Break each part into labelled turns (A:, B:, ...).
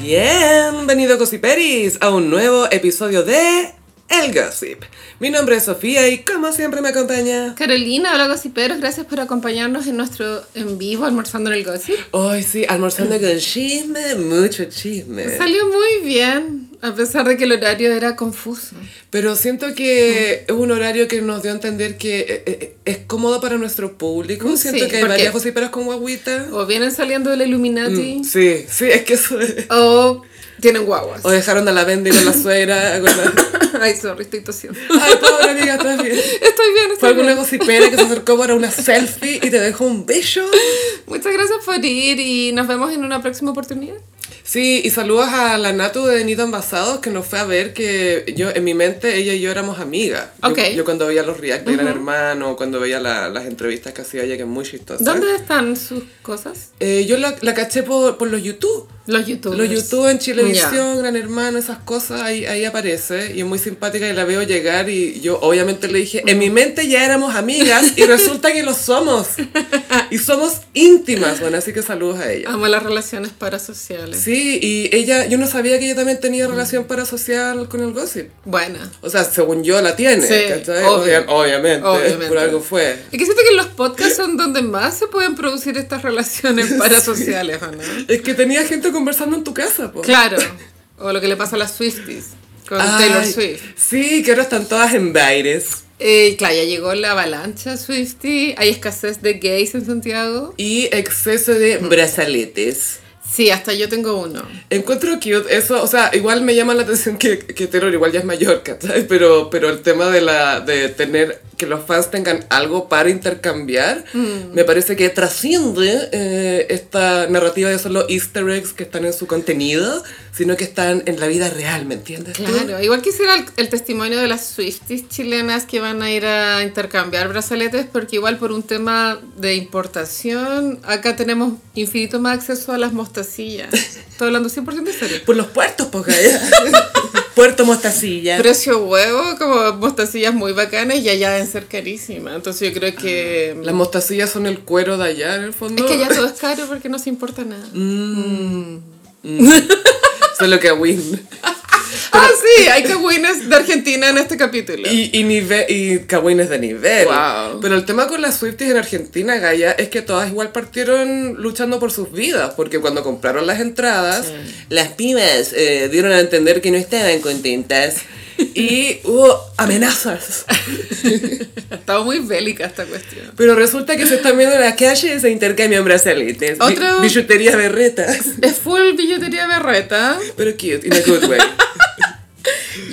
A: Bienvenido Gossiperis a un nuevo episodio de El Gossip. Mi nombre es Sofía y como siempre me acompaña.
B: Carolina, hola gossiperos, gracias por acompañarnos en nuestro en vivo almorzando en el gossip.
A: Hoy sí, almorzando con chisme, mucho chisme.
B: Salió muy bien, a pesar de que el horario era confuso.
A: Pero siento que es un horario que nos dio a entender que eh, eh, es cómodo para nuestro público.
B: Mm,
A: Siento
B: sí,
A: que hay
B: porque-
A: varias gossiperas con guaguita.
B: O vienen saliendo del Illuminati,
A: Sí, sí, es que eso es.
B: o tienen guaguas.
A: O dejaron a la Bendy con la suegra. con la-
B: Ay, sorry, estoy tosiendo.
A: Ay, pobre amiga, estás bien.
B: Estoy bien,
A: Fue
B: estoy bien.
A: alguna gossipera que se acercó para una selfie y te dejó un beso.
B: Muchas gracias por ir y nos vemos en una próxima oportunidad.
A: Sí, y saludos a la Natu de Nito Envasados que nos fue a ver que yo en mi mente ella y yo éramos amigas. Yo-
B: Ok.
A: Yo, cuando veía los react de Gran Hermano, cuando veía la- las entrevistas que hacía ella, que es muy chistosa.
B: ¿Dónde están sus cosas?
A: Eh, yo la, la caché por, por los YouTube.
B: Los youtubers.
A: Los YouTube en Chilevisión,
B: Ya.
A: Gran Hermano, esas cosas, ahí, ahí aparece. Y es muy simpática y la veo llegar y yo obviamente le dije, en mi mente ya éramos amigas y resulta que lo somos. Y somos íntimas, bueno, así que saludos a ella.
B: Amo las relaciones parasociales.
A: Sí, y ella, yo no sabía que ella también
B: Mm.
A: tenía relación parasocial con el gossip.
B: Buena.
A: O sea, según yo la tiene,
B: Sí,
A: ¿cachai? Obvia-
B: obvio.
A: obviamente,
B: Obviamente.
A: por algo fue.
B: Es que siento que los podcasts son donde más se pueden producir estas relaciones parasociales, ¿o ¿no?
A: Es que tenía gente conversando en tu casa, pues.
B: Claro. O lo que le pasa a las Swifties con Taylor Swift.
A: Sí, que ahora están todas en bailes.
B: Eh, claro, ya llegó la avalancha Swiftie. Hay escasez de gays en Santiago.
A: Y exceso de
B: Mm.
A: brazaletes.
B: Sí, hasta yo tengo uno.
A: Encuentro cute eso, o sea, igual me llama la atención que, que Taylor igual ya es mayor, ¿cachai? Pero, pero el tema de, la, de tener, que los fans tengan algo para intercambiar,
B: Mm.
A: me parece que trasciende eh, esta narrativa de solo easter eggs que están en su contenido, sino que están en la vida real, ¿me entiendes? tú?
B: Claro, igual quisiera el, el testimonio de las Swifties chilenas que van a ir a intercambiar brazaletes porque igual por un tema de importación, acá tenemos infinito más acceso a las mostacillas. Estoy hablando 100% de serio.
A: Por los puertos, pues, gaya. Puerto Mostacilla.
B: Precio huevo, como mostacillas muy bacanas y allá deben ser carísimas. Entonces yo creo que...
A: Las mostacillas son el cuero de allá, en el fondo.
B: Ah, Es que ya todo es caro porque no se importa nada.
A: Solo que a Win.
B: ah, sí, hay cagüines de Argentina en este capítulo.
A: Y, y, nive- y cagüines de nivel.
B: Wow.
A: Pero el tema con las Swifties en Argentina, Gaia, es que todas igual partieron luchando por sus vidas, porque cuando compraron las entradas, las pibas eh, dieron a entender que no estaban contentas y hubo amenazas.
B: Ha estado muy bélica esta cuestión.
A: Pero resulta que se están viendo en las calles se intercambian brazaletes, bi-
B: Otro-
A: billutería berreta.
B: Es full billetería berreta.
A: Pero cute, in a good way.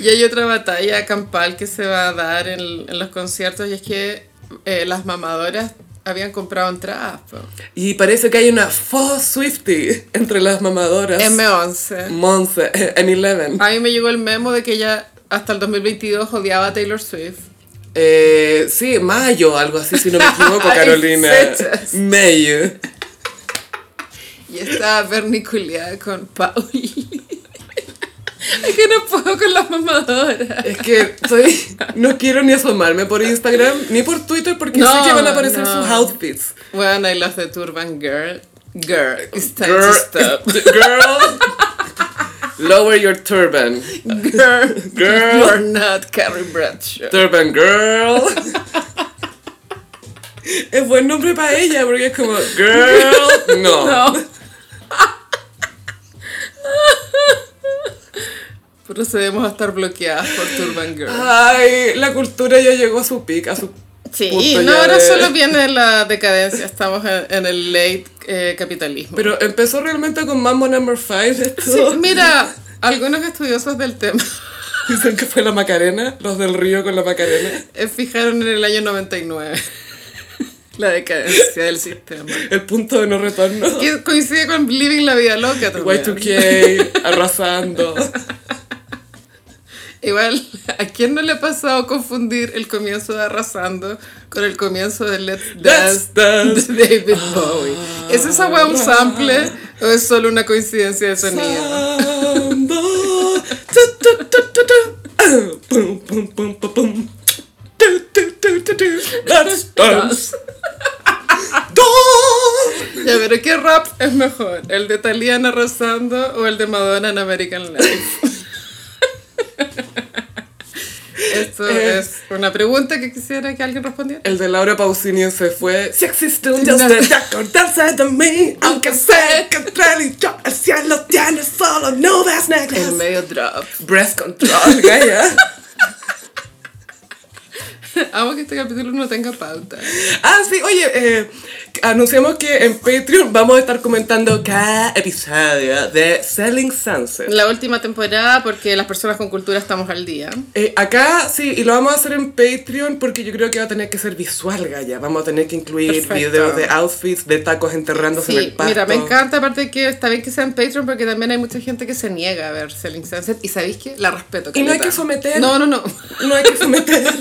B: Y hay otra batalla campal que se va a dar en, en los conciertos y es que eh, las mamadoras habían comprado entradas. po.
A: Y parece que hay una faux Swiftie entre las mamadoras.
B: M11.
A: Monza, eh, en 11.
B: A mí me llegó el memo de que ella hasta el 2022 odiaba a Taylor Swift.
A: Eh, sí, mayo, algo así, si no me equivoco,
B: Ay,
A: Carolina.
B: fechas.
A: Mayo.
B: Y está verniculeada con Pauli. es que no puedo con las mamadoras.
A: Es que soy, no quiero ni asomarme por Instagram ni por Twitter porque
B: No,
A: sé que van a aparecer
B: no.
A: sus outfits.
B: Bueno, y las de Turban Girl. Girl, it's time to
A: Girl, eh,
B: stop.
A: girl, lower your turban.
B: Girl,
A: Girl.
B: you're not Carrie Bradshaw.
A: Turban girl. Es buen nombre para ella porque es como girl. No.
B: No. Procedemos a estar bloqueadas por Turban Girl.
A: Ay, la cultura ya llegó a su pic, a su
B: Sí,
A: punto
B: no,
A: ya
B: ahora
A: de-
B: solo viene la decadencia. Estamos en, en el late eh, capitalismo.
A: Pero empezó realmente con Mambo Number 5 esto.
B: Sí, mira, algunos estudiosos del tema
A: Dicen que fue la Macarena, los del río con la Macarena.
B: eh, fijaron en el año 99 la decadencia del sistema.
A: El punto de no retorno.
B: Que coincide con Living la Vida Loca también.
A: Y2K, arrasando.
B: Igual, ¿a quién no le ha pasado confundir el comienzo de Arrasando con el comienzo de Let's Dance
A: Let's dance.
B: de David Bowie? ¿Es esa weá un sample o es solo una coincidencia de sonido?
A: Samba. Tu, tu, tu, tu, tu. Pum, pum, pum, pum, pum. Tu, tu, tu, tu, tu. Let's dance. Dance.
B: Ya, pero Pero ¿qué rap es mejor? ¿El de Taliana rezando o el de Madonna en American Life? Esto
A: Eh.
B: es una pregunta que quisiera que alguien respondiera.
A: El de Laura Pausini se fue. Si existe un Dios, debe acordarse de mí. Aunque sé que entre él y yo el cielo tiene solo nubes negras.
B: medio drop.
A: Breath control, Gaia.
B: Amo que este capítulo no tenga pauta.
A: Ah, sí, oye, eh, anunciamos que en Patreon vamos a estar comentando cada episodio de Selling Sunset.
B: La última temporada porque las personas con cultura estamos al día.
A: Eh, acá sí, y lo vamos a hacer en Patreon porque yo creo que va a tener que ser visual, Gaya. Vamos a tener que incluir
B: Perfecto.
A: videos de outfits, de tacos enterrándose en el
B: Sí,
A: pasto.
B: mira, me encanta, aparte que está bien que sea en Patreon porque también hay mucha gente que se niega a ver Selling Sunset y ¿sabéis qué? La respeto.
A: Y no hay
B: caleta.
A: que someter.
B: No, no, no.
A: No hay que someter.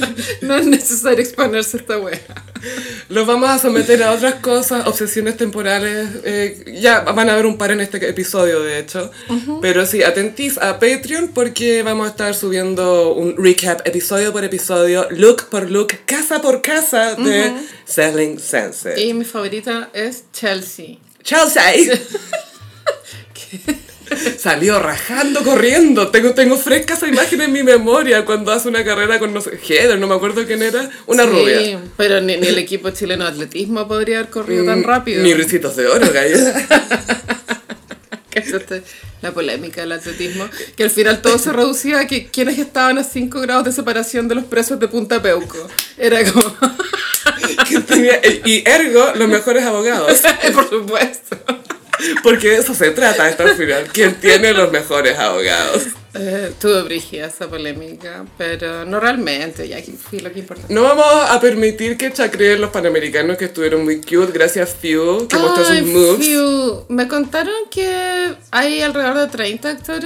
B: No es necesario exponerse a esta wea.
A: Los vamos a someter a otras cosas, obsesiones temporales. eh, ya van a ver un par en este episodio, de hecho. Pero sí, atentís a Patreon porque vamos a estar subiendo un recap episodio por episodio, look por look, casa por casa de Selling Sunset.
B: Y mi favorita es Chelsea.
A: Chelsea. Salió rajando, corriendo. Tengo, tengo fresca esa imagen en mi memoria cuando hace una carrera con, no sé, Heather, no me acuerdo quién era, una
B: Sí,
A: rubia.
B: Pero ni, ni el equipo chileno de atletismo podría haber corrido tan rápido.
A: Ni Mm, risitos de oro, gallo.
B: Cachaste La polémica del atletismo. Que al final todo se reducía a que quienes estaban a 5 grados de separación de los presos de Punta Peuco. Era como.
A: que tenía- y ergo, los mejores abogados.
B: Por supuesto.
A: Porque de eso se trata hasta el final. ¿Quién tiene los mejores abogados?
B: Eh, Tuvo brígida esa polémica, pero no realmente, ya que fui lo que importa.
A: No vamos a permitir que chacreen los panamericanos que estuvieron muy cute. Gracias, Few, que mostró sus
B: Ay,
A: moves.
B: Fiu, Me contaron que hay alrededor de 30 actores,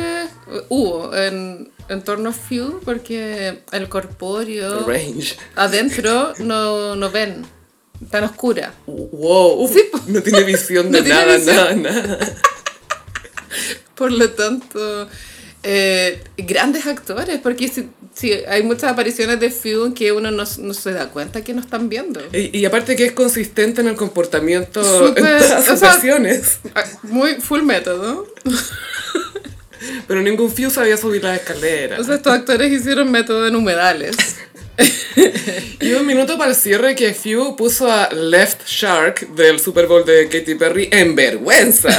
B: eh, hubo, en, en torno a Few, porque el corpóreo
A: Range.
B: adentro no, no ven, tan oscura.
A: Wow. Uf, no tiene visión de
B: No tiene
A: nada,
B: visión.
A: nada, nada.
B: Por lo tanto, eh, grandes actores, porque si, si hay muchas apariciones de Few que uno no, no se da cuenta que no están viendo.
A: Y, y aparte que es consistente en el comportamiento
B: Súper,
A: en todas
B: o
A: sus
B: sea-
A: versiones.
B: Ah, Muy full método.
A: Pero ningún Few sabía subir las escaleras.
B: O sea, estos actores hicieron método en humedales.
A: Y un minuto para el cierre que Few puso a Left Shark del Super Bowl de Katy Perry en vergüenza.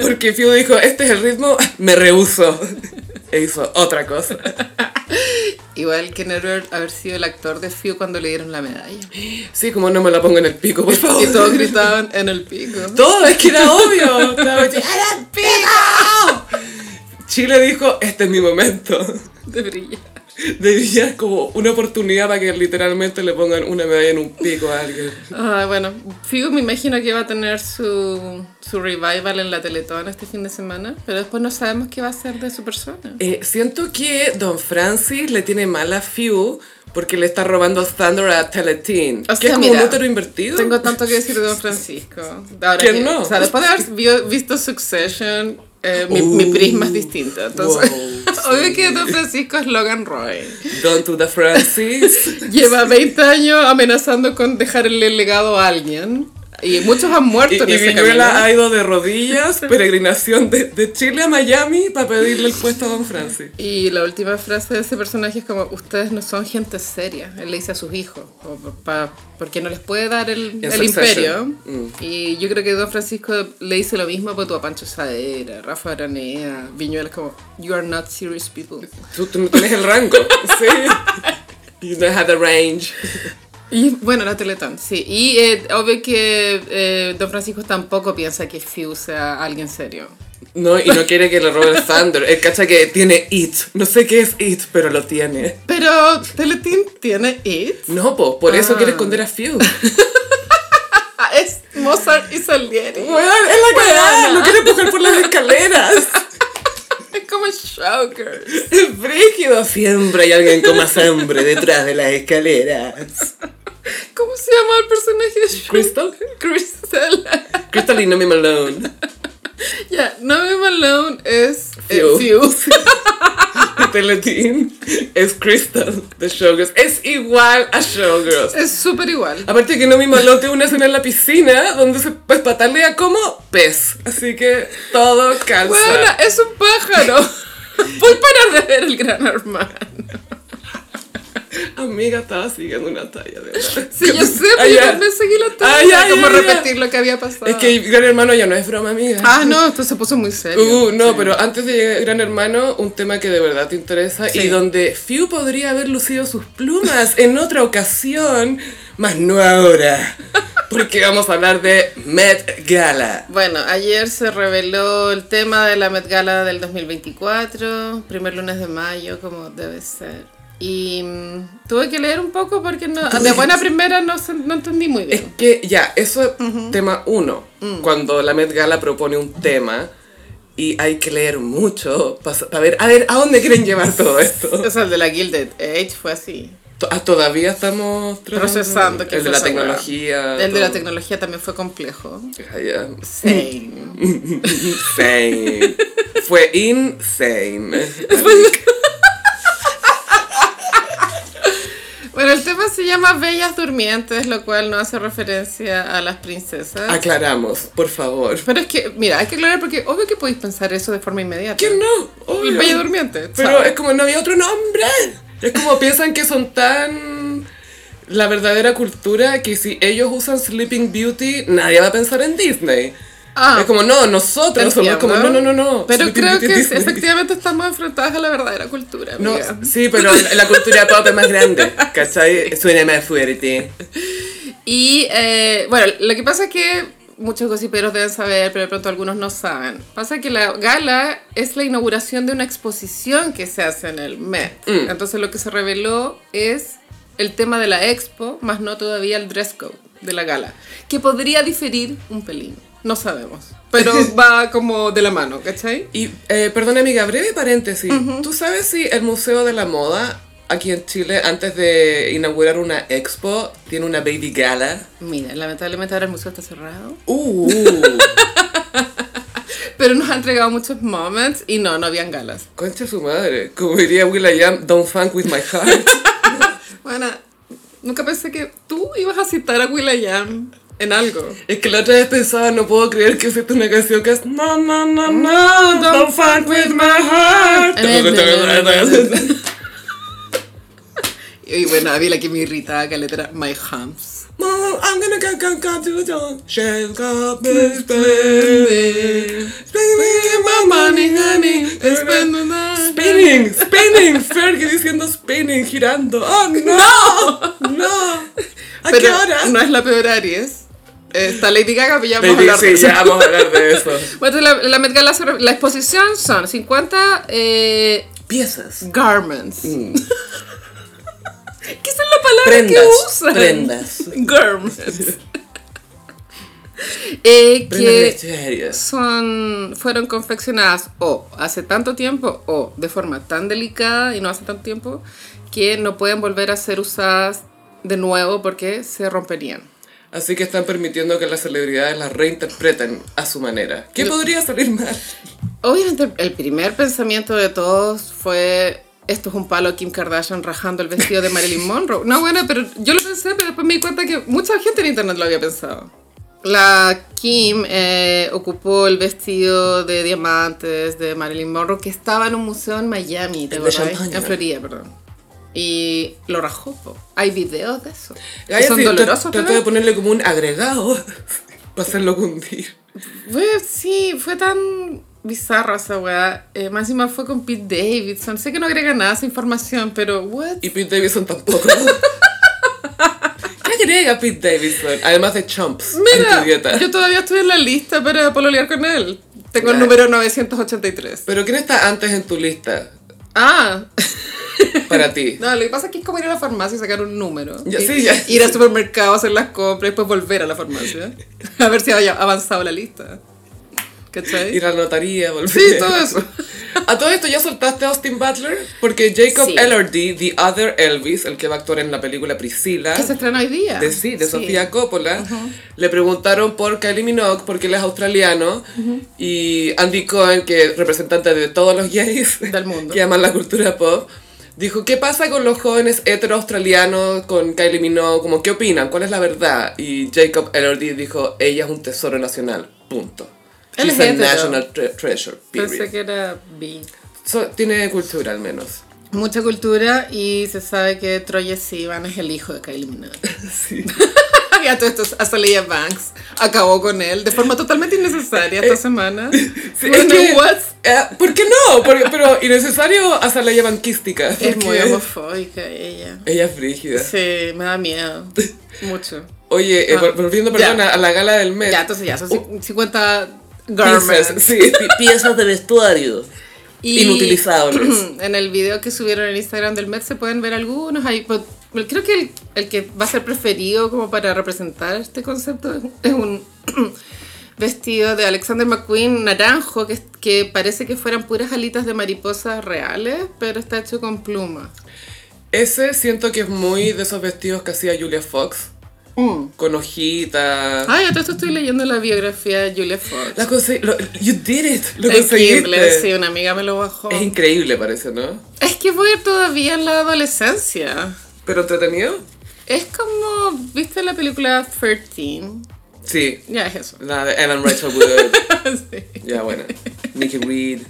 A: Porque Few dijo, este es el ritmo, me rehuso. E hizo otra cosa.
B: Igual que Nerver haber sido el actor de Few cuando le dieron la medalla.
A: Sí, como no me la pongo en el pico, por favor.
B: Y todos gritaban en el pico.
A: Todo, es que era obvio. Estaba así, ¡Era el pico! Chile dijo, este es mi momento.
B: De brillar.
A: Debía como una oportunidad para que literalmente le pongan una medalla en un pico a alguien.
B: Ah, bueno, Few me imagino que va a tener su, su revival en la Teletón este fin de semana, pero después no sabemos qué va a ser de su persona.
A: Eh, siento que Don Francis le tiene mal a Few porque le está robando Thunder a Teleteen.
B: O
A: que
B: sea,
A: es como
B: mira,
A: un útero invertido.
B: Tengo tanto que decir de Don Francisco. Ahora
A: ¿Quién
B: que-
A: no?
B: O sea, después de haber vi- visto Succession, eh, mi, mi
A: Uh,
B: prisma es distinta. Entonces,
A: wow,
B: obvio
A: sí.
B: que Don Francisco es Logan Roy.
A: Don to the Francis.
B: Lleva 20 años amenazando con dejarle legado a alguien. Y muchos han
A: Y,
B: muerto
A: y
B: en ese camino.
A: Viñuela ha ido de rodillas, peregrinación de, de Chile a Miami para pedirle el puesto a Don Francis.
B: Y la última frase de ese personaje es como, ustedes no son gente seria, él le dice a sus hijos, o pa- porque no les puede dar el,
A: En
B: el imperio.
A: Succession. Mm.
B: Y yo creo que Don Francisco le dice lo mismo pues, tú a Pancho Saera, Rafa Aranea, Viñuelas, como, you are not serious people.
A: Tú, tú no tienes el rango. Sí. You don't have the range.
B: Y bueno, la Teletón, sí. Y eh, obvio que eh, Don Francisco tampoco piensa que Fiu sea alguien serio.
A: No, y no quiere que le robe el Thunder. El cacha que tiene it. No sé qué es it, pero lo tiene.
B: Pero Teletín tiene it.
A: No, po, por eso
B: Ah.
A: quiere esconder a Few.
B: Ah, es Mozart y Salieri.
A: Weón, es la cagada,
B: Weona.
A: lo quiere empujar por las escaleras.
B: Es como Shocker.
A: Es brígido. Siempre hay alguien con más hambre detrás de las escaleras.
B: ¿Cómo se llama el personaje de Shrek?
A: Crystal?
B: Crystal.
A: Crystalina me Malone.
B: Ya, Naomi Malone es eh,
A: Few.
B: Few.
A: Y Teleteen es Crystal de Showgirls. Es igual a Showgirls.
B: Es súper igual.
A: Aparte que Nomi Malone tiene una escena en la piscina donde se pues, patalea como pez. Así que todo calza.
B: Bueno, es un pájaro. Voy a parar de ver el gran hermano.
A: Amiga, estaba siguiendo una talla de verdad.
B: Sí, yo sé, pero
A: Ay,
B: yo
A: ya.
B: también seguí la tarea.
A: Ay, ay,
B: como
A: ay,
B: repetir lo que había pasado.
A: Es que Gran Hermano ya no es broma, amiga.
B: Ah, no, esto se puso muy serio.
A: Uh, no,
B: Sí.
A: pero antes de llegar a Gran Hermano, un tema que de verdad te interesa
B: Sí.
A: y donde Fiu podría haber lucido sus plumas en otra ocasión, mas no ahora. Porque vamos a hablar de Met Gala.
B: Bueno, ayer se reveló el tema de la Met Gala del 2024, primer lunes de mayo, como debe ser. Y mm, tuve que leer un poco porque no, de buena primera no, se- no entendí muy
A: Es
B: bien.
A: que ya, eso es tema uno.
B: Mm.
A: Cuando la Met Gala propone un tema y hay que leer mucho para ver, a ver, ¿a dónde quieren llevar todo esto?
B: O sea, el de la Gilded Age fue así.
A: To- ah, Todavía estamos tratando-
B: Procesando que
A: el de
B: fue
A: la
B: esa weá.
A: tecnología.
B: El de la
A: Ah, todo.
B: tecnología también fue complejo.
A: Ah, ya.
B: Sí.
A: Insane. Fue insane.
B: Bueno, el tema se llama Bellas Durmientes, lo cual no hace referencia a las princesas.
A: Aclaramos, por favor.
B: Pero es que, mira, hay que aclarar porque obvio que podéis pensar eso de forma inmediata. Ah,
A: ¿Quién no? Obvio.
B: El Bella Durmiente.
A: Pero
B: chao.
A: es como no había otro nombre. Es como piensan que son tan la verdadera cultura que si ellos usan Sleeping Beauty, nadie va a pensar en Disney.
B: Ah.
A: es como no, nosotros somos
B: Entiendo.
A: como no, no, no, no.
B: Pero
A: Sleeping
B: creo
A: Beauty
B: que
A: es Disney.
B: efectivamente estamos enfrentadas a la verdadera cultura.
A: No,
B: amiga.
A: sí, pero la, la cultura pop es más grande, ¿cachai? Suena más fuerte.
B: Y eh, bueno, lo que pasa es que muchos gossiperos deben saber, pero de pronto algunos no saben. Pasa que la gala es la inauguración de una exposición que se hace en el Met. Entonces lo que se reveló es el tema de la expo, más no todavía el dress code de la gala, que podría diferir un pelín. No sabemos. Pero va como de la mano, ¿cachai?
A: Y, eh, perdona amiga, breve paréntesis. ¿Tú sabes si el Museo de la Moda aquí en Chile, antes de inaugurar una expo, tiene una baby gala?
B: Mira, lamentablemente ahora el museo está cerrado.
A: ¡Uh!
B: Pero nos ha entregado muchos moments y no, no habían galas.
A: Concha su madre. Como diría Will.i.am, don't funk with my heart.
B: Bueno, nunca pensé que tú ibas a citar a Will.i.am en algo.
A: es que la otra vez pensaba, no puedo creer que existe una canción que es No, no, no, no, don't funk with my heart. Tampoco te-
B: Y bueno, había la que me irritaba, que la letra My Humps.
A: Mom, I'm gonna go, go, go to the Shake up this baby. Spending my money, honey. Spend Spinning, spinning, Fergie diciendo spinning, girando. ¡Oh, no! ¡No! ¿A qué
B: Pero
A: hora?
B: no es la peor Aries. Está Lady Gaga, pero ya vamos a
A: Baby,
B: hablar de
A: sí,
B: eso.
A: ya vamos a hablar de eso.
B: Bueno, la, la Met Gala se re- la exposición son 50 eh,
A: Piezas.
B: garments. ¿Qué son las palabras
A: Prendas,
B: que usan?
A: prendas.
B: Garments. Eh, que
A: Prendas
B: son, fueron confeccionadas o hace tanto tiempo o de forma tan delicada y no hace tanto tiempo que no pueden volver a ser usadas de nuevo porque se romperían.
A: Así que están permitiendo que las celebridades las reinterpreten a su manera. ¿Qué
B: Lo-
A: podría salir mal?
B: Obviamente el primer pensamiento de todos fue esto es un palo Kim Kardashian rajando el vestido de Marilyn Monroe. No, bueno, pero yo lo pensé, pero después me di cuenta que mucha gente en internet lo había pensado. La Kim eh, ocupó el vestido de diamantes de Marilyn Monroe que estaba en un museo en Miami, ¿te
A: El de
B: acordás?
A: Champaña.
B: En Florida, perdón. Y lo rajó. po. Hay videos de eso. que
A: Gaya,
B: son
A: sí, tra-
B: dolorosos.
A: Trata
B: pero-
A: de ponerle como un agregado para hacerlo cundir.
B: Fue- sí, fue tan bizarra esa weá. Eh, más encima fue con Pete Davidson. Sé que no agrega nada a esa información, pero what?
A: Y Pete Davidson tampoco. ¿Qué agrega Pete Davidson? Además de chumps. en tu dieta.
B: Mira, yo todavía estoy en la lista para pololear con él. Tengo el
A: Claro.
B: número 983.
A: Pero ¿quién está antes en tu lista
B: Ah,
A: para ti?
B: no, lo que pasa es que es como ir a la farmacia y sacar un número.
A: Ya,
B: Y-
A: sí, ya.
B: Ir al supermercado, hacer las compras y después volver a la farmacia. A ver si haya avanzado la lista. ¿Cachai?
A: Ir a la notaría, volver.
B: Sí, todo eso.
A: A todo esto ya soltaste a Austin Butler porque Jacob
C: Sí.
A: Elordi, The Other Elvis, el que va a actuar en la película Priscilla.
B: Que se estrena hoy día.
A: de, sí, de Sofía Coppola, le preguntaron por Kylie Minogue, porque él es australiano, y Andy Cohen, que es representante de todos los gays
B: Del mundo.
A: que aman la cultura pop, dijo, ¿qué pasa con los jóvenes hetero australianos, con Kylie Minogue? Como, ¿Qué opinan? ¿Cuál es la verdad? Y Jacob Elordi dijo, ella es un tesoro nacional, punto.
B: Él
A: She's
B: es
A: a
B: hetero.
A: national tre- treasure, period.
B: Pensé que era bi.
A: So, tiene cultura al menos.
B: Mucha cultura y se sabe que Troye Sivan es el hijo de Kylie Minogue.
A: Sí.
B: Y a todo esto, Azalea Banks acabó con él de forma totalmente innecesaria esta semana.
A: Eh, Sí,
B: Bueno,
A: es que-
B: what?
A: eh, ¿Por qué no? Por- pero innecesario hasta la banquística.
B: Es muy
A: porque-
B: homofóbica ella.
A: eh, Ella es frígida.
B: Sí, me da miedo. Mucho.
A: Oye, eh,
B: Ah,
A: vol- volviendo,
B: ya.
A: perdona, a la gala del mes.
B: Ya, entonces ya,
A: oh.
B: son cin- 50
A: Piezas,
B: garments.
A: sí, pi- piezas de vestuario.
B: Y
A: Inutilizables.
B: En el video que subieron en Instagram del Met se pueden ver algunos. Hay, po- creo que el, el que va a ser preferido como para representar este concepto es- es un vestido de Alexander McQueen naranjo que, que parece que fueran puras alitas de mariposas reales, pero está hecho con plumas.
A: Ese siento que es muy de esos vestidos que hacía Julia Fox, con hojitas.
B: Ay, a todo esto estoy leyendo la biografía de Julia Fox.
A: La conse- lo- you did it, lo
B: En Kimble,
A: conseguiste.
B: sí, una amiga me lo bajó.
A: Es increíble, parece, ¿no?
B: Es que voy todavía en la adolescencia.
A: ¿Pero entretenido?
B: Es como, ¿viste la película 13?
A: Sí.
B: Ya es eso.
A: La de Ellen Rachel Wood.
B: Sí.
A: ya, bueno. Nicky Reed.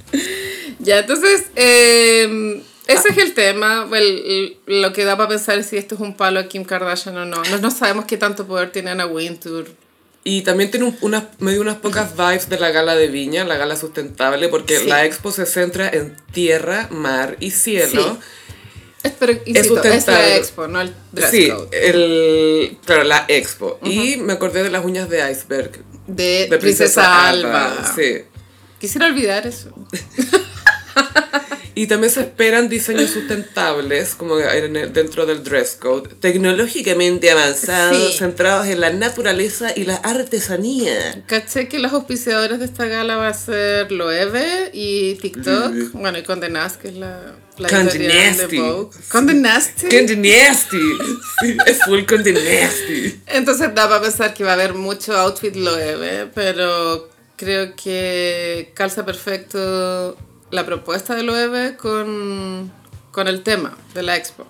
B: Ya, entonces, eh, ese es el tema. el- el- lo que da para pensar es si esto es un palo a Kim Kardashian o no. No, no sabemos qué tanto poder tiene Anna Wintour.
A: Y también tiene un- unas, me dio unas pocas vibes de la gala de Viña, la gala sustentable, porque
B: Sí.
A: la expo se centra en tierra, mar y cielo.
B: Es- Pero, insisto, es,
A: sustentable.
B: la expo, no el dress
A: Sí,
B: code.
A: el, claro, la expo. Y me acordé de las uñas de iceberg.
B: De,
A: De
B: Eh, Princesa, Alba.
A: Sí.
B: Quisiera olvidar eso.
A: Y también se esperan diseños sustentables, como en el- dentro del dress code, tecnológicamente avanzados,
B: Sí.
A: centrados en la naturaleza y la artesanía.
B: Caché que las auspiciadoras de esta gala va a ser Loewe y TikTok.
A: Loewe.
B: Bueno, y Condé Nast, que es la, la
A: Condé
B: editorial de
A: Nasty.
B: Vogue. Condé Nast.
A: Conde Nasty. Sí, es full Conde Nasty.
B: Entonces da para pensar que va a haber mucho outfit Loewe, pero creo que calza perfecto la propuesta de Loewe con, con el tema de la expo.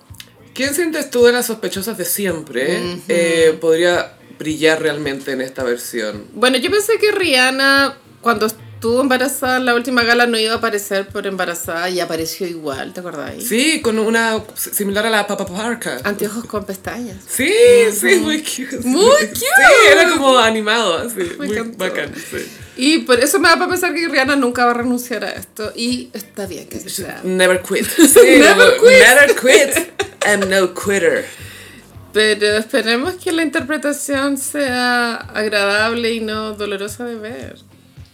A: ¿Quién sientes tú de las sospechosas de siempre eh, podría brillar realmente en esta versión?
B: Bueno, yo pensé que Rihanna, cuando estuvo embarazada en la última gala, no iba a aparecer por embarazada y apareció igual, ¿te acordáis?
A: Sí, con una similar a la Papa Parca.
B: Anteojos con pestañas.
A: Sí, sí, muy cute.
B: Muy cute.
A: Sí, era como animado, así.
B: Me
A: muy
B: encantó.
A: bacán, sí.
B: Y por eso me da para pensar que Rihanna nunca va a renunciar a esto. Y está bien que se sea.
A: Never quit.
B: Never
A: como,
B: quit.
A: Never quit. I'm no quitter.
B: Pero esperemos que la interpretación sea agradable y no dolorosa de ver.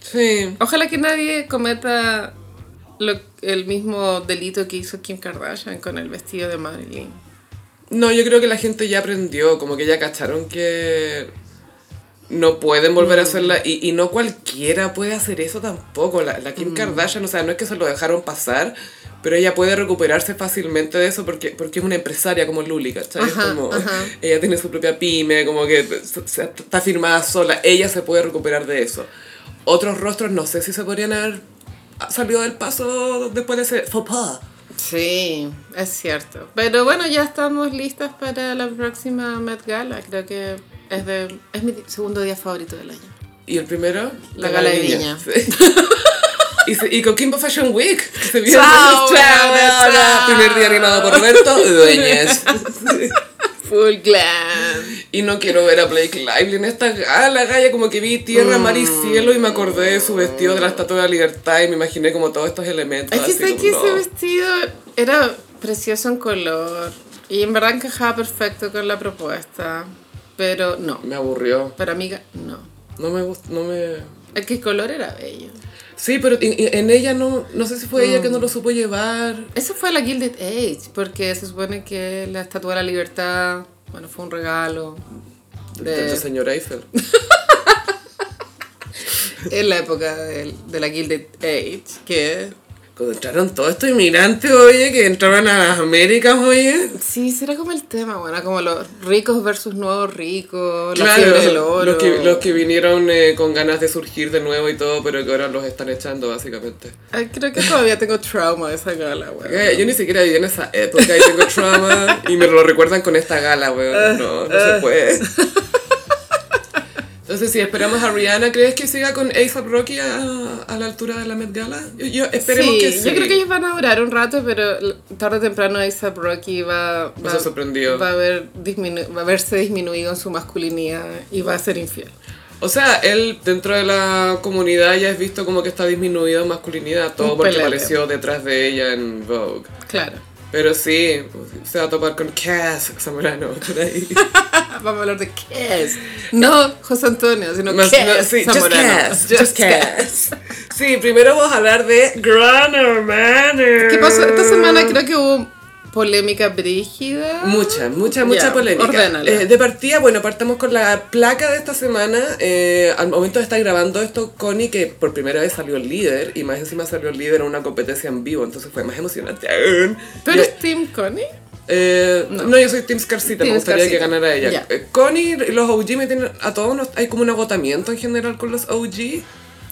A: Sí.
B: Ojalá que nadie cometa lo- el mismo delito que hizo Kim Kardashian con el vestido de Marilyn.
A: No, yo creo que la gente ya aprendió, como que ya cacharon que no pueden volver a
B: Mm.
A: hacerla y, y no cualquiera puede hacer eso tampoco. La, la
B: Mm.
A: Kim Kardashian, o sea, no es que se lo dejaron pasar, pero ella puede recuperarse fácilmente de eso porque, porque es una empresaria como Luli, ¿cachai? Es
B: Ajá,
A: como,
B: ajá.
A: Ella tiene su propia pyme, como que se- se- está firmada sola, ella se puede recuperar de eso. Otros rostros no sé si se podrían haber salido del paso después de ese faux pas.
B: Sí, es cierto. Pero bueno, ya estamos listas para la próxima Met Gala. Creo que es, de, es mi segundo día favorito del año.
A: ¿Y el primero?
B: La gala de Viña.
A: Sí. y, se- y Coquimbo Fashion Week. que se viene.
B: Chao,
A: chao,
B: chao.
A: chao. Primer día animado por Roberto Dueñas.
B: Full glam.
A: Y no quiero ver a Blake Lively en esta gala, galla, como que vi tierra, mar
B: Mm.
A: y cielo y me acordé de su vestido de la Estatua de la Libertad y me imaginé como todos estos elementos.
B: Es que
A: así
B: sé
A: como,
B: que ese
A: no.
B: vestido era precioso en color y en verdad encajaba perfecto con la propuesta, pero no.
A: Me aburrió.
B: Para amiga, no.
A: No me gustó, no me...
B: Es que el color era bello.
A: Sí, pero en, en ella no, no sé si fue
B: Mm.
A: ella que no lo supo llevar.
B: Esa fue la Gilded Age, porque se supone que la Estatua de la Libertad, bueno, fue un regalo
A: De la
B: de,
A: señora Eiffel.
B: en la época del- de, la Gilded Age, que
A: Cuando entraron todos estos inmigrantes, oye, que entraban a las Américas, oye.
B: Sí, será como el tema, bueno, como los ricos versus nuevos ricos, la
A: Claro,
B: fiebre del oro.
A: los que, los que vinieron eh, con ganas de surgir de nuevo y todo, pero que ahora los están echando, básicamente.
B: Ay, creo que todavía tengo trauma de esa gala, weón.
A: Eh, Yo ni siquiera viví en esa época y tengo trauma y me lo recuerdan con esta gala,
B: Ah,
A: weón. No, no se puede. Entonces, si esperamos a Rihanna, ¿crees que siga con A$AP Rocky a, a la altura de la Met Gala? Yo, yo- esperemos
B: Sí,
A: que sí.
B: Yo creo que ellos van a durar un rato, pero l- tarde o temprano A$AP Rocky va,
A: a ser sorprendido.
B: va a haber disminu- va a verse disminuido en su masculinidad y va a ser infiel.
A: O sea, él dentro de la comunidad ya es visto como que está disminuido en masculinidad, todo
B: Un
A: porque
B: pelele.
A: apareció detrás de ella en Vogue.
B: Claro.
A: Pero sí, se va a topar con Cass Zamorano por ahí. Ah,
B: Vamos a hablar de Kes. No José Antonio, sino
A: Más- no,
B: Kes
A: sí, just
B: Zamorano.
A: Cass, just Cass. Sí, primero vamos a hablar de Gran Hermano.
B: ¿Qué pasó? Esta semana creo que hubo polémica brígida.
A: Mucha, mucha, mucha
B: Ya,
A: polémica.
B: ordénala.
A: Eh, de partida, bueno, partamos con la placa de esta semana. Eh, al momento de estar grabando esto, Connie, que por primera vez salió líder, y más encima salió líder en una competencia en vivo, entonces fue más emocionante aún.
B: ¿Tú
A: Ya-
B: eres Team Connie?
A: Eh, no. yo soy Team Scarcita, me
B: Team
A: gustaría que
B: Scarcita.
A: ganara ella.
B: Ya.
A: Eh, Connie y los OG me tienen a todos, nos- hay como un agotamiento en general con los OG.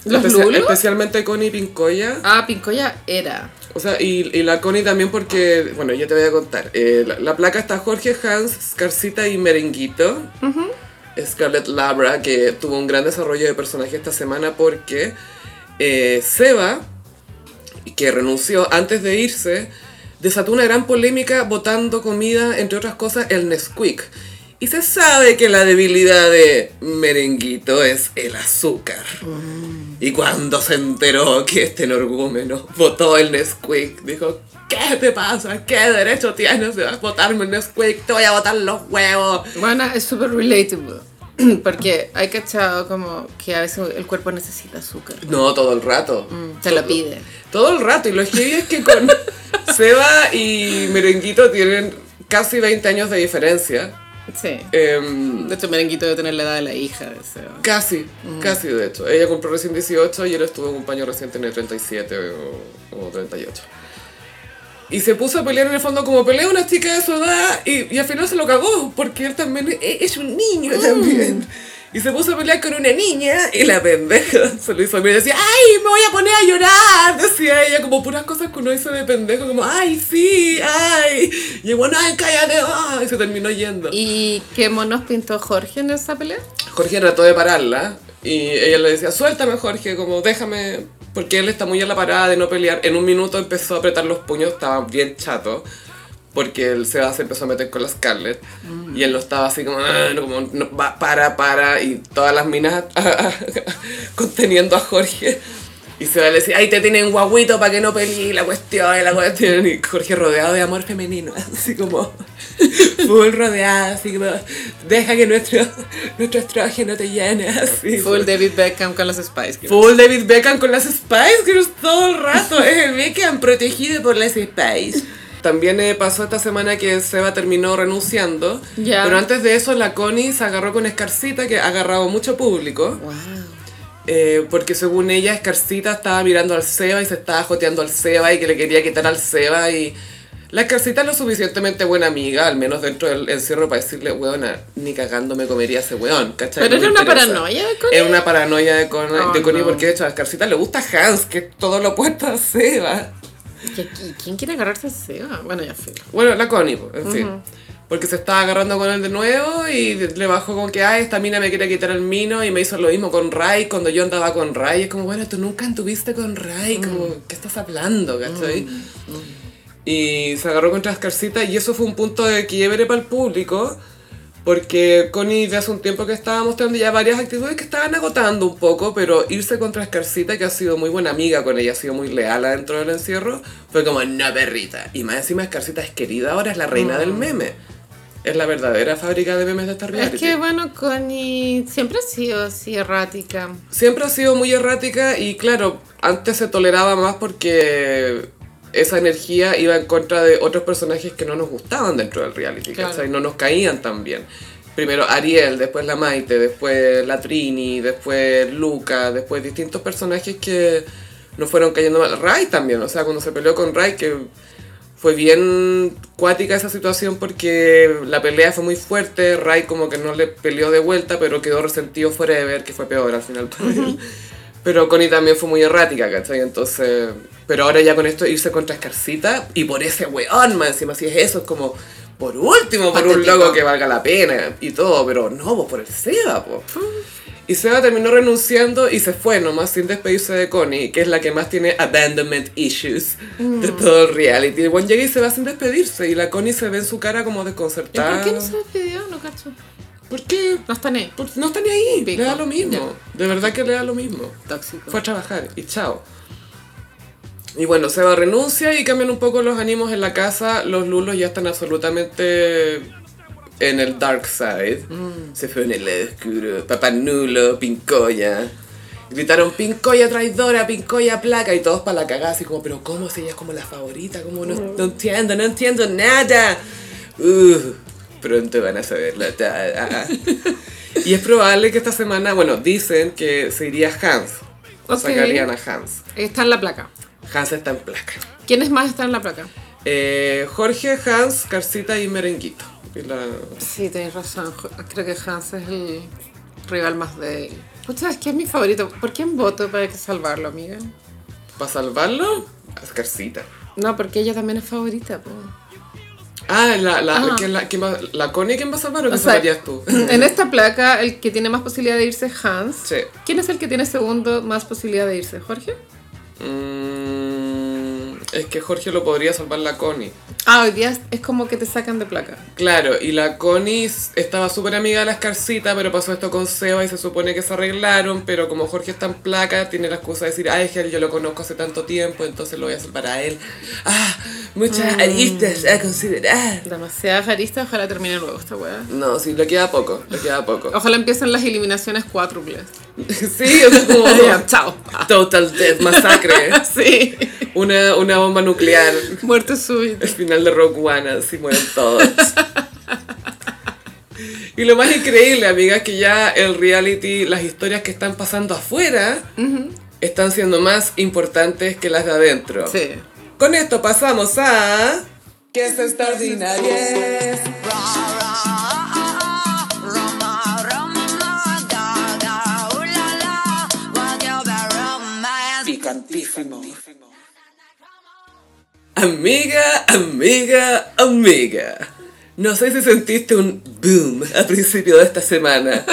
B: ¿Los Lulu?
A: Especialmente Connie y Pincoya.
B: Ah, Pincoya era.
A: O sea, y, y la Connie también porque, bueno, yo te voy a contar. Eh, la, la placa está Jorge Hans, Scarcita y Merenguito. Scarlett Labra, que tuvo un gran desarrollo de personaje esta semana porque eh, Seba, que renunció antes de irse, desató una gran polémica votando comida, entre otras cosas, el Nesquik. Y se sabe que la debilidad de Merenguito es el azúcar. Y cuando se enteró que este energúmeno votó el Nesquik, dijo, ¿qué te pasa? ¿Qué derecho tienes de votarme el Nesquik? Te voy a votar los huevos.
B: Bueno, es súper relatable. Porque hay cachado como que a veces el cuerpo necesita azúcar.
A: No, todo el rato.
B: Te Mm, lo pide.
A: Todo el rato. Y lo heavy es que con Seba y Merenguito tienen casi 20 años de diferencia.
B: Sí.
A: Em,
B: De hecho, Este Merenguito debe tener la edad de la hija. de ese-
A: casi, casi de hecho. Ella compró recién 18 y él estuvo con un paño reciente en el 37 o, o 38. Y se puso a pelear en el fondo como pelea una chica de su edad y, y al final se lo cagó porque él también e- es, un niño también. Y se puso a pelear con una niña y la pendeja se lo hizo a mí y decía, ¡ay, me voy a poner a llorar! Decía ella como puras cosas que uno dice de pendejo, como, ¡ay, sí, ay! Y bueno, ¡ay, cállate! ah", Y se terminó yendo.
B: ¿Y qué monos pintó Jorge en esa pelea?
A: Jorge trató de pararla y ella le decía, suéltame Jorge, como déjame, porque él está muy a la parada de no pelear. En un minuto empezó a apretar los puños, estaba bien chato, porque él se, se empezó a meter con la Scarlett y él lo estaba así como, "Ah", no, como, "No, va, para, para, y todas las minas ah, conteniendo a Jorge. Y se le decía, ay, te tienen guaguito para que no pelees la cuestión, y la cuestión. Y Jorge rodeado de amor femenino, así como, full rodeado, así como, deja que nuestro, nuestro estrógeno te llene, así.
B: Full David Beckham con los Spice Girls.
A: Full David Beckham con las Spice Girls todo el rato. Es el Beckham protegido por las Spice. También eh, pasó esta semana que Seba terminó renunciando.
B: Ya.
A: Pero antes de eso, la Connie se agarró con Escarcita, que ha agarrado mucho público.
B: Wow.
A: eh, porque según ella, Escarcita estaba mirando al Seba y se estaba joteando al Seba y que le quería quitar al Seba. Y la Escarcita es lo suficientemente buena amiga, al menos dentro del encierro, para decirle, weona, ni cagando me comería ese weón. ¿cachai?
B: Pero
A: No me
B: era una
A: interesa".
B: paranoia de Connie.
A: Es una paranoia de, Con
B: Oh,
A: de Connie
B: no.
A: porque de hecho a Scarcita le gusta Hans, que todo lo opuesto a Seba.
B: ¿Y aquí- ¿Quién quiere agarrarse a Seba? Bueno, ya fui.
A: Bueno, la Connie, po, en fin. Porque se estaba agarrando con él de nuevo y le bajó como que, ay, esta mina me quiere quitar el mino y me hizo lo mismo con Ray cuando yo andaba con Ray. Es como, bueno, tú nunca anduviste con Ray, como, ¿qué estás hablando? ¿Cachai? Y se agarró contra Scarcita y eso fue un punto de quiebre para el público. Porque Connie de hace un tiempo que estaba mostrando ya varias actitudes que estaban agotando un poco, pero irse contra Scarcita, que ha sido muy buena amiga con ella, ha sido muy leal dentro del encierro, fue como, no, perrita. Y más encima Scarcita es querida ahora, es la reina del meme. Es la verdadera fábrica de memes de esta reality.
B: Es que bueno, Connie siempre ha sido así errática.
A: Siempre ha sido muy errática y claro, antes se toleraba más porque esa energía iba en contra de otros personajes que no nos gustaban dentro del reality,
B: Claro.
A: ¿cachai? No nos caían tan bien. Primero Ariel, después la Maite, después la Trini, después Luca, después distintos personajes que no fueron cayendo mal. Ray también, o sea, cuando se peleó con Ray, que fue bien cuática esa situación porque la pelea fue muy fuerte, Ray como que no le peleó de vuelta, pero quedó resentido forever, que fue peor al final para él. Pero Connie también fue muy errática, ¿cachai? Entonces, pero ahora ya con esto irse contra Escarcita y por ese weón, más encima, si es eso, es como, por último, por un
B: Patético.
A: loco que valga la pena y todo, pero no, pues por el Seba, pues. Y Seba terminó renunciando y se fue nomás sin despedirse de Connie, que es la que más tiene abandonment issues de
B: Mm.
A: todo el reality. El buen llega y se va sin despedirse y la Connie se ve en su cara como
B: ¿Y por
A: desconcertada.
B: qué no se despidió? No cacho.
A: ¿Por qué?
B: No están ahí.
A: Por- No está ni ahí,
B: Pico.
A: le da lo mismo. De verdad que le da lo mismo.
B: Tóxico.
A: Fue a trabajar y chao. Y bueno, Seba renuncia y cambian un poco los ánimos en la casa. Los lulos ya están absolutamente en el dark side.
B: Mm.
A: Se fue en el lado oscuro. Papá Nulo, Pincoya. Gritaron Pincoya traidora, Pincoya placa y todos para la cagada así como, pero ¿cómo si ella es como la favorita? como no, no entiendo, no entiendo nada? Uh, pronto van a saberlo. ta- ah, ah. y es probable que esta semana, bueno, dicen que se iría Hans. O
B: Ok.
A: Sacarían a Hans.
B: Está en la placa.
A: Hans está en placa.
B: ¿Quiénes más están en la placa?
A: Eh, Jorge, Hans, Carcita y Merenguito. Y la-
B: Sí, tenéis razón. Jo- Creo que Hans es el rival más de él. Pucha, es que es mi favorito. ¿Por quién voto para que salvarlo, amiga?
A: ¿Para salvarlo? A Carcita.
B: No, porque ella también es favorita, po.
A: Ah, la, la,
B: Ajá.
A: ¿quién la, quién va- la Connie, ¿quién va a salvar o
B: O
A: qué
B: sea,
A: salvarías tú?
B: En esta placa, el que tiene más posibilidad de irse es Hans.
A: Sí.
B: ¿Quién es el que tiene segundo más posibilidad de irse? ¿Jorge?
A: Mm, es que Jorge lo podría salvar la Connie.
B: Ah, hoy día es- es como que te sacan de placa.
A: Claro, y la Connie s- estaba súper amiga de la Escarcita, pero pasó esto con Seba y se supone que se arreglaron, pero como Jorge está en placa, tiene la excusa de decir, ah, es que yo lo conozco hace tanto tiempo, entonces lo voy a salvar a él. Ah, muchas aristas a considerar.
B: Demasiadas aristas, ojalá termine luego esta weá.
A: No, sí, le queda poco, le queda poco.
B: Ojalá empiecen las eliminaciones cuádruples.
A: sí, o sea, como
B: Ya, Chao.
A: Total Death Masacre.
B: Sí.
A: Una, una bomba nuclear.
B: Muerte súbita.
A: El final de Rock One, así mueren todos. Y lo más increíble, amiga, es que ya el reality, las historias que están pasando afuera, están siendo más importantes que las de adentro.
B: Sí.
A: Con esto pasamos a... ¿Qué es extraordinario? picantísimo. Amiga, amiga, amiga. No sé si sentiste un boom a principio de esta semana,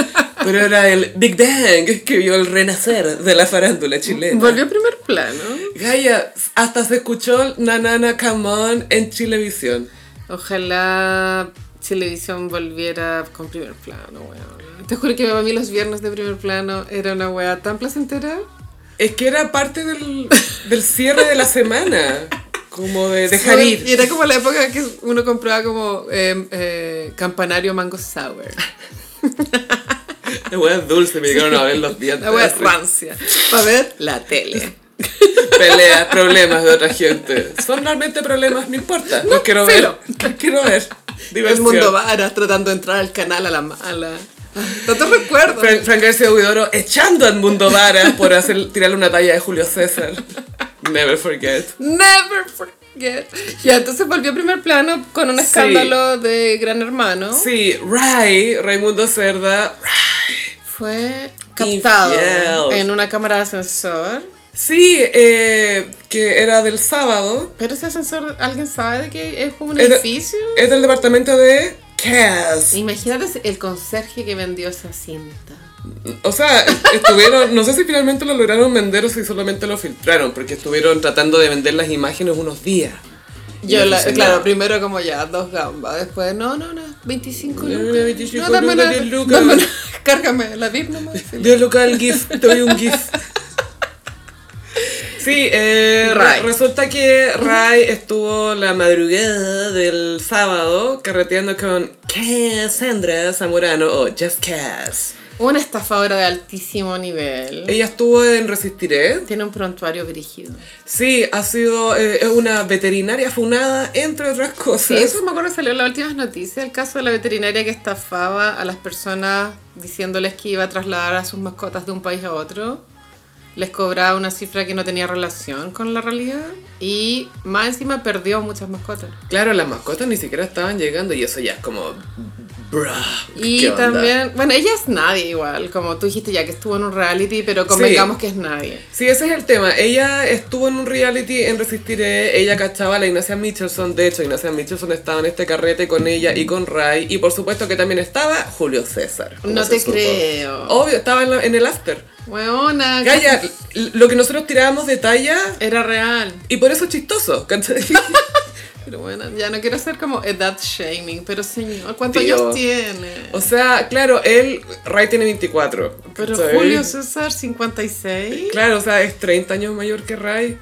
A: pero era el Big Bang que vio el renacer de la farándula chilena.
B: Volvió a primer plano.
A: Gaia, hasta se escuchó Nanana Come On en Chilevisión.
B: Ojalá televisión volviera con primer plano, weón. Te juro que para mí los viernes de primer plano era una weá tan placentera.
A: Es que era parte del, del cierre de la semana, como de dejar
B: Y
A: ir.
B: era como la época que uno compraba como eh, eh, campanario mango sour.
A: La hueá es dulce, me llegaron a ver los dientes.
B: La weá
A: así.
B: rancia. Para ver la tele.
A: peleas, problemas de otra gente. Son realmente problemas, no importa. Los quiero ver.
B: cero.
A: Los quiero ver.
B: El
A: Diversión.
B: mundo varas tratando de entrar al canal a la mala. Tantos recuerdos.
A: Fran- Frank García Huidoro echando al mundo vara por hacer, tirarle una talla de Julio César. Never forget.
B: Never forget. Ya, entonces volvió a primer plano con un escándalo de Gran Hermano.
A: Sí, Ray, Raimundo Cerda.
B: Fue captado
A: Infiel.
B: en una cámara de ascensor.
A: Sí, eh, que era del sábado.
B: Pero ese ascensor, ¿alguien sabe de qué es como un
A: Era-
B: edificio?
A: Es del departamento de Cass.
B: Imagínate el conserje que vendió esa cinta.
A: O sea, estuvieron, no sé si finalmente lo lograron vender o si solamente lo filtraron, porque estuvieron tratando de vender las imágenes unos días. Y
B: Yo,
A: no
B: la-
A: funcionó.
B: claro, primero como ya dos gambas, después no, no, no, 25
A: No,
B: lucas.
A: 25
B: no, dame
A: Eh, lucas,
B: una,
A: 10 lucas.
B: dame una- cárgame la VIP nomás.
A: Dios local GIF, te doy un GIF. Sí, eh, re-
B: Ray.
A: resulta que Ray estuvo la madrugada del sábalo carreteando con Cassandra Zamorano o Just Cass.
B: Una estafadora de altísimo nivel.
A: Ella estuvo en Resistiré.
B: Tiene un prontuario brígido.
A: Sí, ha sido eh, una veterinaria funada, entre otras cosas.
B: Sí, eso me acuerdo que salió en las últimas noticias, el caso de la veterinaria que estafaba a las personas diciéndoles que iba a trasladar a sus mascotas de un país a otro. les cobraba una cifra que no tenía relación con la realidad y más encima perdió muchas mascotas.
A: Claro, las mascotas ni siquiera estaban llegando y eso ya es como... Bruh,
B: Y
A: ¿qué onda?
B: también, bueno, ella es nadie igual, como tú dijiste ya que estuvo en un reality, pero convengamos que es nadie.
A: Sí, ese es el tema. Ella estuvo en un reality en Resistiré, ella cachaba a la Ignacia Michelson, de hecho Ignacia Michelson estaba en este carrete con ella y con Ray, y por supuesto que también estaba Julio César. como
B: No
A: se
B: te
A: supo. Oh.
B: creo.
A: Obvio, estaba en, la- en el after.
B: Weona,
A: Gaya, l- lo que nosotros tirábamos de talla,
B: era real.
A: y por eso es chistoso, ¿cachai?
B: Pero bueno, ya no quiero ser como edad shaming, pero señor, ¿cuántos
A: Tío.
B: años tiene?
A: O sea, claro, él, Ray tiene 24.
B: Pero
A: ¿cachai?
B: Julio César, 56.
A: Claro, o sea, es 30 años mayor que Ray,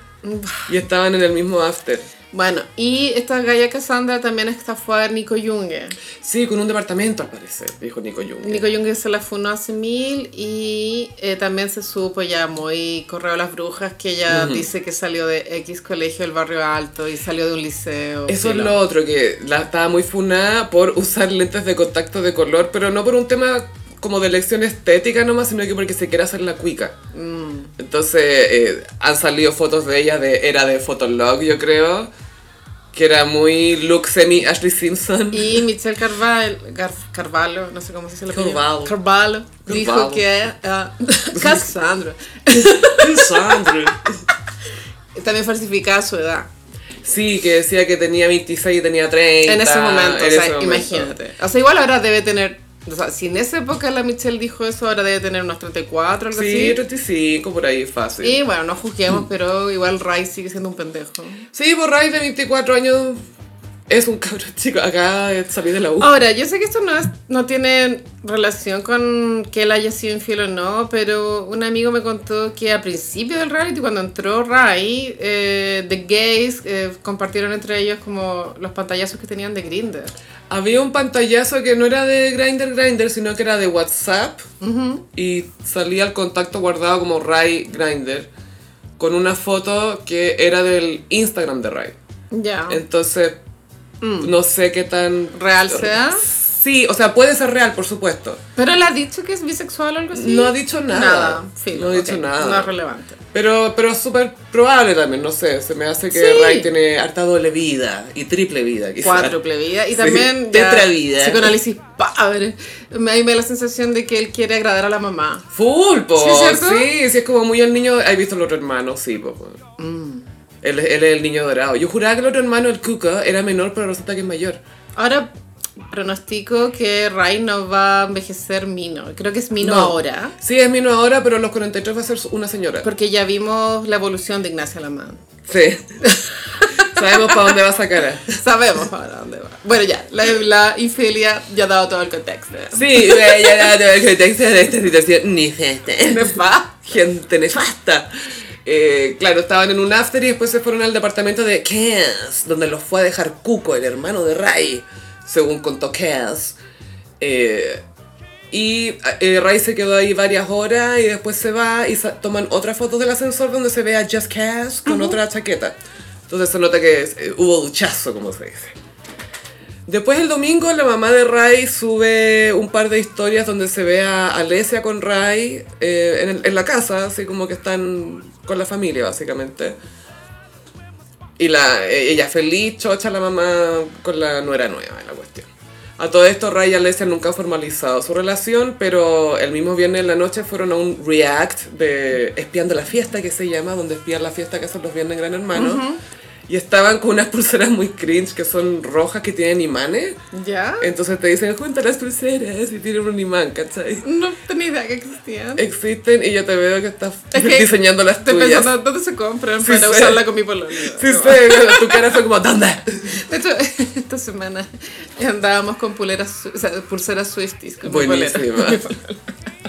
A: y estaban en el mismo after.
B: Bueno, y esta Gaya Cassandra también estafó a Nico Junge.
A: Sí, con un departamento al parecer, dijo Nico Jung.
B: Nico Junge se la funó hace mil y eh, también se supo ya muy correo a las brujas que ella dice que salió de X colegio del barrio alto y salió de un liceo.
A: Eso es
B: filo.
A: lo otro, que la estaba muy funada por usar lentes de contacto de color, pero no por un tema como de elección estética nomás, sino que porque se quiere hacer la cuica.
B: Mm.
A: Entonces eh, han salido fotos de ella, de era de Fotolog, yo creo, que era muy look semi Ashley Simpson.
B: Y Michelle Carval, Gar- Carvalho, no sé cómo se dice la
A: Carvalho.
B: Carvalho dijo
A: Carvalho.
B: que ah, Cassandra
A: Sandra.
B: también falsificaba su edad
A: Sí, que decía que tenía 26 y tenía 30.
B: en ese momento. o
A: en
B: sea,
A: ese momento.
B: imagínate. O sea, igual ahora debe tener. O sea, si en esa época la Michelle dijo eso, ahora debe tener unos 34 algo
A: Sí,
B: así.
A: 35, por ahí fácil.
B: Y bueno, no juzguemos,
A: mm.
B: pero igual Ray sigue siendo un pendejo.
A: Sí, pues Ray de 24 años es un cabrón chico. Acá eh, salí de la U.
B: Ahora, yo sé que esto no, es- no tiene relación con que él haya sido infiel o no, pero un amigo me contó que a principio del reality, cuando entró Rai, eh, The Gays eh, compartieron entre ellos como los pantallazos que tenían de Grindr.
A: Había un pantallazo que no era de Grinder Grinder, sino que era de WhatsApp. Y salía el contacto guardado como Ray Grinder. Con una foto que era del Instagram de Ray.
B: Ya.
A: Eh. Entonces, no sé qué tan.
B: Mm. ¿Real sea?
A: Sí, o sea, puede ser real, por supuesto.
B: Pero él ha dicho que es bisexual o algo así.
A: No ha dicho nada.
B: filo,
A: No ha
B: ok,
A: dicho nada.
B: No es relevante.
A: Pero, pero es súper probable también, no sé. Se me hace que
B: Sí.
A: Ray tiene harta doble vida y triple vida, quizás.
B: Cuádruple vida. Y
A: Sí,
B: también. ya,
A: tetravida.
B: Psicoanálisis padre. Me- Ahí me da la sensación de que él quiere agradar a la mamá.
A: Full, po.
B: ¿Sí es cierto?
A: Sí, sí, es como muy el niño. ¿Has visto el otro hermano? Sí, po. po. Él, es- él es el niño dorado. Yo juraba que el otro hermano, el Cuca, era menor, pero resulta que es mayor.
B: Ahora pronostico que Ray no va a envejecer Mino. Creo que es Mino ahora.
A: Sí, es mino ahora, pero a los 43 va a ser su- una señora.
B: Porque ya vimos la evolución de Ignacia Alamán.
A: Sí. Sabemos para dónde va esa cara.
B: Sabemos para dónde va. Bueno, ya, la, la infidelidad ya ha dado todo el contexto.
A: Sí, ya no el contexto de esta situación ni
B: Va.
A: Gente nefasta. Eh, claro, estaban en un after y después se fueron al departamento de Cass, donde los fue a dejar Cuco, el hermano de Ray, según contó Cass. Eh, y eh, Ray se quedó ahí varias horas y después se va y sa- toman otra foto del ascensor donde se ve a Just Cass con otra chaqueta. Entonces se nota que eh, hubo duchazo, como se dice. Después el domingo la mamá de Ray sube un par de historias donde se ve a Alesia con Ray eh, en, el- en la casa, así como que están con la familia básicamente. Y la, eh, ella feliz, chocha la mamá con la nuera nueva en la cuestión. A todo esto Ray y Alesia nunca han formalizado su relación, pero el mismo viernes en la noche fueron a un react de Espiando la Fiesta, que se llama, donde espían la fiesta que hacen los viernes en Gran Hermano. Y estaban con unas pulseras muy cringe que son rojas que tienen imanes.
B: ¿Ya?
A: Entonces te dicen, junta las pulseras y tienen un imán, ¿cachai?
B: No tenía idea que existían.
A: Eh, Existen y yo te veo que estás
B: Es que
A: diseñando las
B: Estoy
A: tuyas.
B: pensando dónde se compran
A: Sí
B: para
A: sé.
B: usarla con mi polonio.
A: Sí, sé, claro, tu cara fue como, ¿dónde?
B: De hecho, esta semana andábamos con puleras, su- o sea, pulseras Swifties. Con mi polera.
A: Buenísima.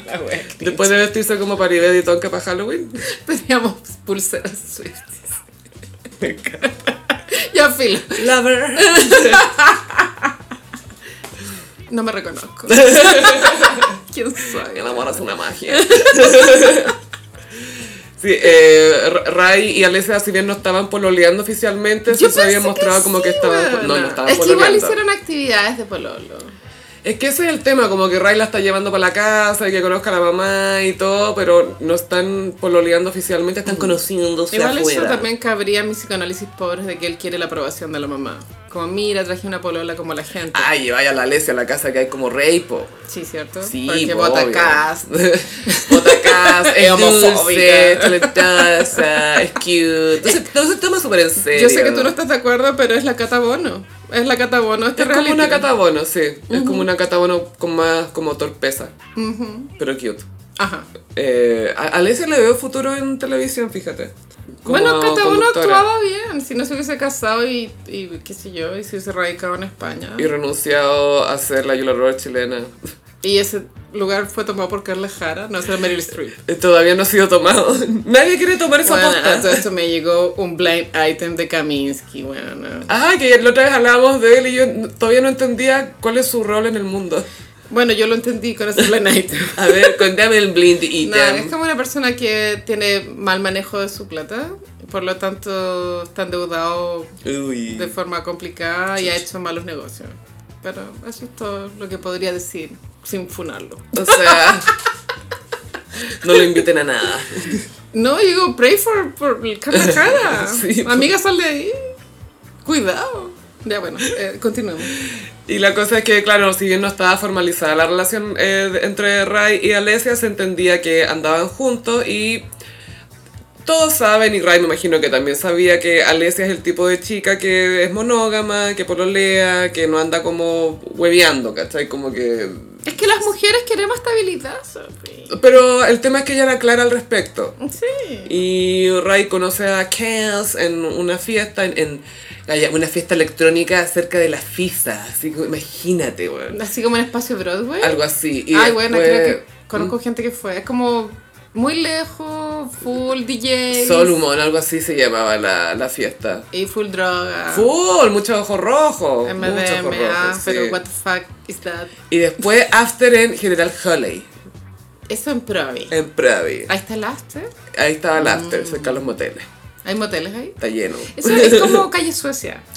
B: La wea cringe.
A: Después de vestirse como Paribet y Tonka para Halloween.
B: Teníamos pulseras Swifties. ya filo.
A: Lover.
B: No me reconozco. ¿Quién soy?
A: El amor es una magia. Sí, eh, R- Ray y Alesia, si bien no estaban pololeando oficialmente, sí se habían mostrado como que estaban.
B: No,
A: No, no estaban
B: Es que igual
A: pololeando.
B: hicieron actividades de pololo.
A: Es que ese es el tema, como que Ray la está llevando para la casa y que conozca a la mamá y todo, pero no están pololeando oficialmente, están conociéndose
B: Igual eso
A: afuera.
B: también cabría en mi psicoanálisis pobre de que él quiere la aprobación de la mamá. Como, mira, traje una polola como la gente.
A: Ay, vaya la Alesia a la casa que hay como rey, po.
B: Sí, ¿cierto?
A: Sí,
B: Porque
A: po, obvio.
B: botacas.
A: Botacas, es
B: Es homofóbica.
A: dulce, talentosa, es cute. Entonces, entonces toma súper en serio.
B: Yo sé que tú no estás de acuerdo, pero es la catabono. Es la catabono. Este
A: Es como
B: reality.
A: una catabono, sí. Es como una catabono con más como torpeza,
B: Ujú.
A: pero cute.
B: Ajá.
A: Eh, a Alesia le veo futuro en televisión, fíjate. Como
B: bueno, Catabono
A: conductora.
B: actuaba bien. Si no se hubiese casado y, y qué sé yo, y se hubiese radicado en España.
A: Y renunciado a ser la Yula Roberts chilena.
B: Y ese lugar fue tomado por Carla Jara, no, esa es Meryl Streep.
A: Eh, Todavía no ha sido tomado. Nadie quiere tomar esa
B: Bueno,
A: posta.
B: a todo esto me llegó un blind item de Kaminsky, bueno.
A: Ah, que la otra vez hablábamos de él y yo n- todavía no entendía cuál es su rol en el mundo.
B: Bueno, yo lo entendí con ese blind item.
A: A ver, cuéntame el blind y
B: Nada, es como una persona que tiene mal manejo de su plata, por lo tanto está endeudado
A: Uy.
B: de forma complicada y ha hecho malos negocios. Pero eso es todo lo que podría decir sin funarlo.
A: O sea, no lo inviten a nada.
B: No, digo, pray for, for Carla Jara.
A: Sí, por-
B: Amiga, sal de ahí. Cuidado. Ya bueno, eh, continuemos.
A: Y la cosa es que, claro, si bien no estaba formalizada la relación eh, de- entre Ray y Alesia, se entendía que andaban juntos y todos saben, y Ray me imagino que también sabía que Alesia es el tipo de chica que es monógama, que pololea, que no anda como hueveando, ¿cachai? Como que...
B: Es que las mujeres queremos estabilidad, Sophie.
A: Pero el tema es que ella era clara al respecto.
B: Sí.
A: Y Ray conoce a Kels en una fiesta, en, en- hay una fiesta electrónica cerca de la FISA, así que imagínate, weón.
B: Así como en espacio Broadway.
A: Algo así. Y
B: Ay, bueno,
A: después, Mm.
B: creo que conozco gente que fue. Es como muy lejos, full DJ.
A: Solomon, algo así se llamaba la, la fiesta.
B: Y full droga.
A: Full, mucho ojo rojo. mucho ojo
B: MDMA,
A: rojo, sí.
B: pero what the fuck is that?
A: Y después After en General Hurley,
B: Eso en Provi.
A: en Pravi.
B: Ahí está el after.
A: Ahí estaba el After, cerca de los moteles.
B: Hay moteles ahí.
A: Está lleno.
B: Eso Mm. es como calle Suecia.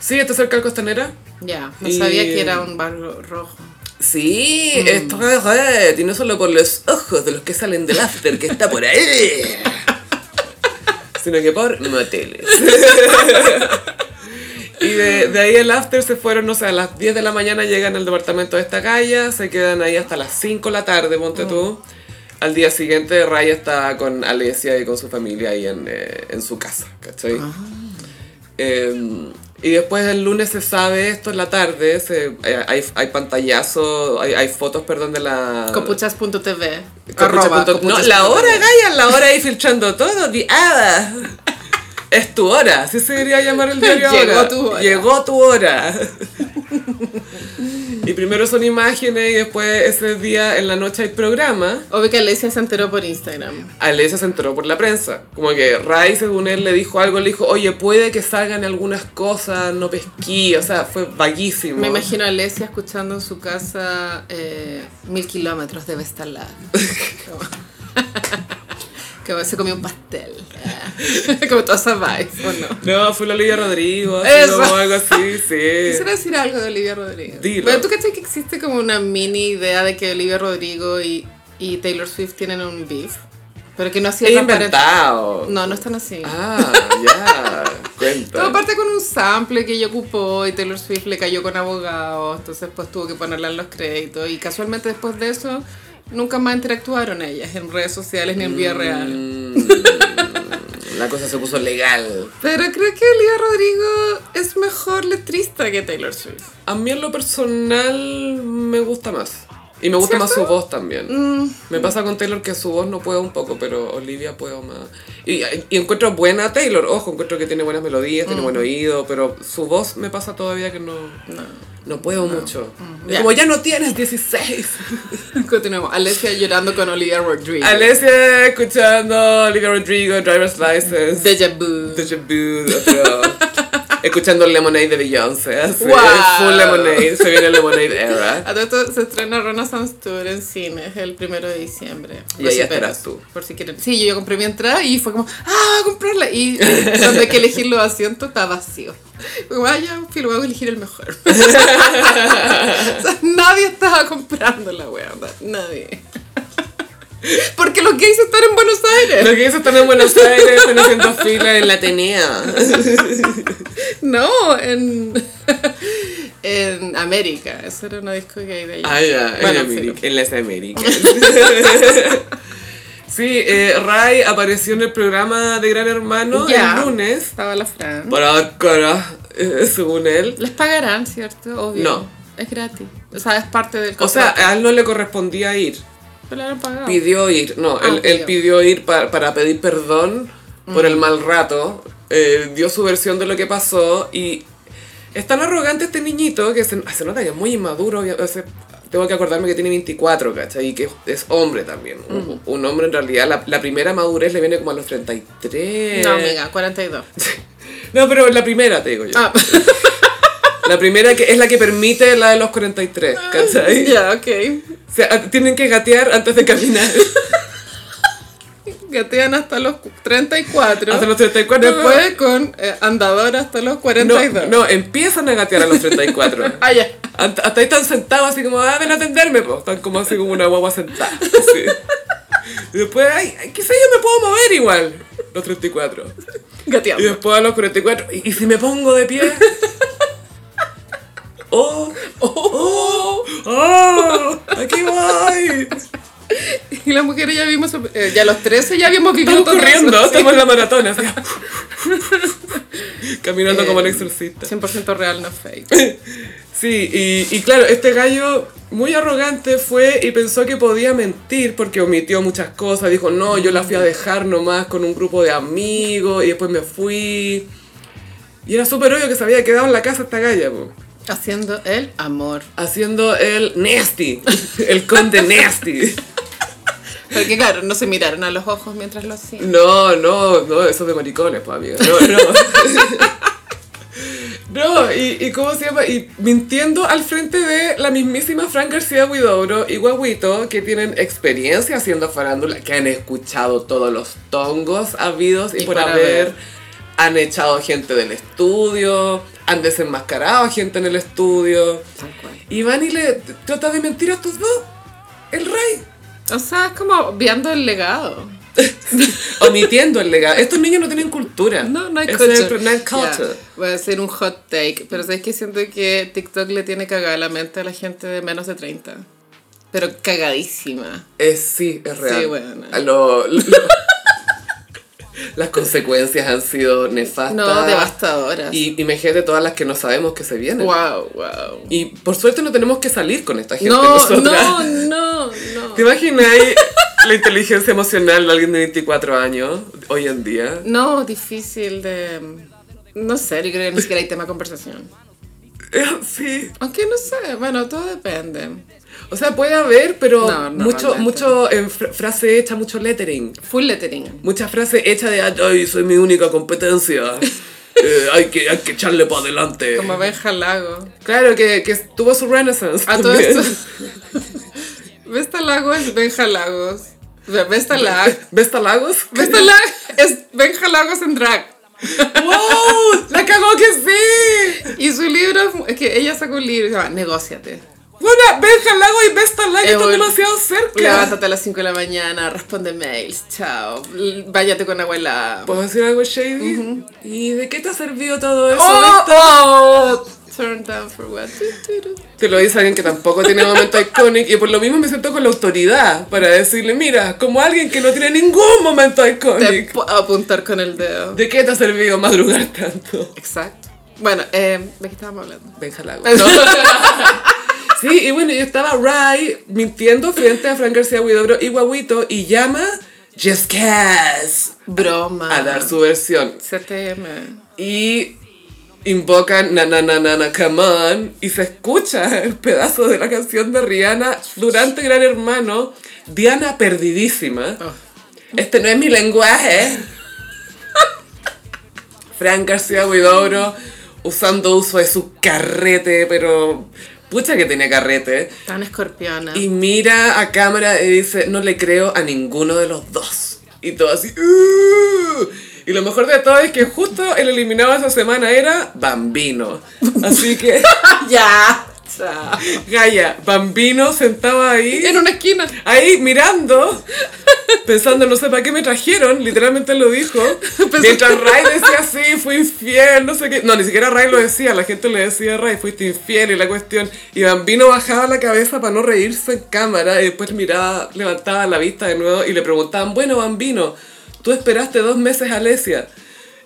A: Sí, está cerca del Costanera.
B: Ya, no
A: Y-
B: sabía que era un bar ro- rojo.
A: Sí,
B: Mm.
A: es re red, y no solo por los ojos de los que salen del after que está por ahí, sino que por moteles. Y de, de ahí el after se fueron, no sé, a las 10 de la mañana llegan al departamento de esta calle, se quedan ahí hasta las 5 de la tarde, ponte tú. Al día siguiente Ray está con Alesia y con su familia ahí en, eh, en su casa, ¿cachai? Eh, y después el lunes se sabe esto en la tarde, se- eh, hay, hay pantallazo, hay, hay fotos, perdón, de la...
B: Copuchas.tv.
A: Copucha
B: Arroba
A: punto- No,
B: copuchas
A: la
B: punto
A: hora,
B: Ah. TV.
A: Gaia, la hora ahí filtrando todo, di hada. Es tu hora, así se debería llamar el diario
B: Llegó
A: ahora.
B: tu hora.
A: Llegó tu hora. Y primero son imágenes y después ese día en la noche hay programa.
B: Obvio que Alesia se enteró por Instagram.
A: Alesia se enteró por la prensa. Como que Ray, según él, le dijo algo, le dijo, oye, puede que salgan algunas cosas, no pesquí, o sea, fue vaguísimo.
B: Me imagino a Alesia escuchando en su casa eh, mil kilómetros de Vestalar. Como- que se comió un pastel. Como todas esas vibes, ¿o no?
A: No, fue la Olivia Rodrigo, así
B: Eso.
A: como algo así, sí.
B: Quisiera decir algo de Olivia Rodrigo.
A: Dilo.
B: Pero tú cachai que existe como una mini idea de que Olivia Rodrigo y, y Taylor Swift tienen un beef. Pero que no ha sido
A: He
B: transparente.
A: inventado.
B: No, no están así.
A: Ah, ya,
B: Todo
A: cuenta.
B: parte con un sample que ella ocupó y Taylor Swift le cayó con abogados, entonces pues tuvo que ponerla en los créditos y casualmente después de eso nunca más interactuaron ellas en redes sociales ni en vía real.
A: Mm, La cosa se puso legal.
B: Pero creo que Olivia Rodrigo es mejor letrista que Taylor Swift.
A: A mí en lo personal me gusta más. Y me gusta más su voz también. Me pasa con Taylor que su voz no puedo un poco, pero Olivia puedo más. Y, y encuentro buena a Taylor, ojo, encuentro que tiene buenas melodías, tiene buen oído, pero su voz me pasa todavía que no,
B: No.
A: no puedo mucho. Es
B: Ya.
A: Como ya no tienes 16.
B: Continuemos. Alessia llorando con Olivia Rodrigo.
A: Alesia escuchando Olivia Rodrigo, Driver's License.
B: Deja vu.
A: Deja vu, otro. escuchando Lemonade de Beyoncé. Así,
B: Wow.
A: Full Lemonade, se viene Lemonade Era.
B: A todo esto se estrena Renaissance Tour en cines el primero de diciembre.
A: Y
B: Por
A: ahí
B: si
A: estarás
B: peras,
A: tú.
B: Por si quieren. Sí, yo, yo compré mi entrada y fue como, ah, voy a comprarla. Y donde hay que elegir los asientos está vacío. Fue Como, ah, ya, filo, voy a elegir el mejor. o sea, nadie estaba comprando la wea, onda, nadie. Porque los gays están en Buenos
A: Los
B: Aires.
A: que hizo están en Buenos Aires, están haciendo fila en la Atenea.
B: No, en, en América. Eso era una disco gay de allá.
A: Ah, ya,
B: Bueno,
A: en,
B: filo.
A: Ameri- en las Américas. sí, eh, Ray apareció en el programa de Gran Hermano
B: Ya.
A: el lunes
B: Estaba la Fran.
A: para dar cara, eh, según él.
B: Les pagarán, ¿cierto? Obvio.
A: No.
B: Es gratis. O sea, es parte del
A: O sea, a él no le correspondía ir.
B: pero le han pagado.
A: Pidió ir, no,
B: Ah,
A: él, él pidió ir pa- para pedir perdón por
B: Mm.
A: el mal rato. eh, dio su versión de lo que pasó y es tan arrogante este niñito que se, se nota que es muy inmaduro. obvia- o sea, tengo que acordarme que tiene 24, ¿cachai? Y que es hombre también.
B: Mm.
A: Un, un hombre en realidad, la, la primera madurez le viene como a los 33.
B: No, amiga, 42.
A: No, pero la primera, te digo yo.
B: Ah,
A: La primera que es la que permite la de los 43, ¿cachai?
B: Ah, ya, ok.
A: O sea, a- tienen que gatear antes de caminar.
B: Gatean hasta los 34.
A: Hasta los 34.
B: Después con eh, andador hasta los
A: No,
B: 42.
A: no, empiezan a gatear a los 34.
B: Ah, ya.
A: Hasta hasta ahí están sentados así como, ah, ven a atenderme, pues. Están como así como una guagua sentada. así. Y después, ay, ay, qué sé yo, me puedo mover igual. Los 34. Y
B: Gateando.
A: después a los 44, ¿y, y si me pongo de pie? ¡Oh! ¡Oh! ¡Oh! ¡Oh! ¡Aquí voy!
B: Y las mujeres ya vimos. eh, ya a los 13 ya habíamos vivido
A: Estamos
B: todo
A: corriendo,
B: eso, sí.
A: estamos en la maratona. así. Caminando como el exorcista.
B: 100% real, no fake.
A: Sí, y, y claro, este gallo muy arrogante fue y pensó que podía mentir porque omitió muchas cosas. Dijo, no, yo la fui a dejar nomás con un grupo de amigos y después me fui. Y era súper obvio que se había quedado en la casa esta galla, po.
B: Haciendo el amor.
A: haciendo el nasty, el conde nasty.
B: Porque, claro, no se miraron a los ojos mientras lo hacían.
A: No, no, no, eso de maricones, pues, amiga. No, no. No, y, y cómo se llama, y mintiendo al frente de la mismísima Fran García Huidobro y Guaguito, que tienen experiencia haciendo farándula, que han escuchado todos los tongos habidos y,
B: Y
A: por
B: por
A: haber,
B: haber.
A: han echado gente del estudio, han desenmascarado gente en el estudio,
B: Tal cual.
A: y van y le trata de mentir a estos dos, el rey.
B: O sea, es como obviando el legado.
A: omitiendo el legado. Estos niños no tienen cultura.
B: No, no hay
A: Ese
B: culture.
A: es el- no hay culture.
B: Ya, Voy a hacer un hot take, pero sabes que siento que TikTok le tiene cagada la mente a la gente de menos de 30. Pero cagadísima.
A: Eh, sí, es real.
B: Sí, bueno.
A: A lo- lo- las consecuencias han sido nefastas.
B: No, devastadoras.
A: Y imagínate todas las que no sabemos que se vienen.
B: Wow, wow.
A: Y por suerte no tenemos que salir con esta gente
B: No,
A: nosotras.
B: no, no, no.
A: ¿Te imagináis la inteligencia emocional de alguien de 24 años hoy en día?
B: No, difícil de... No sé, yo creo que ni siquiera hay tema de conversación.
A: Eh, Sí.
B: Aunque no sé, bueno, todo depende.
A: O sea, puede haber, pero
B: No, no,
A: mucho,
B: realmente.
A: mucho en fra- frase hecha, mucho lettering.
B: Full lettering.
A: Mucha frase hecha de ay, soy mi única competencia. Eh, hay, que, hay que echarle para adelante.
B: Como abeja al lago.
A: Claro, que, que tuvo su renaissance.
B: A todo
A: también.
B: esto. Vesta Lago es Benja Lagos. Vesta Lag.
A: ¿Ves Talagos?
B: Vesta este Lag es Benja Lagos en drag.
A: ¡Wow! ¡La cagó que sí!
B: Y su libro es que ella sacó un libro que se llama Negociate.
A: Bueno, ves Talago y ves Talagos
B: Eh,
A: están
B: bueno.
A: demasiado cerca.
B: Levántate a las 5 de la mañana, responde mails, chao. l- Váyate con abuela.
A: ¿Puedo decir algo shady? ¿Y de qué te ha servido todo eso?
B: Oh,
A: Vesta?
B: oh, turn down for what?
A: Te lo dice alguien que tampoco tiene momento icónico y por lo mismo me siento con la autoridad para decirle, mira, como alguien que no tiene ningún momento
B: Te
A: icónico.
B: puedo apuntar con el dedo.
A: ¿De qué te ha servido madrugar tanto?
B: Exacto. Bueno, eh, ¿de qué estábamos hablando?
A: Benjalago. sí, y bueno, yo estaba Ray mintiendo frente a Frank García Huidobro y Guaguito y llama Just Cass
B: Broma.
A: a dar su versión.
B: CTM.
A: Y invocan na na na na na come on y se escucha el pedazo de la canción de Rihanna durante Gran Hermano. Diana perdidísima.
B: Oh.
A: Este no es mi lenguaje. Frank García Huidobro, usando uso de su carrete, pero pucha que tiene carrete.
B: Tan escorpiona.
A: Y mira a cámara y dice, no le creo a ninguno de los dos. Y todo así, "Uh". Y lo mejor de todo es que justo el eliminado esa semana era Bambino. Así que,
B: ya. Chao.
A: Gaia, Bambino sentado ahí,
B: En una esquina.
A: ahí mirando, pensando, no sé para qué me trajeron, literalmente lo dijo. Mientras Ray decía, sí, fui infiel, no sé qué. No, ni siquiera Ray lo decía, la gente le decía, Ray, fuiste infiel y la cuestión. Y Bambino bajaba la cabeza para no reírse en cámara y después miraba, levantaba la vista de nuevo y le preguntaban, bueno, Bambino, tú esperaste dos meses a Alesia.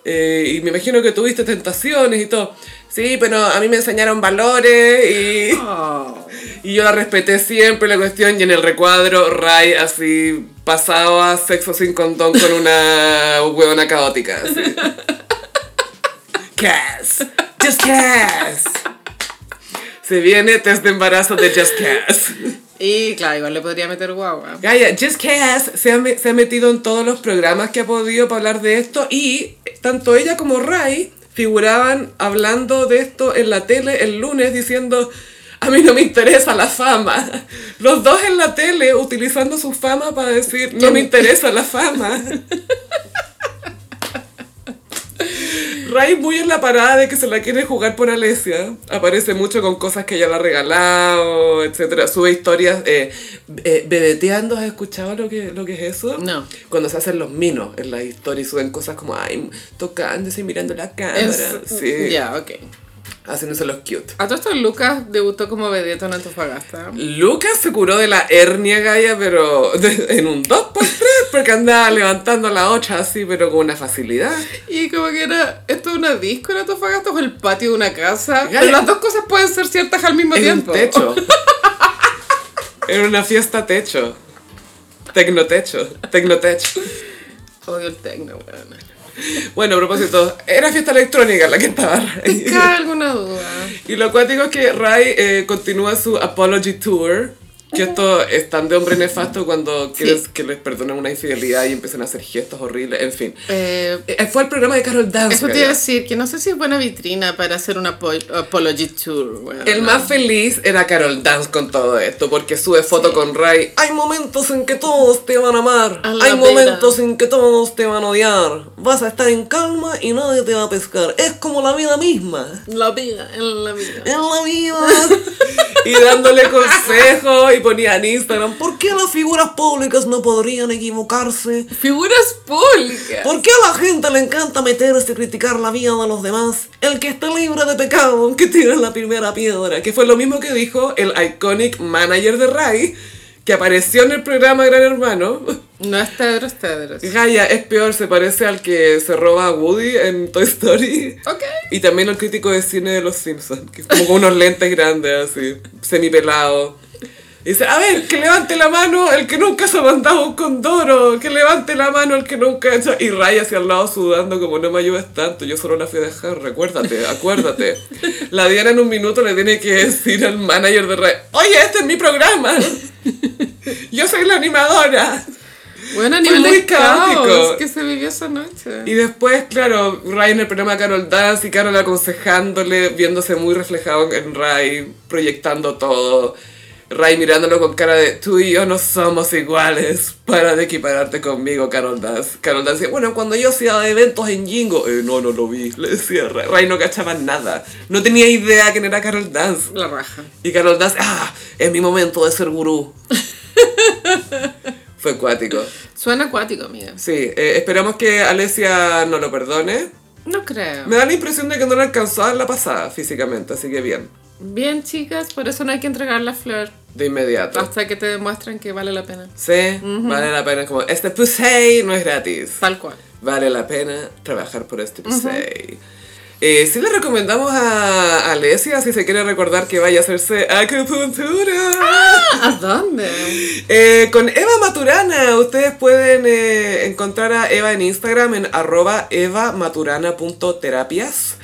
A: eh, y me imagino que tuviste tentaciones y todo. Sí, pero a mí me enseñaron valores y...
B: Ah.
A: Y yo la respeté siempre la cuestión y en el recuadro Ray así pasaba sexo sin condón con una huevona caótica. así. Cass. Just Cass. Se viene test de embarazo de Just Cass.
B: Y claro, igual le podría meter guagua.
A: Gaia, Just Cass se ha, me- se ha metido en todos los programas que ha podido para hablar de esto y tanto ella como Ray figuraban hablando de esto en la tele el lunes diciendo a mí no me interesa la fama. Los dos en la tele utilizando su fama para decir no me interesa la fama. Ray muy en la parada de que se la quiere jugar por Alesia. Aparece mucho con cosas que ella le ha regalado, etc. Sube historias. Eh, eh, bebeteando, ¿has escuchado lo que, lo que es eso?
B: No.
A: Cuando se hacen los minos en las historias y suben cosas como, ay, tocándose y mirando la cámara.
B: Es-
A: sí.
B: Ya, ok.
A: Haciéndose los cute.
B: A todo esto Lucas debutó como vedeta en Antofagasta.
A: Lucas se curó de la hernia Gaia, pero de- en un 2x3, porque andaba levantando a la otra así, pero con una facilidad.
B: Y como que era, esto es una disco en Antofagasta o el patio de una casa.
A: Gaya.
B: Pero las dos cosas pueden ser ciertas al mismo
A: En un
B: tiempo.
A: techo. Era una fiesta techo. Tecnotecho. Tecnotecho.
B: Odio el tecno, weón.
A: Bueno, a propósito, era fiesta electrónica la que estaba.
B: ¿Te cae alguna duda?
A: Y lo acuático es que Ray eh, continúa su Apology Tour. Que esto es tan de hombre nefasto cuando quieres que les perdonen una infidelidad y empiezan a hacer gestos horribles, en fin.
B: Eh,
A: Eh, Fue el programa de Carol Dance.
B: eso te
A: Gaia.
B: iba a decir, que no sé si es buena vitrina para hacer una apo- apology tour, weón.
A: El más feliz era Carol Dance con todo esto, porque sube foto con Ray. Hay momentos en que todos te van a amar.
B: A la
A: Hay
B: vera.
A: momentos en que todos te van a odiar. Vas a estar en calma y nadie te va a pescar. Es como la vida misma.
B: La vida, en la vida.
A: En la vida. y dándole consejos y ponía en Instagram, ¿por qué las figuras públicas no podrían equivocarse?
B: Figuras públicas.
A: ¿Por qué a la gente le encanta meterse y criticar la vida de los demás? El que está libre de pecado, que tira la primera piedra. Que fue lo mismo que dijo el iconic manager de Ray, que apareció en el programa Gran Hermano.
B: No es Tedros Tedros.
A: Gaia es peor, se parece al que se roba a Woody en Toy Story.
B: Ok.
A: Y también al crítico de cine de Los Simpsons, que es como con unos lentes grandes, así, semipelados. Y dice, a ver, que levante la mano el que nunca se ha mandado un condoro, que levante la mano el que nunca ha hecho... Y Ray hacia el lado sudando como no me ayudas tanto, yo solo la fui a dejar, recuérdate, acuérdate. La Diana en un minuto le tiene que decir al manager de Ray, oye, este es mi programa, yo soy la animadora.
B: Bueno, a nivel
A: muy
B: de caos
A: caótico.
B: que se vivió esa noche.
A: Y después, claro, Ray en el programa Carol Dance y Carol aconsejándole, viéndose muy reflejado en Ray, proyectando todo. Ray mirándolo con cara de tú y yo no somos iguales para de equipararte conmigo, Carol Dance. Carol Dance decía, bueno, cuando yo hacía eventos en Jingo, "Eh, no, no lo vi, le decía Ray. Ray no cachaba nada, no tenía idea quién era Carol Dance.
B: La raja.
A: Y Carol Dance, ah, es mi momento de ser gurú. Fue acuático.
B: Suena acuático, amiga.
A: Sí, eh, esperamos que Alesia no lo perdone.
B: No creo.
A: Me da la impresión de que no la alcanzó a dar la pasada físicamente, así que bien,
B: Bien, chicas, por eso no hay que entregar la flor
A: de inmediato.
B: hasta que te demuestren que vale la pena.
A: Sí, vale la pena, como este pusey no es gratis.
B: Tal cual.
A: Vale la pena trabajar por este pusey. Eh, sí le recomendamos a Alesia, si se quiere recordar, que vaya a hacerse acupuntura.
B: ¿A dónde?
A: Eh, con Eva Maturana, ustedes pueden eh, encontrar a Eva en Instagram en arroba evamaturana.terapias.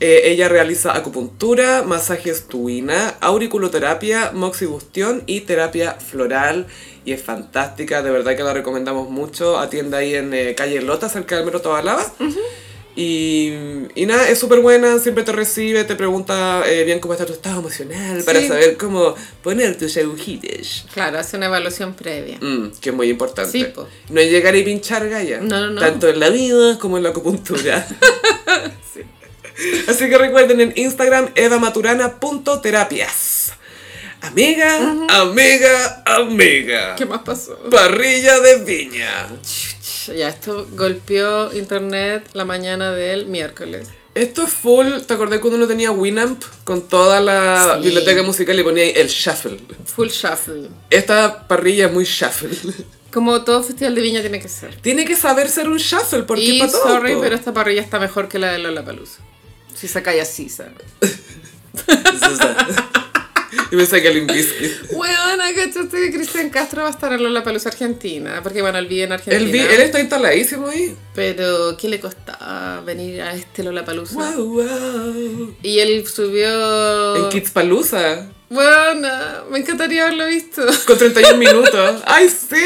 A: Eh, ella realiza acupuntura, masajes tuina, auriculoterapia, moxibustión y terapia floral. Y es fantástica, de verdad que la recomendamos mucho. Atiende ahí en eh, calle Lota, cerca del Metro Tobalaba. Y, y nada, es súper buena, siempre te recibe, te pregunta eh, bien cómo está tu estado emocional para
B: Sí.
A: saber cómo poner tus agujitas.
B: Claro, hace una evaluación previa.
A: Mm, que es muy importante.
B: Sí, po.
A: No es llegar y pinchar galla.
B: No, no, no.
A: Tanto en la vida como en la acupuntura. Así que recuerden en Instagram evamaturana.terapias. Amiga, amiga, amiga.
B: ¿Qué más pasó?
A: Parrilla de viña.
B: Ya, esto golpeó internet la mañana del miércoles.
A: Esto es full. ¿Te acordás cuando uno tenía Winamp? Con toda la
B: Sí.
A: biblioteca musical y ponía ahí el shuffle.
B: Full shuffle.
A: Esta parrilla es muy shuffle.
B: Como todo festival de viña tiene que ser.
A: Tiene que saber ser un shuffle porque
B: Y
A: pa' todo,
B: sorry,
A: po.
B: pero esta parrilla está mejor que la de Lola Palusa. Si saca ya Sisa.
A: y me saca el Limbiskit.
B: Weona, ¿cachaste que Cristian Castro va a estar en Lola Palusa Argentina? Porque bueno, el vi en Argentina.
A: Él, vi- él está instaladísimo ahí.
B: Pero, ¿qué le costaba venir a este Lola Palusa?
A: Wow, wow.
B: Y él subió.
A: En Kids Palooza.
B: Bueno, me encantaría haberlo visto.
A: Con 31 minutos. ¡Ay, sí!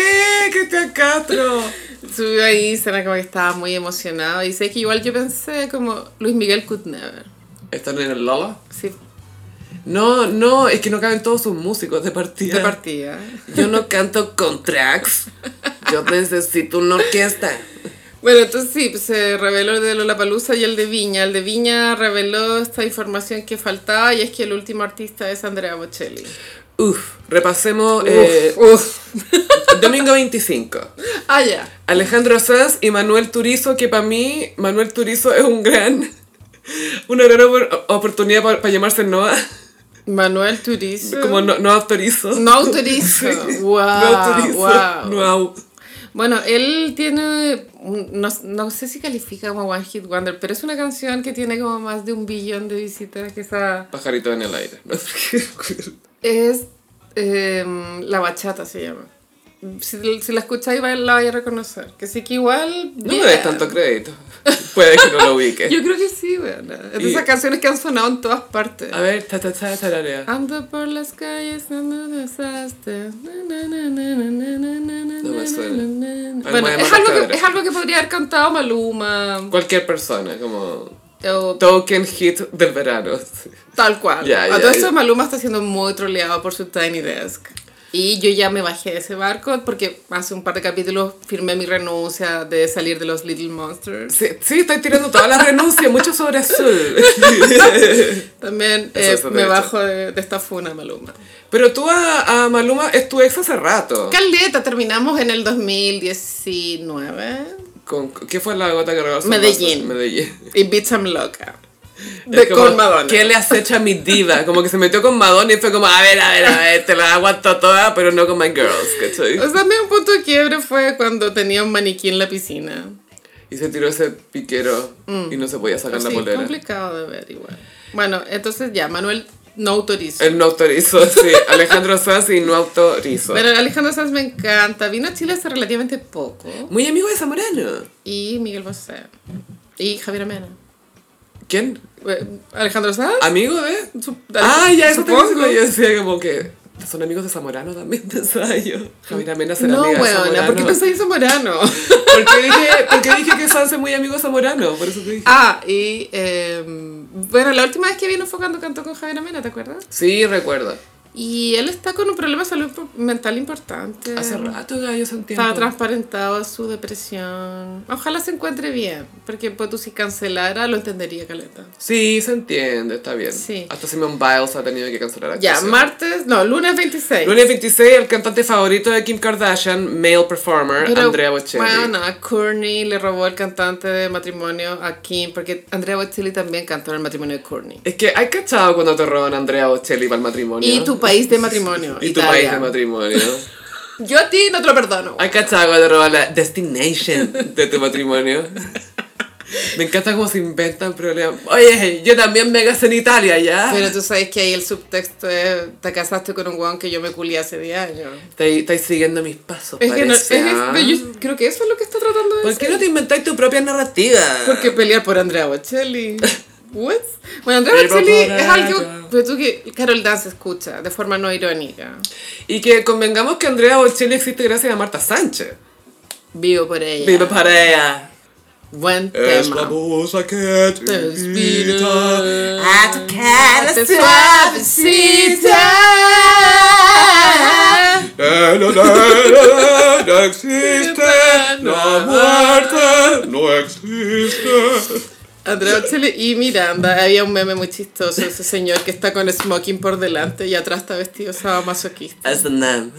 A: ¡Cristian Castro!
B: Subió ahí, Instagram como que estaba muy emocionado. Y sé que igual yo pensé como Luis Miguel could never.
A: ¿Están en el Lola?
B: Sí,
A: No, no, es que no caben todos sus músicos de partida.
B: de partida.
A: Yo no canto con tracks. Yo necesito una orquesta.
B: Bueno, entonces sí, pues, se reveló el de Lollapalooza y el de Viña. El de Viña reveló esta información que faltaba y es que el último artista es Andrea Bocelli.
A: Uf, repasemos. eh,
B: Uf, uf.
A: domingo 25.
B: Ah, ya.
A: Alejandro Sanz y Manuel Turizo, que para mí, Manuel Turizo es un gran. Una gran opor- oportunidad para llamarse Noah.
B: Manuel Turizo.
A: Como no, no autorizo.
B: No autorizo. Wow,
A: no autorizo.
B: wow.
A: No au-
B: Bueno, él tiene, un- no, no sé si califica como One Hit Wonder, pero es una canción que tiene como más de un billón de visitas, que esa
A: Pajarito en el aire. ¿no?
B: es em, La Bachata se llama. Si, si la escucháis va- la vais a reconocer, que sí que igual...
A: No
B: bien.
A: me des tanto crédito. Puede que no lo ubique.
B: Yo creo que sí, bueno. Es de
A: Y-
B: esas canciones que han sonado en todas partes.
A: A ver, ta ta ta tararea.
B: Ando por las calles, ando desastre. No
A: me suena.
B: Bueno,
A: Mueve
B: es
A: más
B: algo, que,
A: cadera.
B: es algo que podría haber cantado Maluma.
A: Cualquier persona, como.
B: o
A: Token hit del verano.
B: tal cual.
A: Ya, ya,
B: A todo
A: ya.
B: esto Maluma está siendo muy troleado por su Tiny Desk. Y yo ya me bajé de ese barco porque hace un par de capítulos firmé mi renuncia de salir de los Little Monsters.
A: Sí, sí estoy tirando todas las renuncias, mucho sobre azul.
B: También
A: Eso
B: eh,
A: es
B: me
A: derecho.
B: bajo de, de esta funa, Maluma.
A: Pero tú a, a Maluma es tu ex hace rato.
B: Caleta, terminamos en el 2019.
A: Con, ¿Qué fue la gota que regaló su
B: Medellín.
A: vaso? Medellín.
B: Y Bitch I'm Loca.
A: Es
B: De
A: como,
B: con Madonna.
A: ¿Qué le has hecho a mi diva? Como que se metió con Madonna y fue como, a ver, a ver, a ver, te la aguanto toda, pero no con my girls, ¿cachai?
B: O sea, mi punto de quiebre fue cuando tenía un maniquí en la piscina.
A: Y se tiró ese piquero y no se podía sacar
B: Sí,
A: la polera.
B: complicado de ver igual. Bueno, entonces ya, Manuel no autorizó.
A: Él no autorizó, sí. Alejandro Sanz y no autorizó.
B: Pero Alejandro Sanz me encanta. Vino a Chile hace relativamente poco.
A: Muy amigo de Zamorano.
B: Y Miguel Bosé. Y Javier Amena.
A: ¿Quién?
B: Eh, Alejandro Sanz.
A: ¿Amigo de?
B: Su-
A: Ah, ya, eso te
B: supongo.
A: lo yo decía como que son amigos de Zamorano también, pensaba yo. Javier Amena será
B: No,
A: amiga de
B: weona,
A: Zamorano.
B: ¿por qué pensáis en Zamorano?
A: Porque dije, porque dije que Sanz es muy amigo de Zamorano, por eso te dije.
B: ah, y eh, bueno, la última vez que vino fue cuando cantó con Javier Amena, ¿te acuerdas?
A: Sí, recuerdo.
B: Y él está con un problema de salud impo- mental importante.
A: Hace rato, gallo, hace un tiempo.
B: Está transparentado su depresión. Ojalá se encuentre bien, porque pues tú si cancelara lo entendería, Caleta.
A: Sí, se entiende, está bien.
B: Sí.
A: Hasta Simone Biles ha tenido que cancelar
B: Ya,
A: actuación.
B: martes, no, lunes 26.
A: Lunes 26, el cantante favorito de Kim Kardashian, male performer,
B: Pero,
A: Andrea Bocelli.
B: Bueno, a Courtney le robó el cantante de matrimonio a Kim, porque Andrea Bocelli también cantó en el matrimonio de Courtney.
A: Es que hay cachado cuando te roban a Andrea Bocelli para el matrimonio.
B: Y tu país de matrimonio.
A: Y tu
B: Italia.
A: país de matrimonio.
B: Yo a ti no te lo perdono.
A: Hay cachado cuando te roban la destination de tu matrimonio. Me encanta cómo se inventan problemas. Oye, yo también me casé en Italia, ¿ya?
B: Pero tú sabes que ahí el subtexto es: te casaste con un guan que yo me culié hace 10 años.
A: Estáis estáis siguiendo mis pasos,
B: Es que no,
A: parece,
B: es- es-
A: ¿ah?
B: pero yo creo que eso es lo que está tratando de
A: ¿Por
B: decir.
A: qué no te inventáis tu propia narrativa?
B: ¿Por qué pelear por Andrea Bocelli? What? Bueno, Andrea
A: Pero
B: Bocelli
A: por
B: es
A: allá.
B: algo pero tú que Carol Dance escucha de forma no irónica.
A: Y que convengamos que Andrea Bocelli existe gracias a Marta Sánchez.
B: Vivo por ella.
A: Viva para ella.
B: Buen
A: Es
B: tema.
A: la musa que te
B: Te
A: invita
B: inspira.
A: a tocar la
B: Te
A: suavecita. La, la, la, la, la, No existe la muerte, no existe.
B: Andrea Bocelli y Miranda. Había un meme muy chistoso. Ese señor que está con smoking por delante y atrás está vestido sadomasoquista.
A: As the name.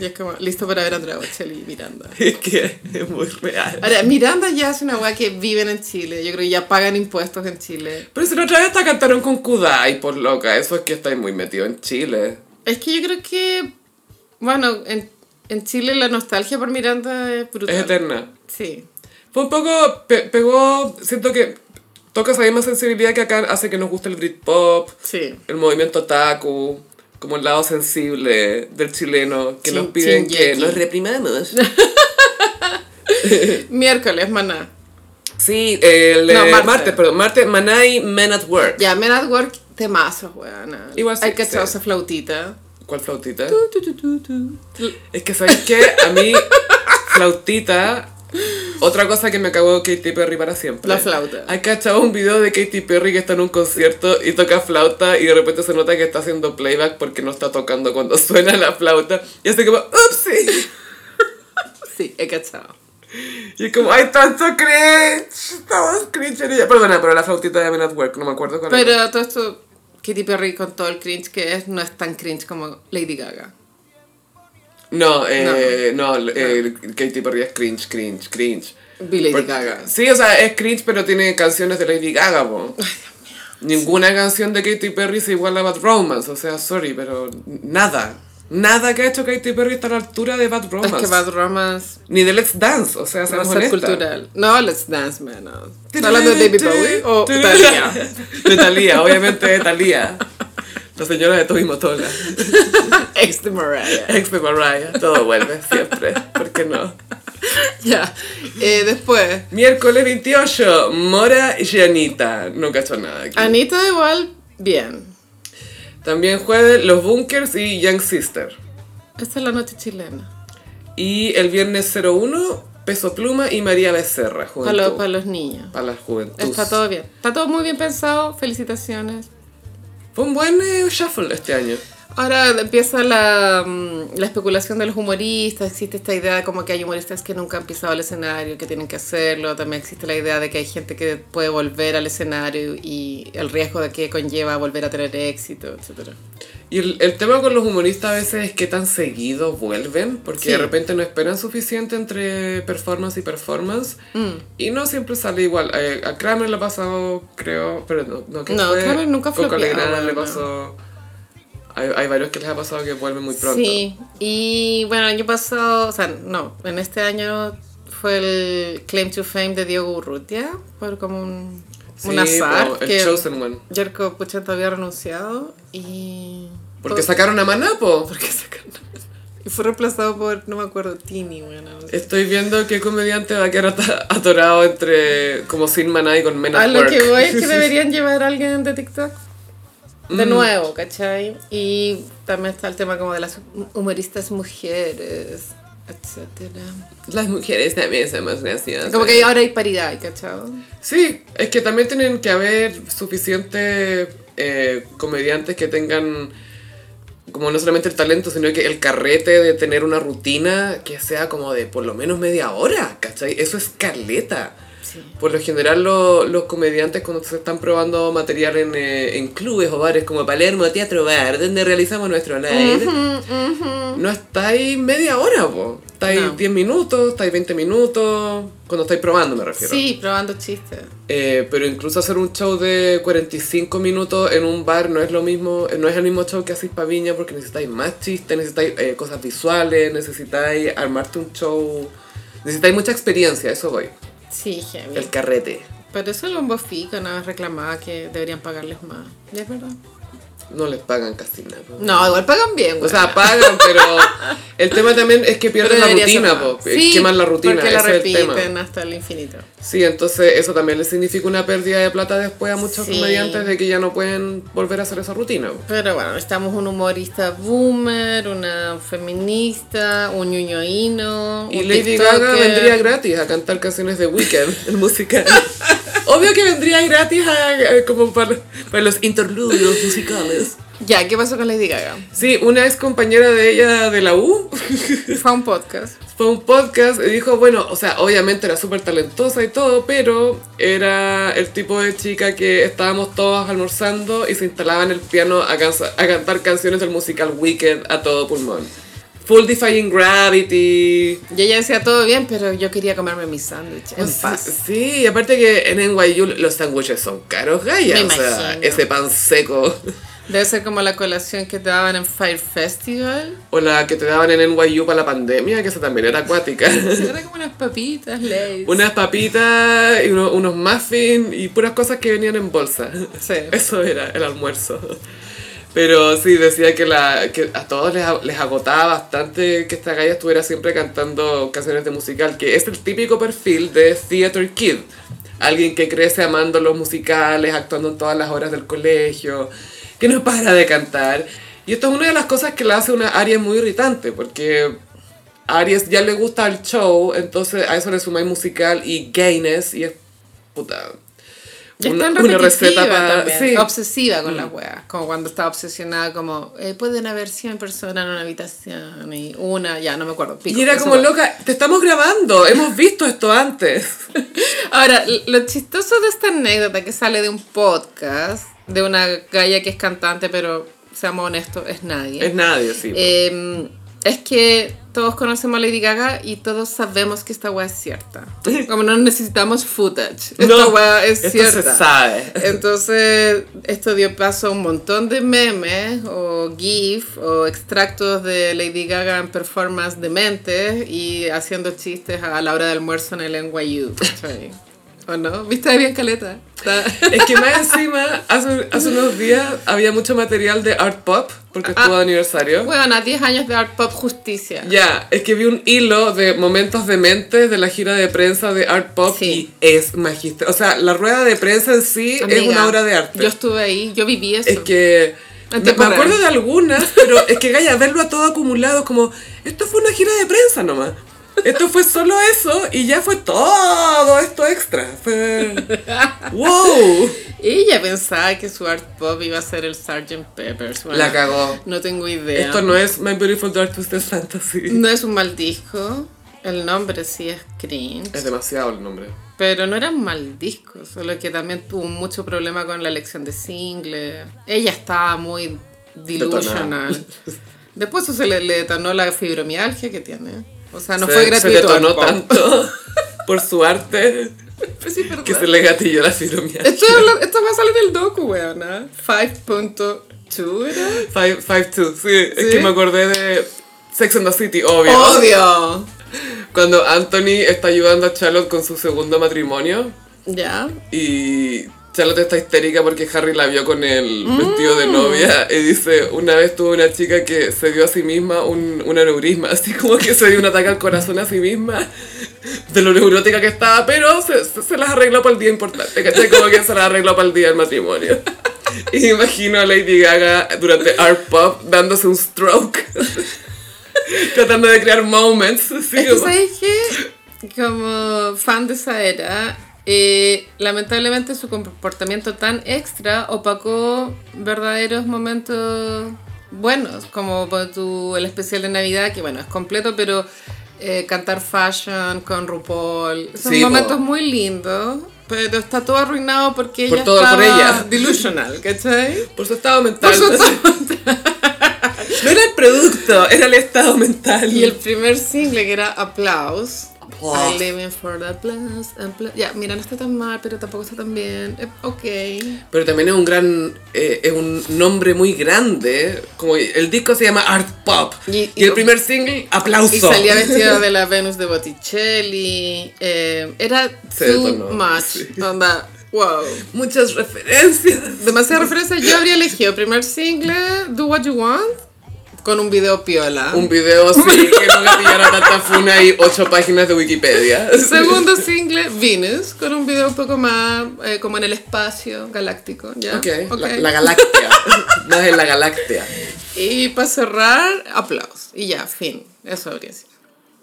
B: Y es como, listo para ver a Andrea Bocelli y Miranda.
A: Es que es muy real.
B: Ahora, Miranda ya es una weá que viven en Chile. Yo creo que ya pagan impuestos en Chile.
A: Pero si la otra vez hasta cantaron con Kudai, por loca, eso es que estáis muy metido en Chile.
B: Es que yo creo que, bueno, en, en Chile la nostalgia por Miranda es brutal.
A: Es eterna.
B: Sí.
A: Fue un poco, pe- pegó, siento que toca esa misma sensibilidad que acá hace que nos guste el Britpop,
B: Sí.
A: el movimiento otaku, como el lado sensible del chileno, que
B: Chin-
A: nos piden que
B: chingeki.
A: nos reprimamos.
B: Miércoles, maná.
A: Sí, el
B: No,
A: eh, martes.
B: martes.
A: perdón, martes, Manai Men at Work.
B: Ya, Men at Work, temazos, weona.
A: Igual sí,
B: Hay que
A: sí.
B: echar esa flautita.
A: ¿Cuál flautita?
B: Tu, tu, tu, tu.
A: Es que, ¿sabes qué? A mí, flautita, otra cosa que me acabó Katy Perry para siempre.
B: La flauta.
A: Hay cachado un video de Katy Perry que está en un concierto y toca flauta y de repente se nota que está haciendo playback porque no está tocando cuando suena la flauta. Y así como, ¡upsi!
B: Sí, he cachado.
A: Y es como, ¡ay, tanto cringe! Estamos cringe en ella. Perdona, pero la flautita de Men at Work, no me acuerdo cuál era.
B: Pero todo esto, Katy Perry con todo el cringe que es, no es tan cringe como Lady Gaga.
A: No, eh, no, eh, Katy Perry es cringe, cringe, cringe.
B: Vi Lady
A: Porque-
B: Gaga.
A: Sí, o sea, es cringe, pero tiene canciones de Lady Gaga, po. Ninguna canción de Katy Perry se iguala a Bad Romance, o sea, sorry, pero nada. Nada que ha hecho Katy Perry está a la altura de Bad Romance.
B: Es que Bad Romance
A: Ni de Let's Dance, o sea,
B: va a
A: seamos
B: ser
A: honestas.
B: cultural. No, Let's Dance, man. no. ¿Está hablando de David Bowie o Italia?
A: De Talía, obviamente de Talía. La señora de Toby Motola.
B: Ex de Mariah.
A: Ex de Mariah. Todo vuelve, siempre. ¿Por qué no?
B: Ya. Eh, después,
A: Miércoles 28, Mora y Anita. No cacho nada
B: Ah,
A: aquí.
B: Anita igual, bien.
A: También jueves Los Bunkers y Young Sister.
B: Esta es la noche chilena.
A: Y el viernes 01, Peso Pluma y María Becerra.
B: Para los,
A: Juventud.
B: para los niños.
A: Para la juventud.
B: Está todo bien. Está todo muy bien pensado. Felicitaciones.
A: Fue un buen eh, shuffle este año.
B: Ahora empieza la, mm, la especulación de los humoristas, existe esta idea como que hay humoristas que nunca han pisado el escenario, que tienen que hacerlo, también existe la idea de que hay gente que puede volver al escenario y el riesgo de que conlleva volver a tener éxito, etc.
A: Y el, el tema con los humoristas a veces es que tan seguido vuelven, porque
B: Sí.
A: de repente no esperan suficiente entre performance y performance.
B: Mm.
A: Y no siempre sale igual. Eh, a Kramer le ha pasado, creo, pero no, no que
B: No,
A: fue-
B: Kramer nunca
A: Coco
B: flopeaba,
A: Legrand le
B: no.
A: pasó. Hay, hay varios que les ha pasado que vuelven muy pronto.
B: Sí, y bueno, el año pasado, o sea, no, en este año fue el Claim to Fame de Diego Urrutia, fue como un,
A: Sí,
B: un azar.
A: po, el
B: que
A: Chosen One.
B: Jerko Puchento había renunciado y...
A: Porque sacaron a Manapo.
B: ¿Por qué sacan? Y fue reemplazado por, no me acuerdo, Tini, bueno. no sé.
A: Estoy viendo qué comediante va a quedar ata- atorado entre como Sin Maná y con Men
B: A
A: at
B: lo
A: Work.
B: que voy es que deberían llevar a alguien de TikTok.
A: Mm.
B: De nuevo, ¿cachai? Y también está el tema como de las humoristas mujeres, etcétera.
A: Las mujeres también somos graciosas.
B: Como que ahora hay paridad, ¿cachai?
A: Sí, es que también tienen que haber suficientes eh, comediantes que tengan como no solamente el talento, sino que el carrete de tener una rutina que sea como de por lo menos media hora, ¿cachai? Eso es caleta.
B: Sí.
A: Por lo general lo- los comediantes cuando se están probando material en, eh, en clubes o bares como Palermo Teatro Bar, donde realizamos nuestro live, no estáis media hora, po. estáis
B: No.
A: 10 minutos, estáis 20 minutos, cuando estáis probando me refiero.
B: Sí, probando chistes.
A: Eh, pero incluso hacer un show de 45 minutos en un bar no es lo mismo, eh, no es el mismo show que hacéis para Viña porque necesitáis más chistes, necesitáis eh, cosas visuales, necesitáis armarte un show, necesitáis mucha experiencia, eso voy,
B: Sí, genial.
A: el carrete.
B: Pero eso el bombo fico, no reclamaba que deberían pagarles más. Y es verdad.
A: no les pagan casi nada. po.
B: No, igual pagan bien,
A: O
B: güey.
A: sea, pagan, pero el tema también es que pierden la rutina, po, queman la rutina,
B: Porque
A: ese
B: la
A: es el tema.
B: repiten hasta el infinito.
A: Sí, entonces eso también les significa una pérdida de plata después a muchos
B: Sí.
A: comediantes de que ya no pueden volver a hacer esa rutina. po.
B: Pero bueno, estamos un humorista boomer, una feminista, un ñoñoíno.
A: Y
B: un
A: Lady
B: tiktoker.
A: Gaga vendría gratis a cantar canciones de Weekend, el musical. Obvio que vendría gratis a- a- como para, para los interludios musicales.
B: Ya, ¿qué pasó con Lady Gaga?
A: Sí, una ex compañera de ella de la U
B: Fue a un podcast.
A: fue a un podcast y dijo, bueno, o sea, obviamente era súper talentosa y todo, pero era el tipo de chica que estábamos todos almorzando y se instalaba en el piano a, cansa- a cantar canciones del musical Wicked a todo pulmón. Full Defying Gravity.
B: Y ella decía todo bien, pero yo quería comerme mi sándwich en paz.
A: Sí, y aparte que en NYU los sándwiches son caros, Gaya.
B: Me
A: o sea,
B: imagino.
A: ese pan seco.
B: Debe ser como la colación que te daban en Fire Festival.
A: O la que te daban en NYU para la pandemia, que esa también era acuática.
B: Era como unas papitas, Lays.
A: Unas papitas y uno- unos muffins y puras cosas que venían en bolsa.
B: Sí.
A: Eso era el almuerzo. Pero sí, decía que, la, que a todos les, a- les agotaba bastante que esta galla estuviera siempre cantando canciones de musical, que es el típico perfil de Theater Kid. Alguien que crece amando los musicales, actuando en todas las horas del colegio, que no para de cantar. Y esto es una de las cosas que la hace una Aries muy irritante, porque a Aries ya le gusta el show, entonces a eso le sumáis musical y gayness, y es puta.
B: Ya
A: una-
B: están
A: una receta
B: repetitiva
A: para-
B: también,
A: sí. Mm.
B: obsesiva con las weas, como cuando estaba obsesionada como, eh, pueden haber 100 personas en una habitación y una, ya no me acuerdo. pico,
A: Y era
B: eso
A: como
B: fue.
A: loca, te estamos grabando, hemos visto esto antes.
B: Ahora, l- lo chistoso de esta anécdota que sale de un podcast, de una galla que es cantante, pero seamos honestos, es nadie.
A: Es nadie, pues. sí.
B: Eh, es que todos conocemos a Lady Gaga y todos sabemos que esta wea es cierta. Como no necesitamos footage. Esta
A: No,
B: wea es
A: esto
B: cierta.
A: se sabe.
B: Entonces, esto dio paso a un montón de memes o GIF o extractos de Lady Gaga en performance dementes y haciendo chistes a la hora del almuerzo en el NYU. ¿cachai? ¿O no? ¿Viste bien caleta? Está-
A: Es que más encima, hace, hace unos días había mucho material de art pop, porque
B: Ah.
A: estuvo de aniversario.
B: Bueno, a 10 años de Art Pop Justicia.
A: Ya, es que vi un hilo de momentos dementes de la gira de prensa de Art Pop
B: Sí.
A: y es magistral. O sea, la rueda de prensa en sí es
B: Amiga,
A: una obra de arte.
B: Yo estuve ahí, yo viví eso.
A: Es que me,
B: En tiempo
A: me acuerdo
B: real.
A: de algunas, pero es que Gaya, verlo a todo acumulado es como, esto fue una gira de prensa nomás. Esto fue solo eso y ya fue todo esto extra. Fue- ¡Wow!
B: Ella pensaba que su art pop iba a ser el Sgt. Peppers. bueno,
A: La cagó.
B: No tengo idea.
A: Esto no es My Beautiful Dark Twisted Fantasy.
B: No es un mal disco. El nombre sí es cringe.
A: Es demasiado el nombre.
B: Pero no eran mal discos. Solo que también tuvo mucho problema con la elección de single. Ella estaba muy delusional. Después eso se le, le detonó la fibromialgia que tiene. O sea, no
A: Se-
B: fue gratuito.
A: Se detonó
B: art pop.
A: tanto por su arte
B: Pues sí, perdón.
A: que se le gatilló la filomía.
B: Esto, esto va a salir del docu, weona. 5.2 era.
A: 5'2, sí. Es
B: Sí.
A: que me acordé de Sex and the City, obvio.
B: ¡Odio!
A: Cuando Anthony está ayudando a Charlotte con su segundo matrimonio
B: Ya.
A: y Charlotte está histérica porque Harry la vio con el vestido de novia y dice, una vez tuvo una chica que se dio a sí misma un, un aneurisma, así como que se dio un ataque al corazón a sí misma de lo neurótica que estaba, pero se, se- se las arregló para el día importante, ¿cachai? Como que se las arregló para el día del matrimonio. Y me imagino a Lady Gaga durante Art Pop dándose un stroke. Tratando de crear moments. así
B: Es que,
A: como-
B: ¿sabes qué? Como fan de esa era, eh, lamentablemente su comportamiento tan extra opacó verdaderos momentos buenos, como por tu, el especial de Navidad, que bueno, es completo, pero eh, cantar fashion con RuPaul, son
A: Sí, po.
B: momentos muy lindos, pero está todo arruinado porque
A: Por
B: ella
A: todo, por
B: estaba
A: ella.
B: delusional, ¿cachai?
A: Por su estado mental.
B: Por su
A: no era el producto, era el estado mental.
B: Y el primer single que era Applause.
A: Applause.
B: I living for the applause. applause. Ya, mira, no está tan mal, pero tampoco está tan bien. Eh, Ok.
A: Pero también es un gran. eh, es un nombre muy grande. Como el disco se llama Art Pop.
B: Y-
A: Y,
B: y-
A: el primer single, aplauso.
B: Y salía vestida de la Venus de Botticelli. eh, era
A: Se
B: too
A: detonó,
B: much.
A: sí.
B: Onda, Wow.
A: Muchas referencias.
B: Demasiadas referencias. Yo habría elegido primer single, Do What You Want, con un video piola.
A: Un video así que no le pillara tanta funa y ocho páginas de Wikipedia.
B: Segundo single, Venus, con un video un poco más eh, como en el espacio galáctico. ¿ya?
A: Ok,
B: Ok.
A: La, la galaxia. Más en la galaxia.
B: Y para cerrar, aplausos. Y ya, fin. Eso habría sido.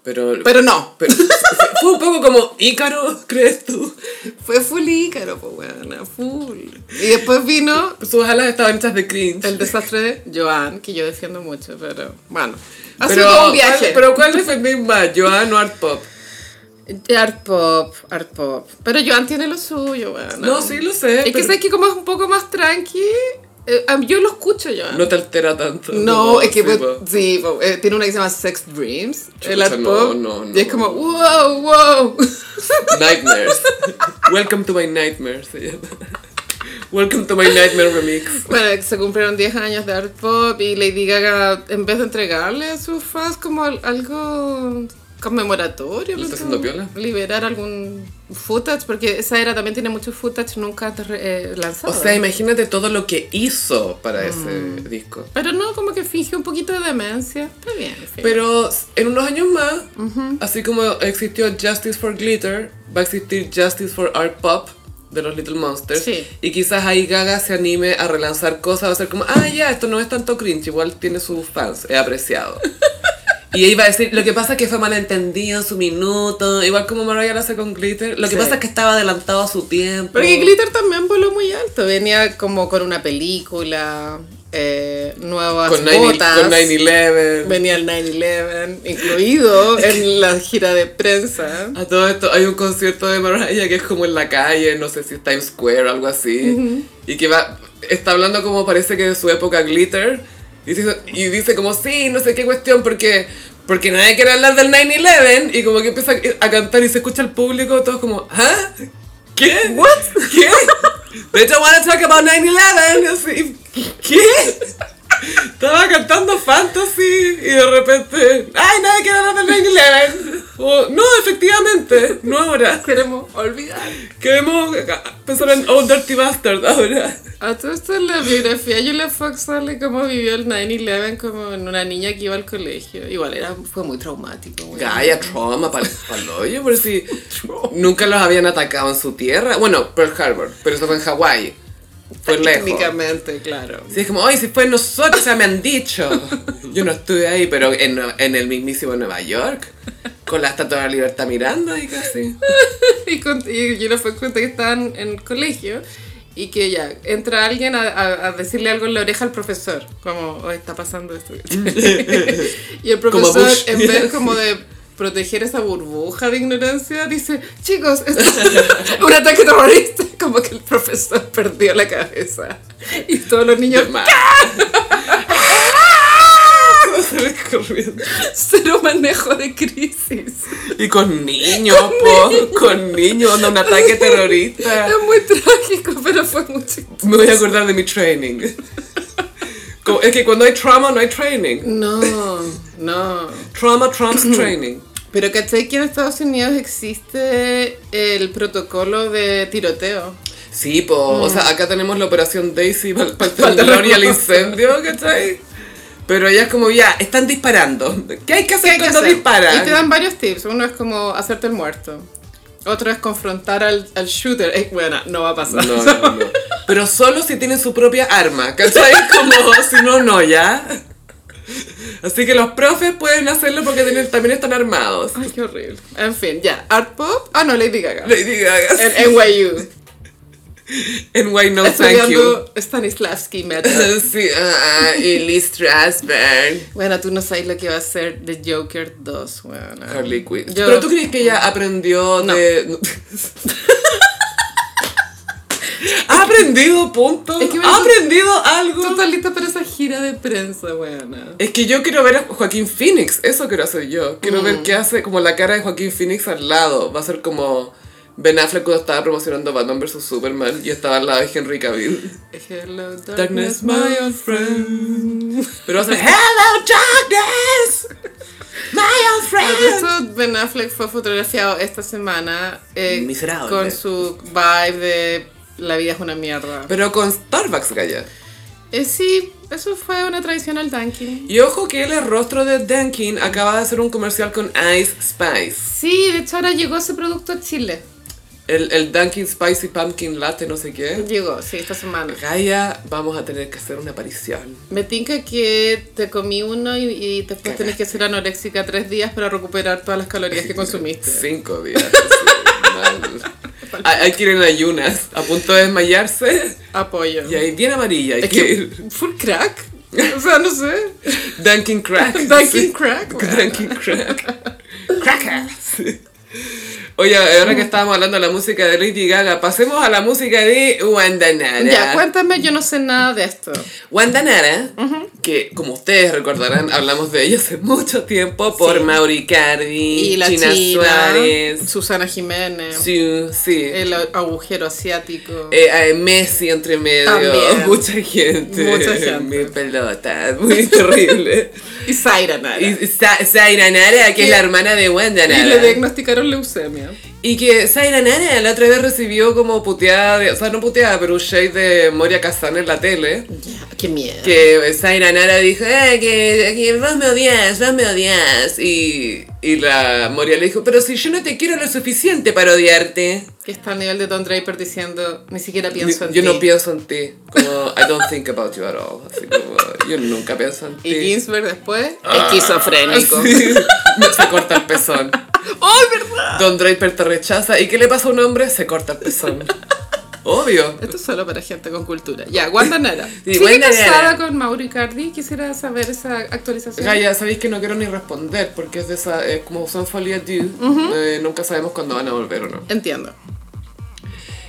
A: Pero,
B: Pero no.
A: pero- fue un poco como Ícaro, ¿crees tú?
B: Fue full ícaro, pues, weona, full. Y después vino
A: Sus alas estaban hechas de cringe.
B: el desastre de Joan, que yo defiendo mucho, pero bueno. Ha
A: pero,
B: sido todo un viaje.
A: ¿cuál, pero ¿cuál defendí más? ¿Joan o Art Pop?
B: Eh, Art pop, art pop. Pero Joan tiene lo suyo, weón.
A: No, sí lo sé.
B: Es que
A: pero
B: sabes que como es un poco más tranqui, eh, a mí- yo lo escucho, Joan.
A: No te altera tanto.
B: No, es que
A: sí,
B: pues,
A: po.
B: sí, po, eh, tiene una que se llama Sex Dreams, el
A: Chucha,
B: art
A: no,
B: pop.
A: no, no.
B: Y es como, wow, wow.
A: Nightmares. Welcome to my nightmare se llama. Welcome to my nightmare remix.
B: Bueno, se cumplieron 10 años de art pop y Lady Gaga, en vez de entregarle a sus fans como al- algo conmemoratorio,
A: ¿Lo está
B: ¿no?
A: haciendo piola?
B: liberar algún footage, porque esa era también tiene mucho footage nunca antes re- eh, lanzado.
A: O sea, imagínate todo lo que hizo para
B: Mm.
A: ese disco.
B: Pero no, como que finge un poquito de demencia. Está bien. en fin.
A: Eh. Pero en unos años más, así como existió Justice for Glitter, va a existir Justice for Art Pop de los Little Monsters.
B: Sí.
A: Y quizás ahí Gaga se anime a relanzar cosas, va a ser como, ah, ya, esto no es tanto cringe, igual tiene sus fans, he apreciado. Y ella iba a decir, lo que pasa es que fue malentendido en su minuto, igual como Mariah lo hace con Glitter, lo que
B: Sí.
A: pasa es que estaba adelantado a su tiempo.
B: Porque Glitter también voló muy alto. Venía como con una película, eh, nuevas
A: con 9
B: botas.
A: con 9-11.
B: Venía el 9-11, incluido en la gira de prensa.
A: A todo esto, hay un concierto de Mariah que es como en la calle, no sé si es Times Square o algo así. Y que va, está hablando como parece que de su época glitter. Y dice, y dice como, sí, no sé qué cuestión, porque, porque nadie quiere hablar del 9-11. Y como que empieza a cantar y se escucha el público, todos como, ¿ah? ¿Qué? ¿What? ¿Qué? They don't want to talk about 9-11. Y así, ¿Qué? Estaba cantando fantasy y de repente, ay, nadie quiere hablar del 9-11. O, no, efectivamente, no ahora.
B: Queremos olvidar.
A: Queremos pensar en Old Dirty Bastard ahora.
B: A todo esto en la biografía de Julia Fox sale cómo vivió el 9-11 como en una niña que iba al colegio. Igual era, fue muy traumático. güey.
A: Gaia, trauma, pal, hoyo, por si nunca los habían atacado en su tierra. Bueno, Pearl Harbor, pero eso fue en Hawái. Fue lejos.
B: Técnicamente, claro.
A: Sí, es como, ay, si fue en nosotros, ya me han dicho. Yo no estuve ahí, pero en, en el mismísimo Nueva York, con la Estatua de la Libertad mirando y casi.
B: y, con, y yo le fue cuenta que estaban en el colegio y que ya entra alguien a, a- a decirle algo en la oreja al profesor, como, "Oh, está pasando esto. y el
A: Como
B: profesor,
A: Bush.
B: en vez como de proteger esa burbuja de ignorancia, dice, chicos, esto es un ataque terrorista, como que el profesor perdió la cabeza. Y todos los niños,
A: Mal. Sale corriendo.
B: cero manejo de crisis.
A: Y con niños, po, con niños, onda, un ataque terrorista.
B: Es muy trágico, pero fue muy chistoso.
A: Me voy a acordar de mi training. Como- es que cuando hay trauma no hay training.
B: No, no.
A: Trauma trumps training.
B: Pero ¿cachai que en Estados Unidos existe el protocolo de tiroteo?
A: Sí, po, o sea, acá tenemos la operación Daisy para el temblor y el incendio, ¿cachai? Pero ella es como, ya, están disparando. ¿Qué hay que hacer
B: hay que
A: cuando
B: hacer? Este
A: disparan?
B: Y te dan varios tips. Uno es como hacerte el muerto. Otro es confrontar al, al shooter. Eh, bueno, no va a pasar.
A: No, no, no. Pero solo si tienen su propia arma, ¿cachai? Como si no, no, ya. Así que los profes pueden hacerlo porque tienen- también están armados.
B: Ay, qué horrible. En fin, ya. Art Pop. Ah, no, Lady Gaga.
A: Lady Gaga.
B: En NYU.
A: En Why No Thank You.
B: Estudiando Stanislavski Method.
A: Sí, ah, ah, y Lee Strasberg.
B: Bueno, tú no sabes lo que va a ser The Joker 2, bueno.
A: Harley Quinn.
B: Yo-
A: Pero tú crees que ella aprendió
B: No.
A: de. ha aprendido, punto.
B: Es que me
A: ha
B: hizo-
A: aprendido algo.
B: Tú estás lista para esa gira de prensa, bueno.
A: Es que yo quiero ver a Joaquín Phoenix, eso quiero hacer yo. Quiero ver qué hace, como la cara de Joaquín Phoenix al lado. Va a ser como Ben Affleck cuando estaba promocionando Batman vs Superman y estaba al lado de Henry Cavill.
B: Hello,
A: Darkness, my old friend. Pero va a ser Hello, darkness, my old
B: Por
A: friend.
B: eso Ben Affleck fue fotografiado esta semana eh,
A: Miserable.
B: con su vibe de la vida es una mierda.
A: Pero con Starbucks, Gaya.
B: Eh, sí, eso fue una tradición al Dunkin.
A: Y ojo que el rostro de Dunkin acaba de hacer un comercial con Ice Spice.
B: Sí, de hecho ahora llegó ese producto a Chile.
A: El, el Dunkin Spicy Pumpkin Latte, no sé qué.
B: Llegó, sí, esta semana.
A: Gaia, vamos a tener que hacer una aparición.
B: Me tinca que te comí uno y, y después tenés que ser anoréxica tres días para recuperar todas las calorías que consumiste.
A: Cinco días. sí, mal. Hay hay que ir en ayunas, a punto de desmayarse.
B: Apoyo.
A: Y ahí bien amarilla, hay
B: Es
A: que
B: que
A: ir.
B: full crack. O sea, no sé.
A: Dunkin Crack.
B: Dunkin' crack.
A: Dunkin Crack. Crackers. Oye, ahora que estábamos hablando de la música de Lady Gaga, pasemos a la música de Wandanara.
B: Ya, cuéntame, yo no sé nada de esto.
A: Wandanara, que como ustedes recordarán, hablamos de ella hace mucho tiempo por
B: Sí.
A: Mauri Cardi,
B: Y la
A: China,
B: China,
A: Suárez,
B: Susana Jiménez,
A: Su- sí.
B: el a- agujero asiático.
A: Eh, a Messi entre medio,
B: También.
A: mucha gente,
B: Mucha gente.
A: mi pelota, muy terrible.
B: y Zaira Nara. Y,
A: y Sa- Zaira Nara, que es la hermana de Wanda Nara.
B: le diagnosticaron leucemia.
A: Y que Zaira Nara la otra vez recibió como puteada, de- o sea, no puteada, pero un shade de Moria Kazan en la tele.
B: qué miedo.
A: Que Zaira Nara dijo, "Ah, que, que vos me odias, vos me odias. Y, y la Moria le dijo, pero si yo no te quiero lo suficiente para odiarte.
B: Que está a nivel de Don Draper diciendo, ni siquiera pienso
A: Yo,
B: en
A: yo
B: ti.
A: no pienso en ti. Como, I don't think about you at all. Así como, yo nunca pienso en
B: Y
A: ti. Ah.
B: Ginsberg después, esquizofrénico.
A: Sí, no se corta el pezón.
B: ¡Oh, verdad!
A: Don Draper te rechaza. ¿Y qué le pasa a un hombre? Se corta el pezón. Obvio.
B: Esto es solo para gente con cultura. Ya, Wanda Nara.
A: Sí,
B: Sigue
A: Wanda
B: casada
A: Nara.
B: con Mauro Icardi. Quisiera saber esa actualización.
A: Gaya, sabéis que no quiero ni responder porque es de esa, eh, como son Folia Due, eh, nunca sabemos cuándo van a volver o no.
B: Entiendo.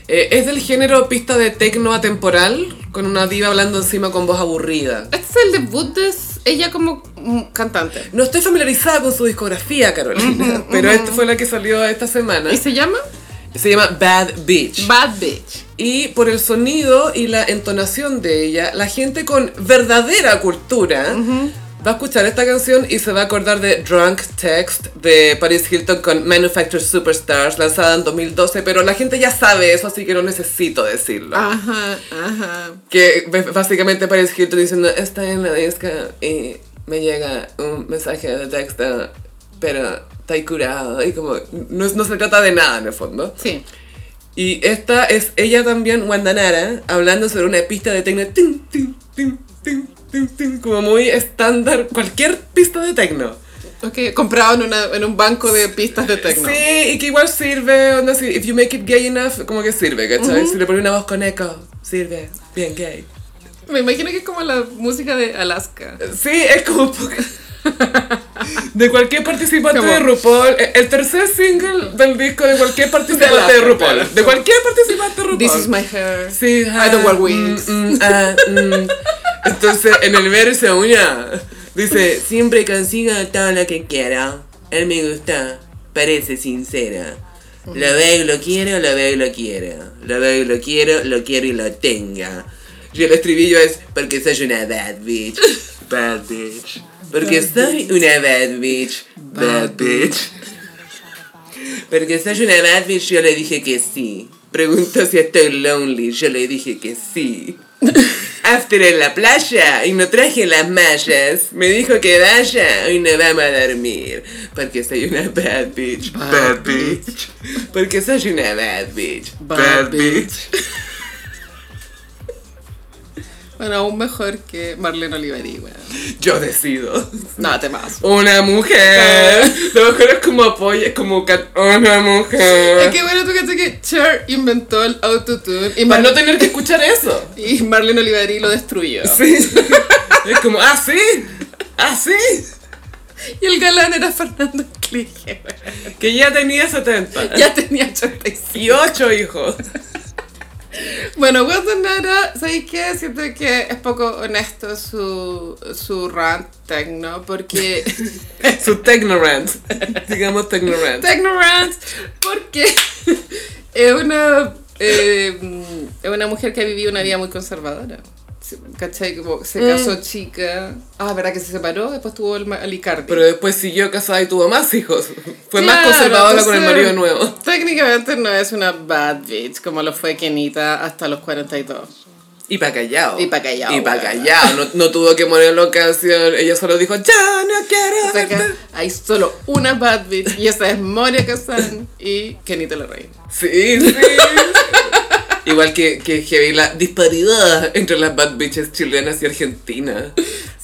A: Eh, es del género pista de tecno atemporal, con una diva hablando encima con voz aburrida.
B: Este es el debut de s- ella como mm, cantante.
A: No estoy familiarizada con su discografía, Carolina, pero esta fue la que salió esta semana.
B: ¿Y se llama?
A: Se llama Bad Bitch.
B: Bad Bitch.
A: Y por el sonido y la entonación de ella, la gente con verdadera cultura va a escuchar esta canción y se va a acordar de Drunk Text de Paris Hilton con Manufactured Superstars, lanzada en 2012, pero la gente ya sabe eso, así que no necesito decirlo.
B: Ah. Ajá, ajá.
A: Que b- básicamente Paris Hilton diciendo, está en la disco y me llega un mensaje de texto, pero está curado y como, no, no se trata de nada en el fondo.
B: Sí.
A: Y esta es ella también, Wandanara, hablando sobre una pista de tecno. tin, tin, tin, tin, tin, tin, como muy estándar, cualquier pista de tecno.
B: Ok, comprado en, una- en un banco de pistas de techno.
A: Sí, y que igual sirve, onda, si if you make it gay enough, como que sirve, ¿cachai? Si le pones una voz con eco, sirve, bien gay.
B: Me imagino que es como la música de Alaska.
A: Sí, es como un poco- De cualquier participante
B: Como-
A: de RuPaul, eh, el tercer single del disco de cualquier participante de,
B: Alaska, claro.
A: RuPaul. De cualquier participante de RuPaul.
B: This is my hair.
A: Sí,
B: I don't wear wigs.
A: mm, mm, ah, mm. Entonces, en el verso una dice, siempre consigo todo lo que quiero. Él me gusta, parece sincera. Lo veo y lo quiero, lo veo y lo quiero. Lo veo y lo quiero, lo quiero y lo tenga. Y el estribillo es, porque soy una bad bitch. Bad bitch. Porque soy una bad bitch. Bad bitch. Porque soy una bad bitch, yo le dije que sí. Pregunto si estoy lonely, yo le dije que sí. After en la playa y no traje las mallas. Me dijo que vaya, hoy no vamos a dormir. Porque soy una bad bitch. Bad, bitch. Porque soy una bad bitch.
B: Bad Bueno, aún mejor que Marlene Oliveri, weón.
A: Yo decido.
B: No, te paso.
A: Una mujer. Lo mejor es como apoya, como can- una
B: Es
A: mujer.
B: que bueno, tú cachas que Cher inventó el autotune y,
A: Para
B: Mar-
A: no tener que escuchar eso.
B: y Marlene Oliveri lo destruyó.
A: Sí. es como, ah, sí. Ah, sí.
B: Y el galán era Fernando Klige, weón.
A: Que ya tenía 70.
B: Ya tenía 85.
A: Y 8 hijos.
B: Bueno, Weston Nara, ¿sabéis qué? Siento que es poco honesto su, su rant tecno, porque.
A: Su Tecnorant. Digamos Tecnorant.
B: tecno rant, porque es una, eh, es una mujer que ha vivido una vida muy conservadora. ¿Cachai? Como se casó chica. Ah, ¿verdad que se separó? Después tuvo el ma- alicardi.
A: Pero después siguió casada y tuvo más hijos. Fue más
B: Claro, pues
A: conservadora con el
B: entonces,
A: marido nuevo.
B: Técnicamente no es una bad bitch como lo fue Kenita hasta los 42.
A: Y pa' callado.
B: Y pa' callao,
A: Y pa'
B: weona.
A: callao. No, no tuvo que ponerlo en canción. Ella solo dijo, ya no quiero
B: O sea que
A: verte".
B: hay solo una bad bitch y esa es Moria Kazan y Kenita la reina.
A: Sí, sí. Igual que, que heavy la disparidad entre las bad bitches chilenas y argentinas.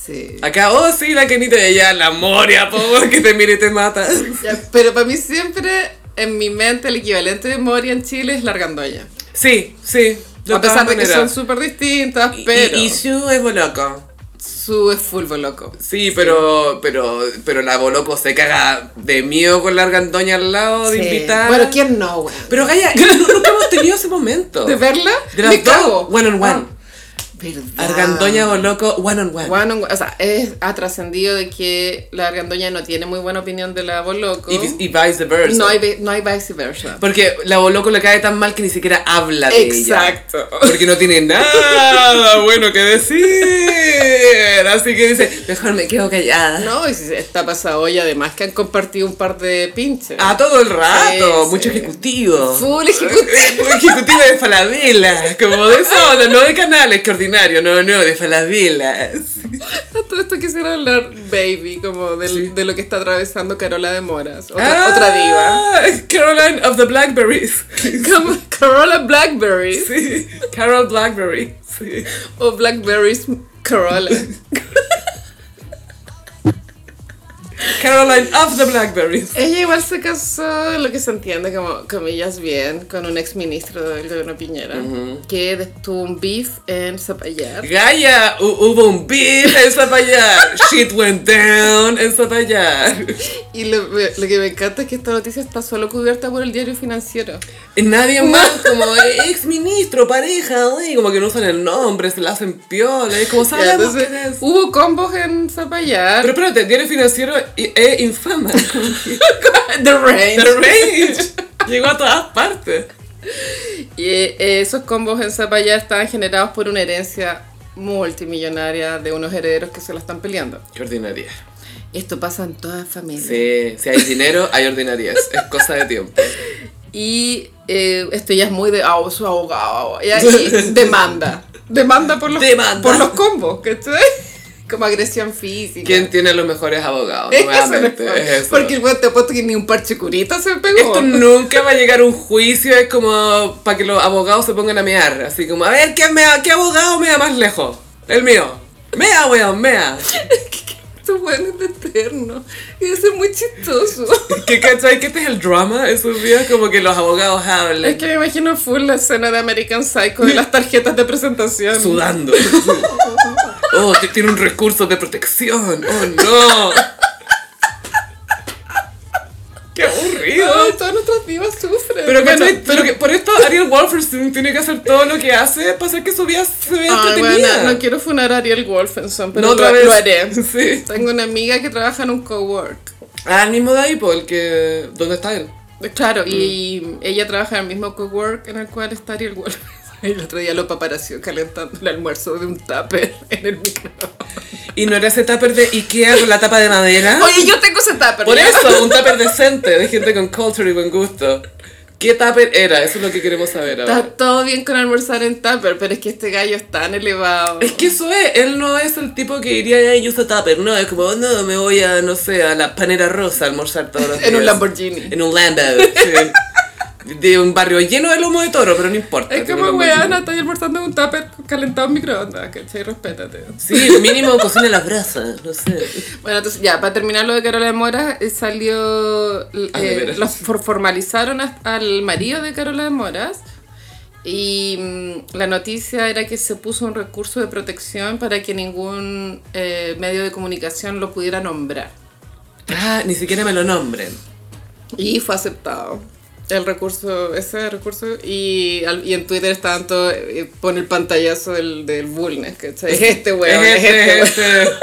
B: Sí.
A: Acá, oh sí, la Kenita de ella, la Moria, pobre, que te mire y te mata.
B: Ya, pero para mí siempre, en mi mente, el equivalente de Moria en Chile es Largandoya.
A: Sí, sí.
B: A pesar de que son
A: su...
B: súper distintas, pero
A: Pero... Y, Sue es boloco.
B: su es fulvo loco.
A: Sí, pero, pero, pero la boloco se caga de miedo con la argandoña al lado de invitar.
B: Bueno, ¿quién no, güey?
A: Pero Gaya, nunca hemos tenido ese momento.
B: ¿De verla?
A: De las
B: Me
A: dos,
B: cago.
A: one on one.
B: Ah, ¿verdad?
A: Argandoña boloco, one on one.
B: One on one, o sea, es, ha trascendido de que la argandoña no tiene muy buena opinión de la Boloco.
A: Y, vi- y vice versa.
B: no, hay, ve- no hay viceversa.
A: Porque la boloco le cae tan mal que ni siquiera habla de ella.
B: Exacto.
A: Porque no tiene nada bueno que decir. Así que dice, mejor me quedo callada.
B: No, y si se está pasado hoy, además que han compartido un par de pinches.
A: A todo el rato,
B: Sí,
A: mucho
B: sí.
A: ejecutivo.
B: Full ejecutivo.
A: Ejecutivo de Falabella, como de zona, no de canales, que ordinario, no, no, de Falabella.
B: Todo esto quisiera hablar, baby, como del- de lo que está atravesando Carola de Moras. Otra,
A: Ah,
B: otra diva.
A: Caroline of the Blackberries.
B: Como Carola Blackberries.
A: Sí, Carol Blackberry. Sí.
B: O Blackberries Carola.
A: Caroline of the Blackberries.
B: Ella igual se casó, lo que se entiende como comillas bien, con un ex ministro del gobierno Piñera, que de- tuvo un beef en Zapallar.
A: Gaia, hu- hubo un beef en Zapallar. Shit went down en Zapallar.
B: Y lo, lo que me encanta es que esta noticia está solo cubierta por el diario financiero.
A: Y Nadie más, como ex ministro, pareja, y como que no usan el nombre, se la hacen piola, y es como
B: Ya,
A: sabemos
B: entonces,
A: quién es.
B: hubo combos en Zapallar.
A: Pero espérate, diario financiero i- es infama.
B: The Range.
A: The Rage llegó a todas partes.
B: Y eh, esos combos en Zapallar estaban generados por una herencia multimillonaria de unos herederos que se la están peleando.
A: Qué ordinaria.
B: Esto pasa en todas familias.
A: Sí, si hay dinero, hay ordinarias. Es cosa de tiempo.
B: Y eh, esto ya es muy de ah, su abogado. Y ahí demanda. Demanda por los,
A: Demanda.
B: Por los combos, ¿cachai? Como agresión física.
A: ¿Quién tiene los mejores abogados?
B: Eso
A: Nuevamente,
B: no
A: es eso.
B: Porque el weón te ha puesto que ni un parche curita se pegó.
A: Esto nunca va a llegar a un juicio, es como para que los abogados se pongan a mear. Así como, a ver, ¿qué, mea- qué abogado mea más lejos? El mío. Mea, weón, mea.
B: Estos weones este de eterno. Y eso es muy chistoso.
A: ¿Qué cachai? Que este es el drama esos días, como que los abogados hablan.
B: Es que me imagino full la escena de American Psycho de las tarjetas de presentación.
A: sudando. Oh, t- tiene un recurso de protección. Oh, no. Qué aburrido.
B: Ay, todas nuestras divas sufren.
A: Pero,
B: Bueno,
A: ¿cachai? Pero que por esto Ariel Wolferson tiene que hacer todo lo que hace para hacer que su vida se vea
B: Ay,
A: entretenida.
B: Ah, bueno, no quiero funar a Ariel Wolfenson, pero
A: No, otra
B: lo,
A: vez.
B: lo haré.
A: Sí.
B: Tengo una amiga que trabaja en un cowork.
A: Ah, el mismo de ahí, por el que... ¿Dónde está él?
B: Claro, y ella trabaja en el mismo cowork en el cual está Ariel Wolfenson. El otro día lo paparació calentando el almuerzo de un tupper en el micro.
A: ¿Y no era ese tupper de Ikea con la tapa de madera?
B: Oye, yo tengo ese tupper.
A: Por
B: ¿ya?
A: eso, un tupper decente de gente con culture y buen gusto. ¿Qué tupper era? Eso es lo que queremos saber ahora.
B: Está todo bien con almorzar en tupper, pero es que este gallo es tan elevado.
A: Es que eso es, él no es el tipo que iría y usa tupper, no, es como, "Oh, no, me voy a, no sé, a la panera rosa a almorzar todos los
B: En un
A: días".
B: Lamborghini.
A: En un Lambo, sí. De un barrio lleno de lomo de toro, pero no importa.
B: Es
A: tiene un
B: como,
A: Lamborghini.
B: weón, estoy almorzando en un tupper calentado en microondas, ¿cachai? Respétate.
A: Sí, mínimo cocina las brasas, no sé.
B: Bueno, entonces ya, para terminar lo de Carola de Mora, eh, salió, eh,
A: Ah, de veras.
B: los for- formalizaron a- al marido de Carola de Moras y mm, la noticia era que se puso un recurso de protección para que ningún eh, medio de comunicación lo pudiera nombrar.
A: Ah, ni siquiera me lo nombren.
B: Y fue aceptado el recurso, ese recurso, y, al- y en Twitter estaban todos, eh, pone el este pantallazo del, del Bulnes, ¿cachai? Es este weón, es este, weón.
A: este.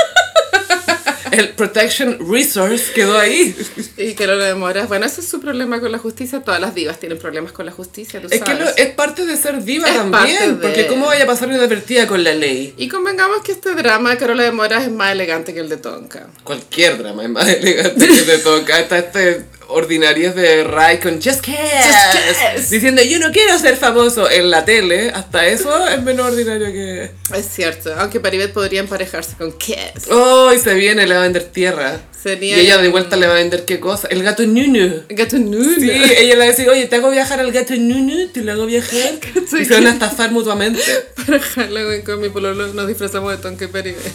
A: el Protection Resource quedó ahí.
B: Y que lo demoras. Bueno, ese es su problema con la justicia. Todas las divas tienen problemas con la justicia. tú
A: Es que
B: sabes.
A: lo- es parte de ser diva
B: Es parte
A: también,
B: de-
A: porque ¿cómo vaya a pasar inadvertida con la ley?
B: Y convengamos que este drama de Carola de Moras es más elegante que el de Tonka.
A: Cualquier drama es más elegante que te toca. Está este ordinarias de Rai con Just Kiss,
B: Just Kiss.
A: diciendo yo no quiero ser famoso en la tele. Hasta eso es menos ordinario que...
B: Es cierto, aunque Paribet podría emparejarse con Kiss.
A: ¡Oh! Y se viene, le va a vender tierra.
B: Sería-
A: Y ella de vuelta le va a vender qué cosa. El gato Nunu.
B: Gato Nuno.
A: Sí, ella le va a decir, oye, te hago viajar al gato Nunu, te lo hago viajar. Y se van a estafar mutuamente.
B: Para Halloween con mi pololo nos disfrazamos de Tonka y Paribet.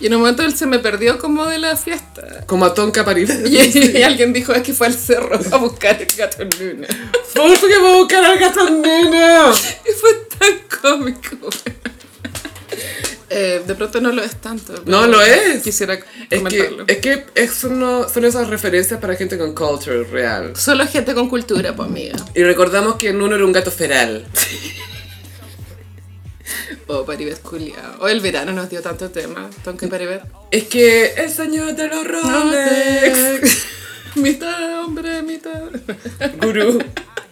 B: Y en un momento él se me perdió como de la fiesta.
A: Como a Tonka París.
B: Y, y alguien dijo, es que fue al cerro a buscar el gato Nuno.
A: ¡Por favor, que voy a buscar al gato Nunu!
B: Y fue tan cómico. Eh, de pronto no lo es tanto. pero
A: No lo es.
B: Quisiera
A: Es que,
B: comentarlo.
A: es que es- son, no- son esas referencias para gente con culture real.
B: Solo gente con cultura, pues amiga.
A: Y recordamos que Nuno era un gato feral.
B: O Paribet culiao. O el verano nos dio tanto tema. Tonka y Paribet.
A: Es que el señor de los Rolex.
B: Rolex. mitad hombre, mitad.
A: Gurú.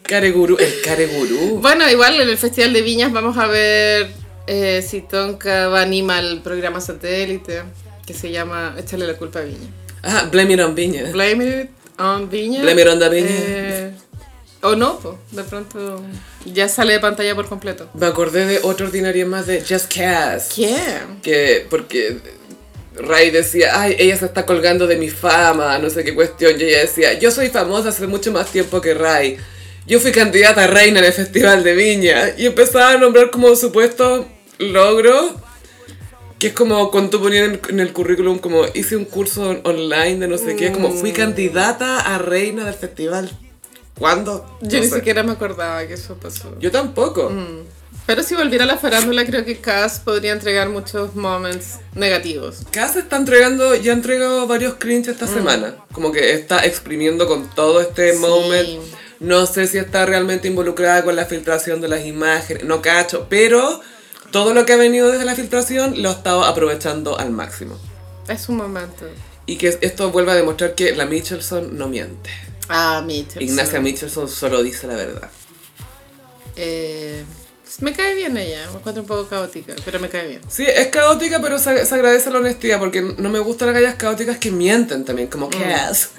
A: Caregurú. El caregurú.
B: Bueno, igual en el Festival de Viñas vamos a ver eh, si Tonka va anima al programa satélite que se llama Échale la culpa a Viña.
A: Ah, Blame It on Viña.
B: Blame it on Viña.
A: Blame it on the Viña.
B: Eh, o no, po. de pronto ya sale de pantalla por completo.
A: Me acordé de otra ordinaria más de Just Cass.
B: ¿Quién?
A: Que, porque Ray decía, ay, ella se está colgando de mi fama, no sé qué cuestión. Y ella decía, yo soy famosa hace mucho más tiempo que Ray. Yo fui candidata a reina en el Festival de Viña. Y empezaba a nombrar como supuesto logro. Que es como cuando tú ponías en, en el currículum como hice un curso on- online de no sé qué, como
B: Mm.
A: fui candidata a reina del festival. ¿Cuándo?
B: Yo
A: No
B: ni
A: sé.
B: siquiera Mm. me acordaba que eso pasó.
A: Yo tampoco.
B: Pero si volviera a la farándula, creo que Cass podría entregar muchos moments negativos.
A: Cass está entregando, ya ha entregado varios cringe esta semana. Como que está exprimiendo con todo este
B: Sí.
A: moment. No sé si está realmente involucrada con la filtración de las imágenes, no cacho, pero todo lo que ha venido desde la filtración lo ha estado aprovechando al máximo.
B: Es un momento.
A: Y que esto vuelva a demostrar que la Michelson no miente.
B: Ah, Mitchell.
A: Ignacia Michelson solo dice la verdad.
B: Eh, me cae bien ella, me encuentro un poco caótica, pero me cae bien.
A: Sí, es caótica, pero se, se agradece la honestidad, porque no me gustan las gallas caóticas que mienten también, como Cass.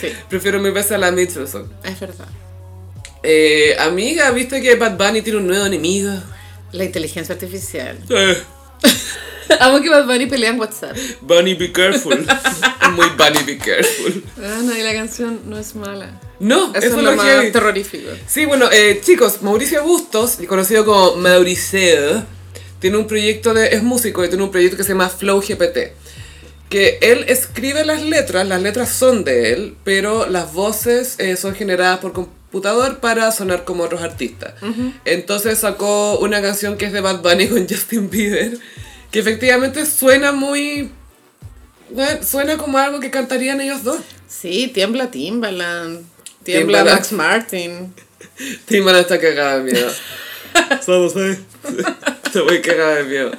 B: Sí,
A: Prefiero mil veces a la Michelson.
B: es verdad.
A: Eh, amiga, ¿viste que Bad Bunny tiene un nuevo enemigo?
B: La inteligencia artificial.
A: Eh,
B: Amo que Bad Bunny pelea en WhatsApp.
A: Bunny be careful. Es Muy Bunny be careful.
B: Ah, no, y la canción no es mala.
A: No,
B: Eso, es lo, más
A: heavy.
B: terrorífico.
A: Sí, bueno, eh, chicos, Mauricio Bustos, conocido como Mauriceo, tiene un proyecto de. es músico y tiene un proyecto que se llama Flow GPT. Que él escribe las letras, las letras son de él, pero las voces eh, son generadas por computador para sonar como otros artistas. Entonces sacó una canción que es de Bad Bunny con Justin Bieber, que efectivamente suena muy. bueno, suena como algo que cantarían ellos dos.
B: Sí, tiembla Timbaland. Tiembla
A: Timbaland.
B: Max Martin.
A: Timbaland está cagada de miedo. Solo sé. Estoy muy cagada de miedo.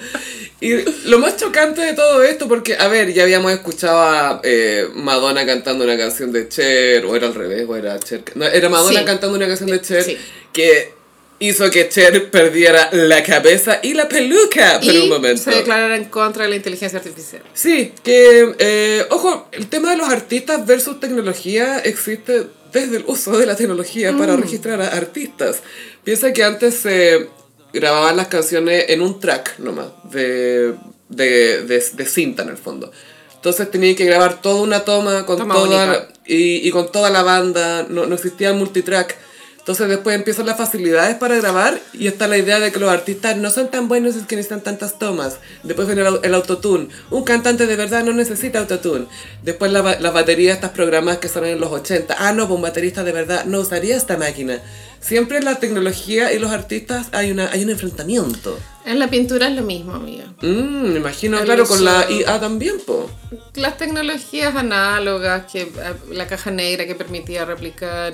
A: Y lo más chocante de todo esto, porque, a ver, ya habíamos escuchado a eh, Madonna cantando una canción de Cher, o era al revés, o era Cher. No, era Madonna
B: Sí.
A: cantando una canción de Cher
B: Sí.
A: que hizo que Cher perdiera la cabeza y la peluca por
B: y
A: un momento.
B: se declarará en contra de la inteligencia artificial.
A: Sí, que, eh, ojo, el tema de los artistas versus tecnología existe desde el uso de la tecnología para
B: Mm.
A: registrar a artistas. Piensa que antes se grababan las canciones en un track nomás, de, de, de, de cinta en el fondo. Entonces tenía que grabar toda una toma con,
B: Toma
A: toda,
B: única.
A: y, y con toda la banda, no, no existía el multitrack. Entonces después empiezan las facilidades para grabar y está la idea de que los artistas no son tan buenos es que necesitan tantas tomas. Después viene el, au- el autotune. Un cantante de verdad no necesita autotune. Después la, ba- la batería, estas programas que salen en los 80. Ah, no, pues un baterista de verdad no usaría esta máquina. Siempre en la tecnología y los artistas hay, una, hay un enfrentamiento.
B: En la pintura es lo mismo, amiga.
A: Mm, me imagino,
B: El
A: claro, con la
B: uso-
A: IA también, po.
B: Las tecnologías análogas, que eh, la caja negra que permitía replicar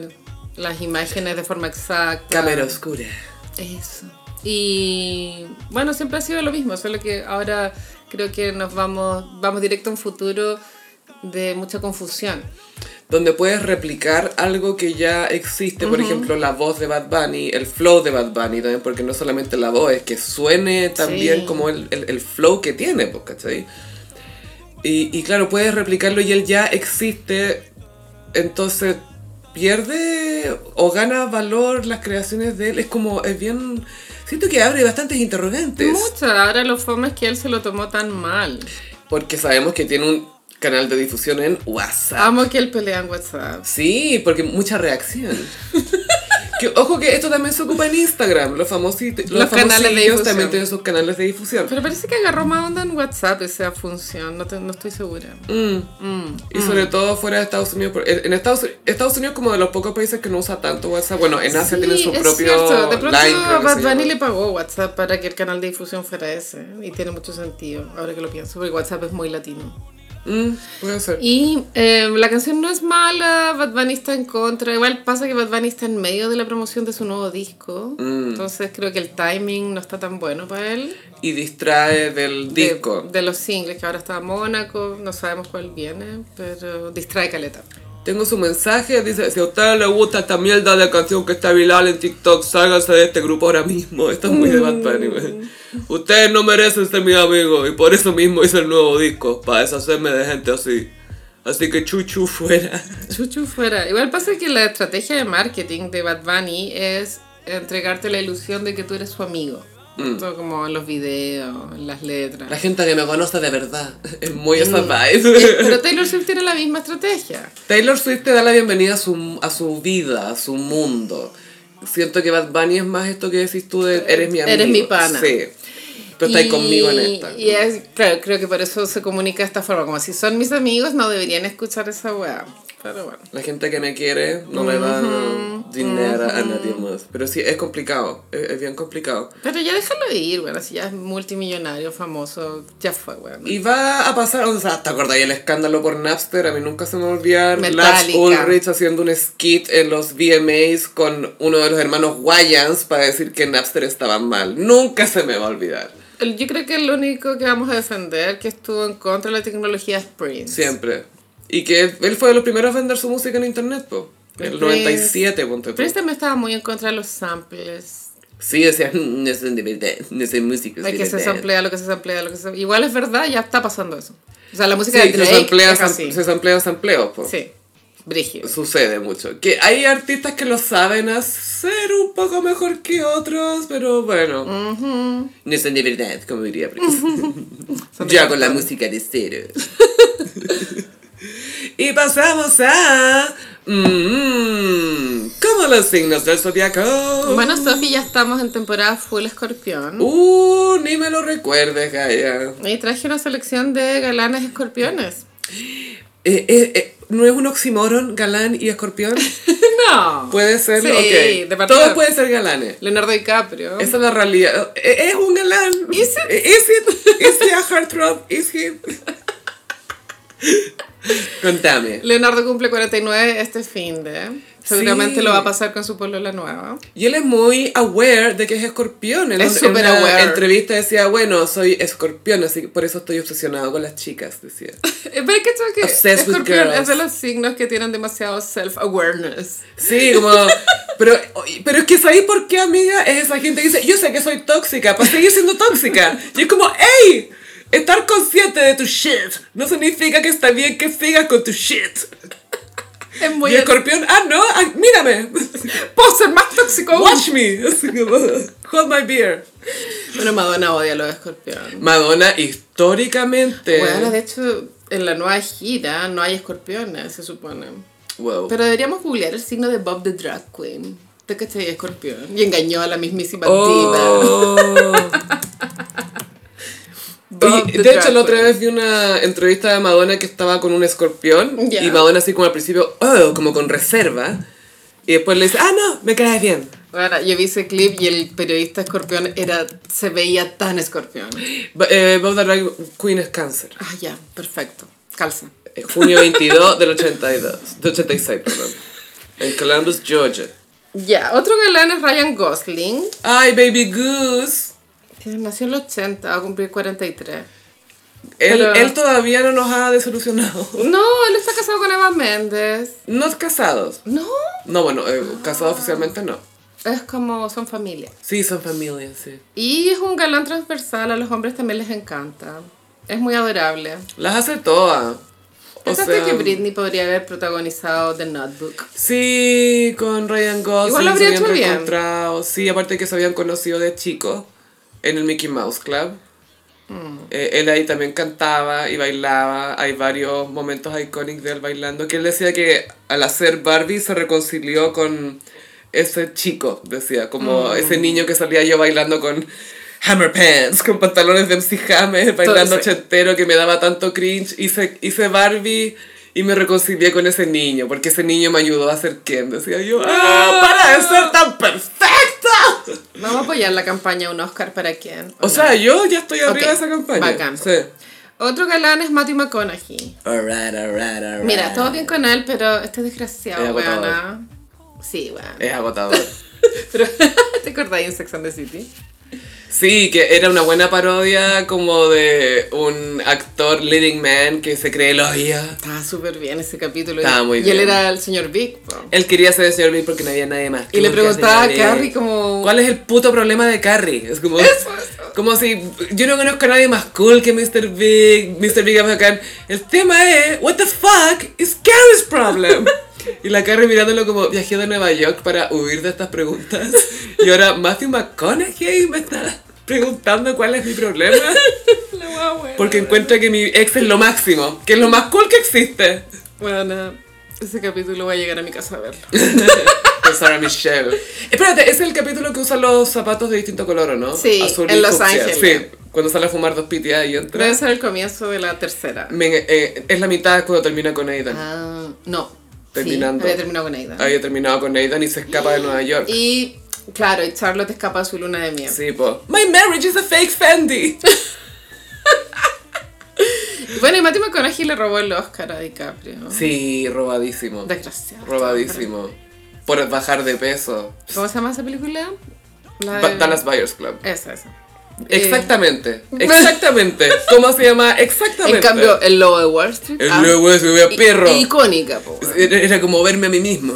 B: las imágenes de forma exacta.
A: Cámara oscura.
B: Eso. Y bueno, siempre ha sido lo mismo, solo que ahora creo que nos vamos, vamos directo a un futuro de mucha confusión.
A: donde puedes replicar algo que ya existe, por ejemplo, la voz de Bad Bunny, el flow de Bad Bunny también, porque no solamente la voz, es que suene también
B: Sí.
A: como el, el- el flow que tiene, pues, ¿cachai? Y, y claro, puedes replicarlo y él ya existe, entonces pierde o gana valor las creaciones de él, es como, es bien, siento que abre bastantes interrogantes.
B: Mucho, ahora lo fome es que él se lo tomó tan mal.
A: Porque sabemos que tiene un canal de difusión en WhatsApp.
B: Amo que él pelea en WhatsApp.
A: Sí, porque mucha reacción. Que, ojo que esto también se ocupa en Instagram. Los famosos los,
B: Los canales de
A: famosillos
B: difusión.
A: también tienen sus canales de difusión.
B: Pero parece que agarró más onda en WhatsApp esa función, no, te- no estoy segura.
A: Mm, Y
B: mm.
A: sobre todo fuera de Estados Unidos. por- En en Estados, Estados Unidos como de los pocos países que no usa tanto WhatsApp. Bueno, en Asia
B: Sí,
A: tienen su
B: es
A: propio
B: cierto. De pronto
A: Line, creo que se
B: Bad Bunny
A: llama.
B: le pagó WhatsApp para que el canal de difusión fuera ese. Y tiene mucho sentido, ahora que lo pienso, porque WhatsApp es muy latino.
A: Mm, puede ser.
B: Y eh, la canción no es mala, Bad Bunny está en contra. Igual pasa que Bad Bunny está en medio de la promoción de su nuevo disco.
A: Mm.
B: Entonces creo que el timing no está tan bueno para él.
A: Y distrae del
B: De-
A: disco.
B: De, los singles, que ahora está Mónaco, no sabemos cuál viene, pero distrae caleta.
A: Tengo su mensaje, dice, si a usted le gusta esta mierda de canción que está viral en TikTok, sálganse de este grupo ahora mismo. Está muy de Bad Bunny, güey. Ustedes no merecen ser mis amigos y por eso mismo hice el nuevo disco, para deshacerme de gente así. Así que chuchu fuera.
B: Chuchu fuera. Igual pasa que la estrategia de marketing de Bad Bunny es entregarte la ilusión de que tú eres su amigo. Todo como en los videos, en Mm. las letras.
A: La gente que me conoce de verdad Mm. es muy esa
B: Eh,
A: vibe.
B: Pero Taylor Swift tiene la misma estrategia.
A: Taylor Swift te da la bienvenida a su, a su vida, a su mundo. Siento que Bad Bunny es más esto que decís tú de eres mi amigo.
B: Eres mi pana.
A: Sí. Tú estás
B: Y-
A: conmigo en esta.
B: Y es, claro, creo que por eso se comunica de esta forma. Como si son mis amigos, no deberían escuchar esa weá. Pero bueno.
A: La gente que me quiere no le da dinero a nadie más. Pero sí, es complicado, es, es bien complicado.
B: Pero ya déjalo ir, bueno, si ya es multimillonario, famoso, ya fue, weón.
A: Y va a pasar, o sea, ¿te acordás el escándalo por Napster? A mí nunca se me va a olvidar. Lars
B: Metallica.
A: Ulrich haciendo un skit en los VMAs con uno de los hermanos Wayans para decir que Napster estaba mal. Nunca se me va a olvidar.
B: El- Yo creo que el único que vamos a defender que estuvo en contra de la tecnología es Prince.
A: Siempre. Y que él, él fue de los primeros a vender su música en internet, po. El
B: Prince-
A: 97, ponte tú.
B: Prince también estaba muy en contra de los samples.
A: Sí, decía, "Mm, no es de verdad, no soy músico.
B: De
A: soy
B: que
A: de
B: se
A: verdad".
B: samplea lo que se samplea, lo que se Igual es verdad, ya está pasando eso. O sea, la música
A: Sí,
B: de
A: se
B: Drake
A: samplea,
B: es
A: sam-
B: así.
A: se samplean sampleos, po.
B: Sí, brígido.
A: Sucede mucho. Que hay artistas que lo saben hacer un poco mejor que otros, pero bueno. No son de verdad, como diría Prince.
B: Son de
A: Yo hago la música de cero. y pasamos a... mm, como los signos del zodiaco.
B: Bueno, Sofi, ya estamos en temporada full escorpión.
A: Uh, ni me lo recuerdes, Gaia.
B: Y traje una selección de galanes escorpiones.
A: Eh, eh, eh, ¿No es un oxímoron galán y escorpión?
B: no.
A: Puede ser,
B: Sí,
A: ok.
B: de partida. Oh.
A: Todos pueden ser galanes.
B: Leonardo DiCaprio.
A: Esa es la realidad. E- Es un galán.
B: Is it?
A: E- Is it? Is he a heartthrob? Is he? Contame.
B: Leonardo cumple 49 este fin de. Seguramente
A: Sí.
B: lo va a pasar con su polola nueva.
A: Y él es muy aware de que es escorpión. En
B: Es
A: un- en
B: súper
A: una
B: aware.
A: entrevista decía, bueno, soy escorpión, así que por eso estoy obsesionado con las chicas, decía.
B: Eh, Pero es que esto que
A: Obsessed with
B: Escorpión
A: girls.
B: es de los signos que tienen demasiado self-awareness.
A: Sí, como... Pero, pero es que ¿sabéis por qué, amiga? Es esa gente que dice, yo sé que soy tóxica, para seguir siendo tóxica. Y es como, ¡Ey! Estar consciente de tu shit no significa que está bien que sigas con tu shit.
B: Es muy...
A: y escorpión, ah, no, ah, mírame.
B: ¡Puedo ser más tóxico! aún!
A: Watch me. Así como, Hold my beer.
B: Bueno, Madonna odia a los escorpiones. Eh.
A: Madonna, históricamente.
B: Bueno, de hecho, en la nueva gira no hay escorpiones, se supone.
A: Wow.
B: Pero deberíamos googlear el signo de Bob the Drag Queen. ¿Te cachai escorpión? Y engañó a la mismísima diva.
A: Oh.
B: Bob
A: Oye,
B: the
A: de hecho,
B: Drag
A: la otra
B: Queen.
A: vez vi una entrevista de Madonna que estaba con un escorpión
B: Ya.
A: y Madonna así como al principio, oh, como con reserva. Y después le dice, ah, no, me caes bien.
B: Bueno, yo vi ese clip y el periodista escorpión era, se veía tan escorpión.
A: Ba- eh, Bob the Drag Queen es cáncer.
B: Ah, ya, perfecto. Calza.
A: Eh, Junio 22 del 82. De 86, perdón. En Columbus, Georgia.
B: Ya, otro galán es Ryan Gosling.
A: Ay, baby goose.
B: Nació en el 80, va a cumplir 43.
A: Él,
B: Pero-
A: él todavía no nos ha desolucionado.
B: No, él está casado con Eva Méndez.
A: No es casados.
B: No,
A: No, bueno, eh, casados oficialmente no.
B: es como son familia.
A: Sí, son familia, sí.
B: Y es un galán transversal, a los hombres también les encanta. Es muy adorable.
A: Las hace todas. O
B: Pensaste
A: sea, um,
B: que Britney podría haber protagonizado The Notebook.
A: Sí, con Ryan Gosling.
B: Igual lo habría
A: se habían
B: hecho bien.
A: reencontrado. Sí, aparte que se habían conocido de chico en el Mickey Mouse Club. Eh, él ahí también cantaba y bailaba. Hay varios momentos icónicos de él bailando. Que él decía que al hacer Barbie se reconcilió con ese chico, decía, como ese niño que salía yo bailando con Hammer Pants, con pantalones de MC Hammer, bailando
B: sí.
A: ochentero que me daba tanto cringe. Hice, hice Barbie y me reconcilié con ese niño, porque ese niño me ayudó a ser quien, decía yo. ¡Ah, para de ser tan perfecta!
B: Vamos a apoyar la campaña Un Oscar para quién.
A: O sea, yo ya estoy arriba
B: Ok,
A: de esa campaña.
B: bacán.
A: Sí.
B: Otro galán es Matthew McConaughey.
A: Alright, alright, alright.
B: Mira, todo bien con él, pero este es desgraciado,
A: Es agotador.
B: weona. Sí, weón.
A: Es agotador.
B: Pero, ¿te acordáis en Sex and the City?
A: Sí, que era una buena parodia como de un actor leading man que se cree lo había.
B: Estaba súper bien ese capítulo.
A: Estaba
B: Y-
A: muy
B: Y él
A: bien.
B: era el señor Big, po.
A: Él quería ser el señor Bill porque no había nadie más.
B: Y
A: Como
B: le
A: que
B: preguntaba a
A: hace nadie.
B: Carrie como...
A: ¿Cuál es el puto problema de Carrie? Es como... Como si yo no conozco a nadie más cool que Mr. Big, Mr. Big es bacán. El tema es, what the fuck is Carrie's problem? Y la Carrie mirándolo como viajé de Nueva York para huir de estas preguntas. Y ahora Matthew McConaughey me está preguntando cuál es mi problema.
B: La guagua.
A: Porque encuentra que mi ex es lo máximo, que es lo más cool que existe.
B: Bueno, ese capítulo voy a llegar a mi casa a verlo.
A: Con Pues Sarah Michelle. Espérate, es el capítulo que usa los zapatos de distinto color, ¿o no?
B: Sí,
A: y
B: en Los
A: fucsia.
B: Ángeles.
A: Sí, cuando sale a fumar dos pitias y entra.
B: Debe ser el comienzo de la tercera.
A: Me- eh, es la mitad cuando termina con Aidan.
B: Ah, no.
A: Terminando.
B: Sí, había terminado con Aida.
A: Había terminado con Aidan y se escapa de Nueva York.
B: Y claro, y Charlotte escapa a su luna de miel.
A: Sí, po. My marriage is a fake Fendi.
B: Y Bueno, y Matthew McConaughey le robó el Oscar a DiCaprio.
A: Sí, robadísimo.
B: Desgraciado.
A: Robadísimo. Por bajar de peso.
B: ¿Cómo se llama esa película? La
A: Ba- Dallas Buyers Club.
B: Esa, esa.
A: Exactamente. Exactamente. ¿Cómo se llama? Exactamente.
B: Eh. En cambio, el lobo de Wall Street.
A: El
B: ah,
A: lobo se ve a
B: i-
A: perro.
B: Icónica, po. weón.
A: Era era como verme a mí mismo.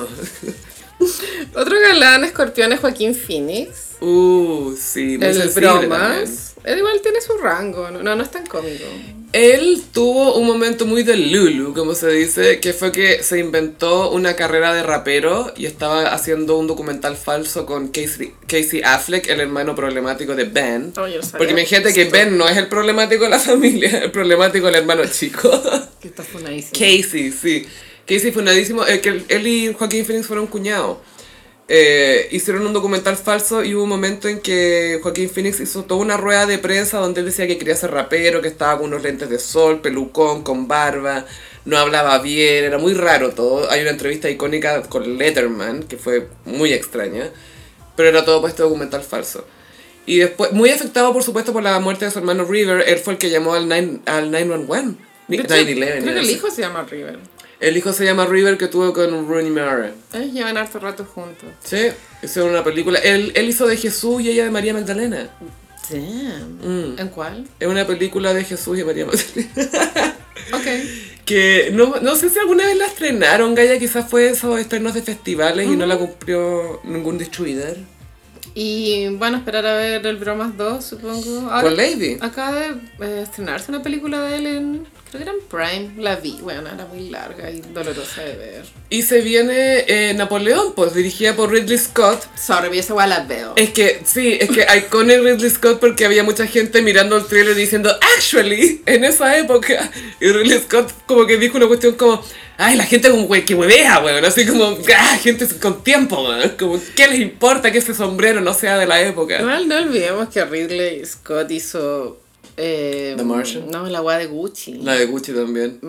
B: Otro galán escorpión es Joaquín Phoenix.
A: Uh, sí, muy
B: El
A: sensible también.
B: bromas. Él igual tiene su rango. No, no, no es tan cómico.
A: Él tuvo un momento muy de Lulu, como se dice, que fue que se inventó una carrera de rapero y estaba haciendo un documental falso con Casey, Casey Affleck, el hermano problemático de Ben.
B: No, yo no Oh, sabía.
A: Porque imagínate que Ben no es el problemático de la familia, el problemático es el hermano chico.
B: Que está funadísimo.
A: Casey, sí. Casey funadísimo, eh, que él- él y Joaquín Phoenix fueron cuñados. Eh, hicieron un documental falso y hubo un momento en que Joaquín Phoenix hizo toda una rueda de prensa donde él decía que quería ser rapero, que estaba con unos lentes de sol, pelucón, con barba, no hablaba bien, era muy raro todo. Hay una entrevista icónica con Letterman que fue muy extraña, pero era todo para este documental falso. Y después, muy afectado por supuesto por la muerte de su hermano River, él fue el que llamó al, nine- al 911. Ni-
B: De hecho,
A: 911,
B: Creo que el
A: era
B: hijo se llama River.
A: así. el hijo se llama River que tuvo con Rooney Mara.
B: Ellos llevan harto rato juntos.
A: Sí, hicieron una película. Él, él hizo de Jesús y ella de María Magdalena.
B: Damn.
A: Mm.
B: ¿En cuál?
A: Es una película de Jesús y María Magdalena.
B: Ok.
A: Que no, no sé si alguna vez la estrenaron, Gaya. Quizás fue de esos estrenos de festivales y no la cumplió ningún distribuidor.
B: Y van a esperar a ver el Bromas 2, supongo. Ahora-
A: Con Lady.
B: Acaba de eh, estrenarse una película de él en. Creo que era en Prime. La vi, bueno, era muy larga y dolorosa de ver.
A: Y se viene eh, Napoleón, pues dirigida por Ridley Scott.
B: Sorry, pero esa igual la veo.
A: Es que, sí, es que iconic Ridley Scott porque había mucha gente mirando el trailer diciendo, actually, en esa época. Y Ridley Scott como que dijo una cuestión como, ay, la gente como "Hue- que huevea, weón. Así como, ah, gente con tiempo, weón. Como, ¿qué les importa que ese sombrero no sea de la época?
B: Igual no olvidemos que Ridley Scott hizo. eh,
A: The Martian.
B: No, la weá de Gucci.
A: La de Gucci también.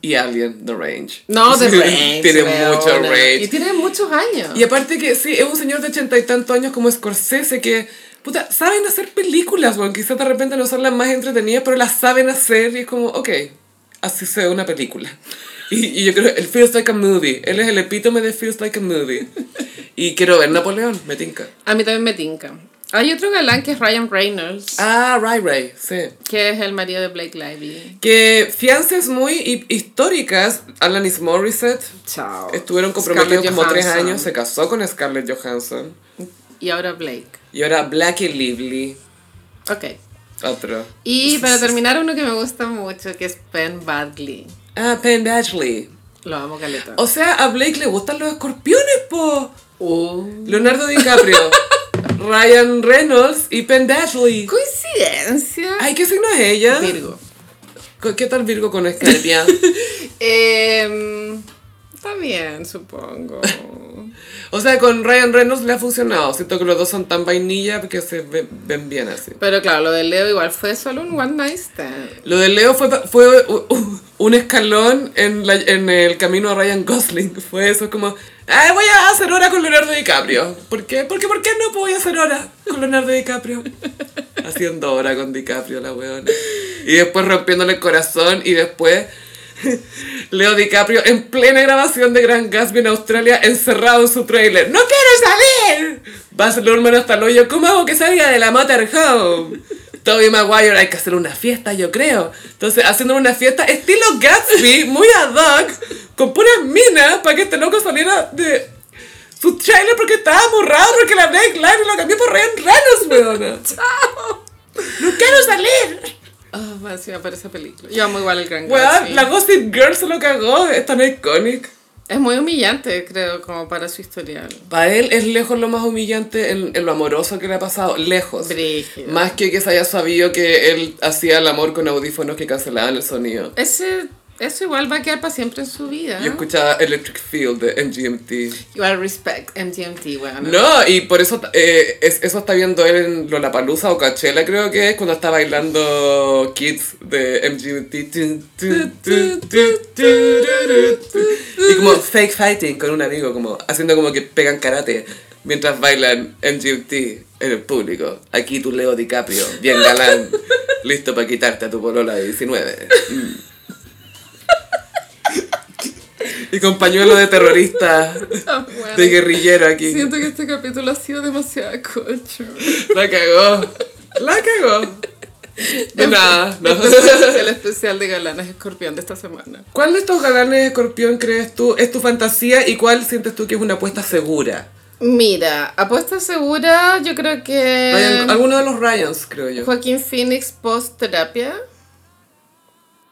A: Y Alien, The Range.
B: No, de
A: Sí,
B: Range.
A: Tiene
B: weona.
A: mucho range.
B: Y tiene muchos años.
A: Y aparte que sí, es un señor de ochenta y tantos años como Scorsese que, puta, saben hacer películas, weón. Quizás de repente no son las más entretenidas, pero las saben hacer y es como, ok, así se ve una película. Y, y yo creo, el feels like a movie. Él es el epítome de feels like a movie. Y quiero ver Napoleón, me tinca.
B: A mí también me tinca. Hay otro galán que es Ryan Reynolds,
A: Ah, Ray Ray, sí.
B: que es el marido de Blake Lively.
A: Que fianzas muy hi- históricas, Alanis Morissette,
B: Chao.
A: estuvieron comprometidos
B: Scarlett
A: como tres
B: Johansson.
A: años, se casó con Scarlett Johansson.
B: Y ahora Blake.
A: Y ahora Blackie Lively,
B: Ok.
A: otro.
B: Y para terminar, uno que me gusta mucho, que es Penn Badley.
A: Ah, Penn Badgley.
B: Lo amo, Caleta.
A: O sea, a Blake le gustan los escorpiones, po.
B: Oh.
A: Leonardo DiCaprio, Ryan Reynolds y Penn Badgley.
B: Coincidencia.
A: Ay, ¿qué signo es ella?
B: Virgo.
A: ¿Qué- ¿Qué tal Virgo con Escarpia?
B: Em, está bien, supongo.
A: o sea, con Ryan Reynolds le ha funcionado. Siento que los dos son tan vainilla que se ve- ven bien así.
B: Pero claro, lo de Leo igual fue solo un one night stand.
A: Lo de Leo fue, pa- fue u- u- un escalón en, la- en el camino a Ryan Gosling. Fue eso como, "Ay, voy a hacer hora con Leonardo DiCaprio. ¿Por qué? ¿Por qué? ¿Por qué no voy a hacer hora con Leonardo DiCaprio? Haciendo hora con DiCaprio, la weona. Y después rompiéndole el corazón y después... Leo DiCaprio en plena grabación de Gran Gatsby en Australia, encerrado en su tráiler. ¡No quiero salir! Baz Luhrmann hasta el hoyo. ¿Cómo hago que salga de la motorhome? Toby Maguire, hay que hacer una fiesta, yo creo. Entonces, haciendo una fiesta estilo Gatsby, muy ad hoc, con puras minas, para que este loco saliera de su trailer porque estaba amurrado, porque la Black Lives lo cambió por Ryan Reynolds, weona. ¡Chao! ¡No quiero salir!
B: Ah, más encima para esa película. Yo amo igual el Gran Gatsby.
A: Weón, la Gossip Girl se lo cagó, es tan icónico.
B: Es muy humillante, creo, como para su historial.
A: Para él es lejos lo más humillante en, en lo amoroso que le ha pasado, lejos.
B: Brígido.
A: Más que que se haya sabido que él hacía el amor con audífonos que cancelaban el sonido.
B: Ese, eso igual va a quedar para siempre en su vida.
A: Yo escuchaba Electric Field de MGMT.
B: Igual respect MGMT, weón.
A: No, y por eso eh, es- eso está viendo él en Lollapalooza o Coachella, creo que es, cuando está bailando Kids de MGMT. Tu, tu, tu, tu, tu, ru, ru, tu. Y como fake fighting con un amigo, como haciendo como que pegan karate mientras bailan MGMT en el público. Aquí tu Leo DiCaprio, bien galán, listo para quitarte a tu polola de 19. Mm. Y con pañuelo de terrorista,
B: Ah, weón.
A: de guerrillero aquí.
B: Siento que este capítulo ha sido demasiado cocho.
A: La cagó. La cagó. De nada, no.
B: El especial de Galanes Escorpión de esta semana.
A: ¿Cuál de estos galanes escorpión crees tú es tu fantasía y cuál sientes tú que es una apuesta segura?
B: Mira, apuesta segura, yo creo
A: Ryan-
B: que
A: alguno de los Ryans, creo yo.
B: Joaquín Phoenix post terapia.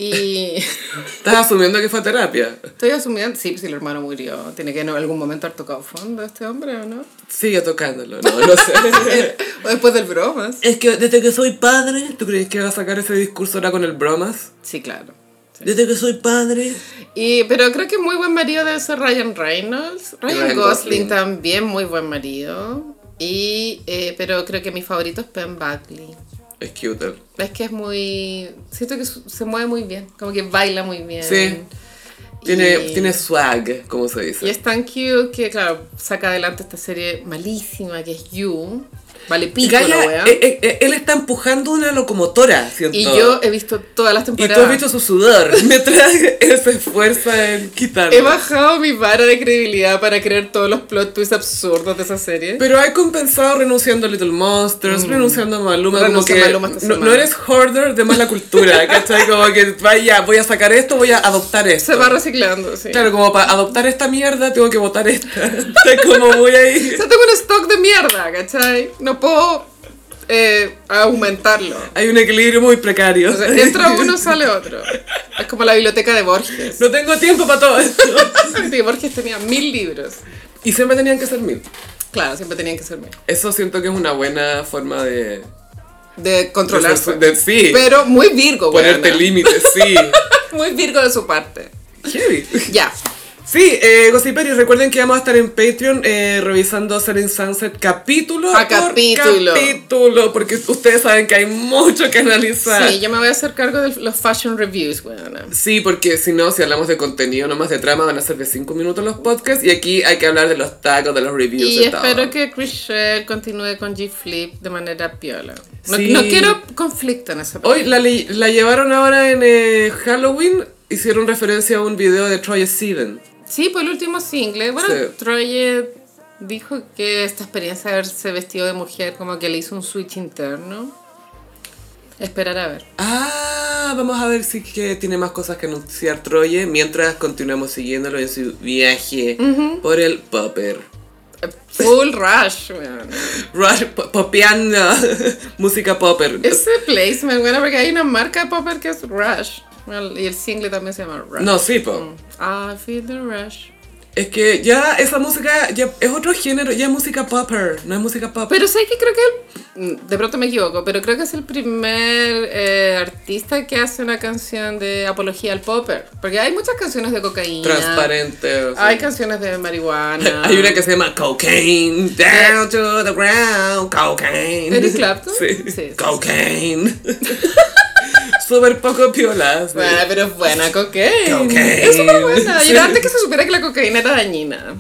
B: Y
A: Estás asumiendo que fue a terapia.
B: estoy asumiendo, sí, pues, si el hermano murió, tiene que en algún momento haber tocado fondo este hombre, ¿o no?
A: Sigue tocándolo, no, no sé.
B: O después del bromas.
A: es que desde que soy padre, ¿tú crees que va a sacar ese discurso ahora con el bromas?
B: Sí, claro.
A: Desde que soy padre.
B: Y, pero creo que muy buen marido debe ser Ryan Reynolds. Ryan,
A: Ryan
B: Gosling,
A: Gosling.
B: también muy buen marido. Y, eh, pero creo que mi favorito es Penn Buckley.
A: Es cute. él.
B: Es que es muy... Siento que su- se mueve muy bien, como que baila muy bien.
A: Sí. Tiene, tiene swag, como se dice.
B: Y es tan cute que, claro, saca adelante esta serie malísima que es You. Vale pico la
A: Gaia,
B: weá.
A: eh, eh, eh, él está empujando una locomotora, siento.
B: Y yo he visto todas las
A: Y
B: temporadas.
A: tú has visto su sudor. Mientras él se esfuerza en quitarlo.
B: He bajado mi vara de credibilidad para creer todos los plot twists absurdos de esa serie.
A: Pero hay compensado renunciando a Little Monsters, renunciando a Maluma. Como
B: Renuncia
A: que
B: Mm. a Maluma esta
A: no,
B: semana.
A: no eres hoarder de mala cultura, ¿cachai? Como que vaya, voy a sacar esto, voy a adoptar esto.
B: Se va reciclando, sí.
A: Claro, como para adoptar esta mierda tengo que votar esta. Es como voy
B: O
A: ahí.
B: sea, tengo un stock de mierda, ¿cachai? No puedo eh, aumentarlo.
A: Hay un equilibrio muy precario.
B: O sea, entra uno, sale otro. Es como la biblioteca de Borges.
A: No tengo tiempo para todo esto.
B: Sí, Borges tenía mil libros.
A: Y siempre tenían que ser mil.
B: Claro, siempre tenían que ser mil.
A: Eso siento que es una buena forma de...
B: De controlarse.
A: de- de- sí.
B: Pero muy virgo, güey.
A: Ponerte límites, sí.
B: Muy virgo de su parte.
A: Heavy.
B: Ya.
A: Sí, eh, Gossiperis, recuerden que vamos a estar en Patreon eh, revisando Selling Sunset capítulo
B: A capítulo.
A: capítulo, porque ustedes saben que hay mucho que analizar.
B: Sí,
A: Sí.
B: yo me voy a hacer cargo de los fashion reviews, güey.
A: porque si no, si hablamos de contenido, no más de trama, van a ser de 5 minutos los podcasts y aquí hay que hablar de los tacos, de los reviews.
B: Y
A: de todo.
B: espero que Chris Shell continúe con G Flip de manera piola. No,
A: Sí.
B: no quiero conflicto en esa
A: Hoy la, le- la llevaron ahora en eh, Halloween, hicieron referencia a un video de Troy Steven.
B: pues Sí, por el último single. Bueno,
A: Sí.
B: Troye Dijo que esta experiencia de haberse vestido de mujer como que le hizo un switch interno. Esperar a ver.
A: Ah, vamos a ver si que tiene más cosas que anunciar Troye mientras continuamos siguiéndolo en su viaje por el popper. Eh,
B: Full rush, weón.
A: Rush, po- popeando música popper.
B: Ese placement, bueno, porque hay una marca de popper que es Rush. Bueno, y el single también se llama Rush.
A: No, sí, po.
B: Mm. I feel the rush.
A: Es que ya esa música ya es otro género, ya es música popper, no es música pop.
B: Pero sé que creo que, el- de pronto me equivoco, pero creo que es el primer eh, artista que hace una canción de apología al popper. Porque hay muchas canciones de cocaína.
A: Transparente. o sea.
B: Hay canciones de marihuana.
A: Hay una que se llama Cocaine Down to the Ground Cocaine
B: ¿Eric Clapton?
A: Sí,
B: Sí, sí,
A: Cocaine Súper poco piola sí.
B: Bueno, Ah, pero es buena cocaína.
A: Cocaine.
B: Es súper buena.
A: Sí.
B: Yo era antes que se supiera que la cocaína era dañina.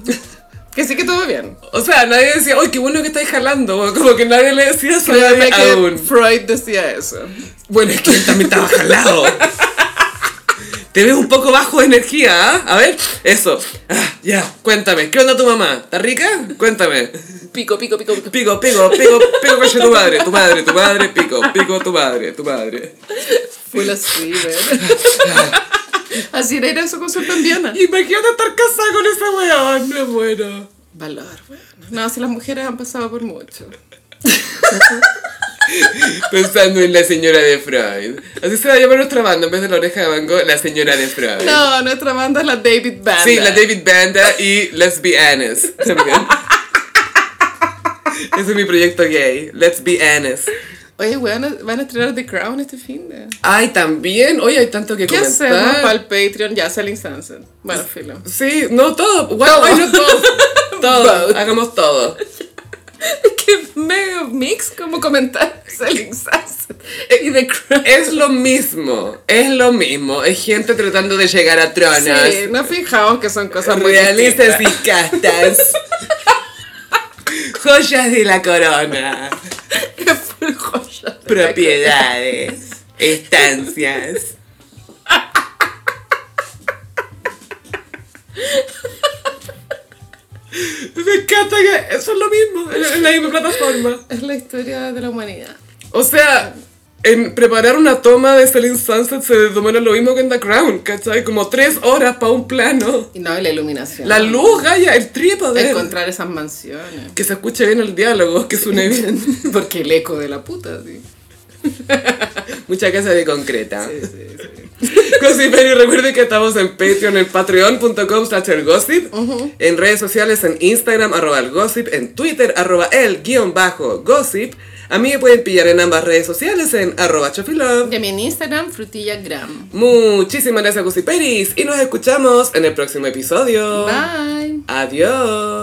B: Que sí que todo bien.
A: O sea, nadie decía ¡Ay, qué bueno que estáis jalando! Bueno, Como que nadie le decía eso a nadie
B: Créeme que
A: aún
B: Freud decía eso.
A: Bueno, es que él también estaba jalado Te ves un poco bajo de energía, ¿ah? A ver, eso Ah, Ya, cuéntame, ¿qué onda tu mamá? ¿Está rica? Cuéntame
B: Pico, pico, pico, pico.
A: Pico, pico, pico, pico, coche tu madre, tu madre, tu madre, pico, pico, tu madre, tu madre.
B: Fue así, ¿verdad? Así era ir a su consulta en Viena.
A: Imagínate estar casada con esa weá, no bueno.
B: Valor, bueno. No, si las mujeres han pasado por mucho.
A: Pensando en la señora de Freud. Así se va a llamar nuestra banda en vez de la oreja de mango, la señora de Freud.
B: No, nuestra banda es la David Band.
A: Sí, la David Banda y Lesbianes también. Ese es mi proyecto gay, Let's Be Honest.
B: Oye, weón, van a estrenar The Crown este fin de.
A: Ay, también, hoy hay tanto que
B: ¿Qué
A: comentar.
B: hacemos para el Patreon? Ya, Selling Sunset. Bueno, filo.
A: Sí, no todo, bueno,
B: Todo.
A: ay, no todo, todo,
B: Both.
A: hagamos todo.
B: Qué medio mix como comentar Selling Sunset y The Crown.
A: Es lo mismo, es lo mismo. Es gente tratando de llegar a tronos.
B: Sí, no fijamos que son cosas muy
A: Realistas
B: distintas.
A: y castas. Joyas de la corona.
B: Es full joya.
A: Propiedades. Estancias. Me encanta que eso es lo mismo, en la misma plataforma.
B: Es la historia de la humanidad.
A: O sea, en preparar una toma de Selling Sunset se tomaron lo mismo que en The Crown, ¿cachai? Como tres horas para un plano.
B: Y no, y la eh. iluminación.
A: La luz, Gaya, el trípode.
B: Encontrar esas mansiones.
A: Que se escuche bien el diálogo, que suene bien.
B: Porque el eco de la puta, sí.
A: Mucha casa de concreta.
B: Sí, sí, sí.
A: Gossip Berry, recuerden que estamos en Patreon, en patreon.com slash el gossip, en redes sociales, en Instagram, arroba el gossip, en Twitter, arroba el guión bajo gossip. A mí me pueden pillar en ambas redes sociales, en arroba chofilove.
B: De mi Instagram, frutillagram.
A: Muchísimas gracias, Gossip Peris, y nos escuchamos en el próximo episodio.
B: Bye.
A: Adiós.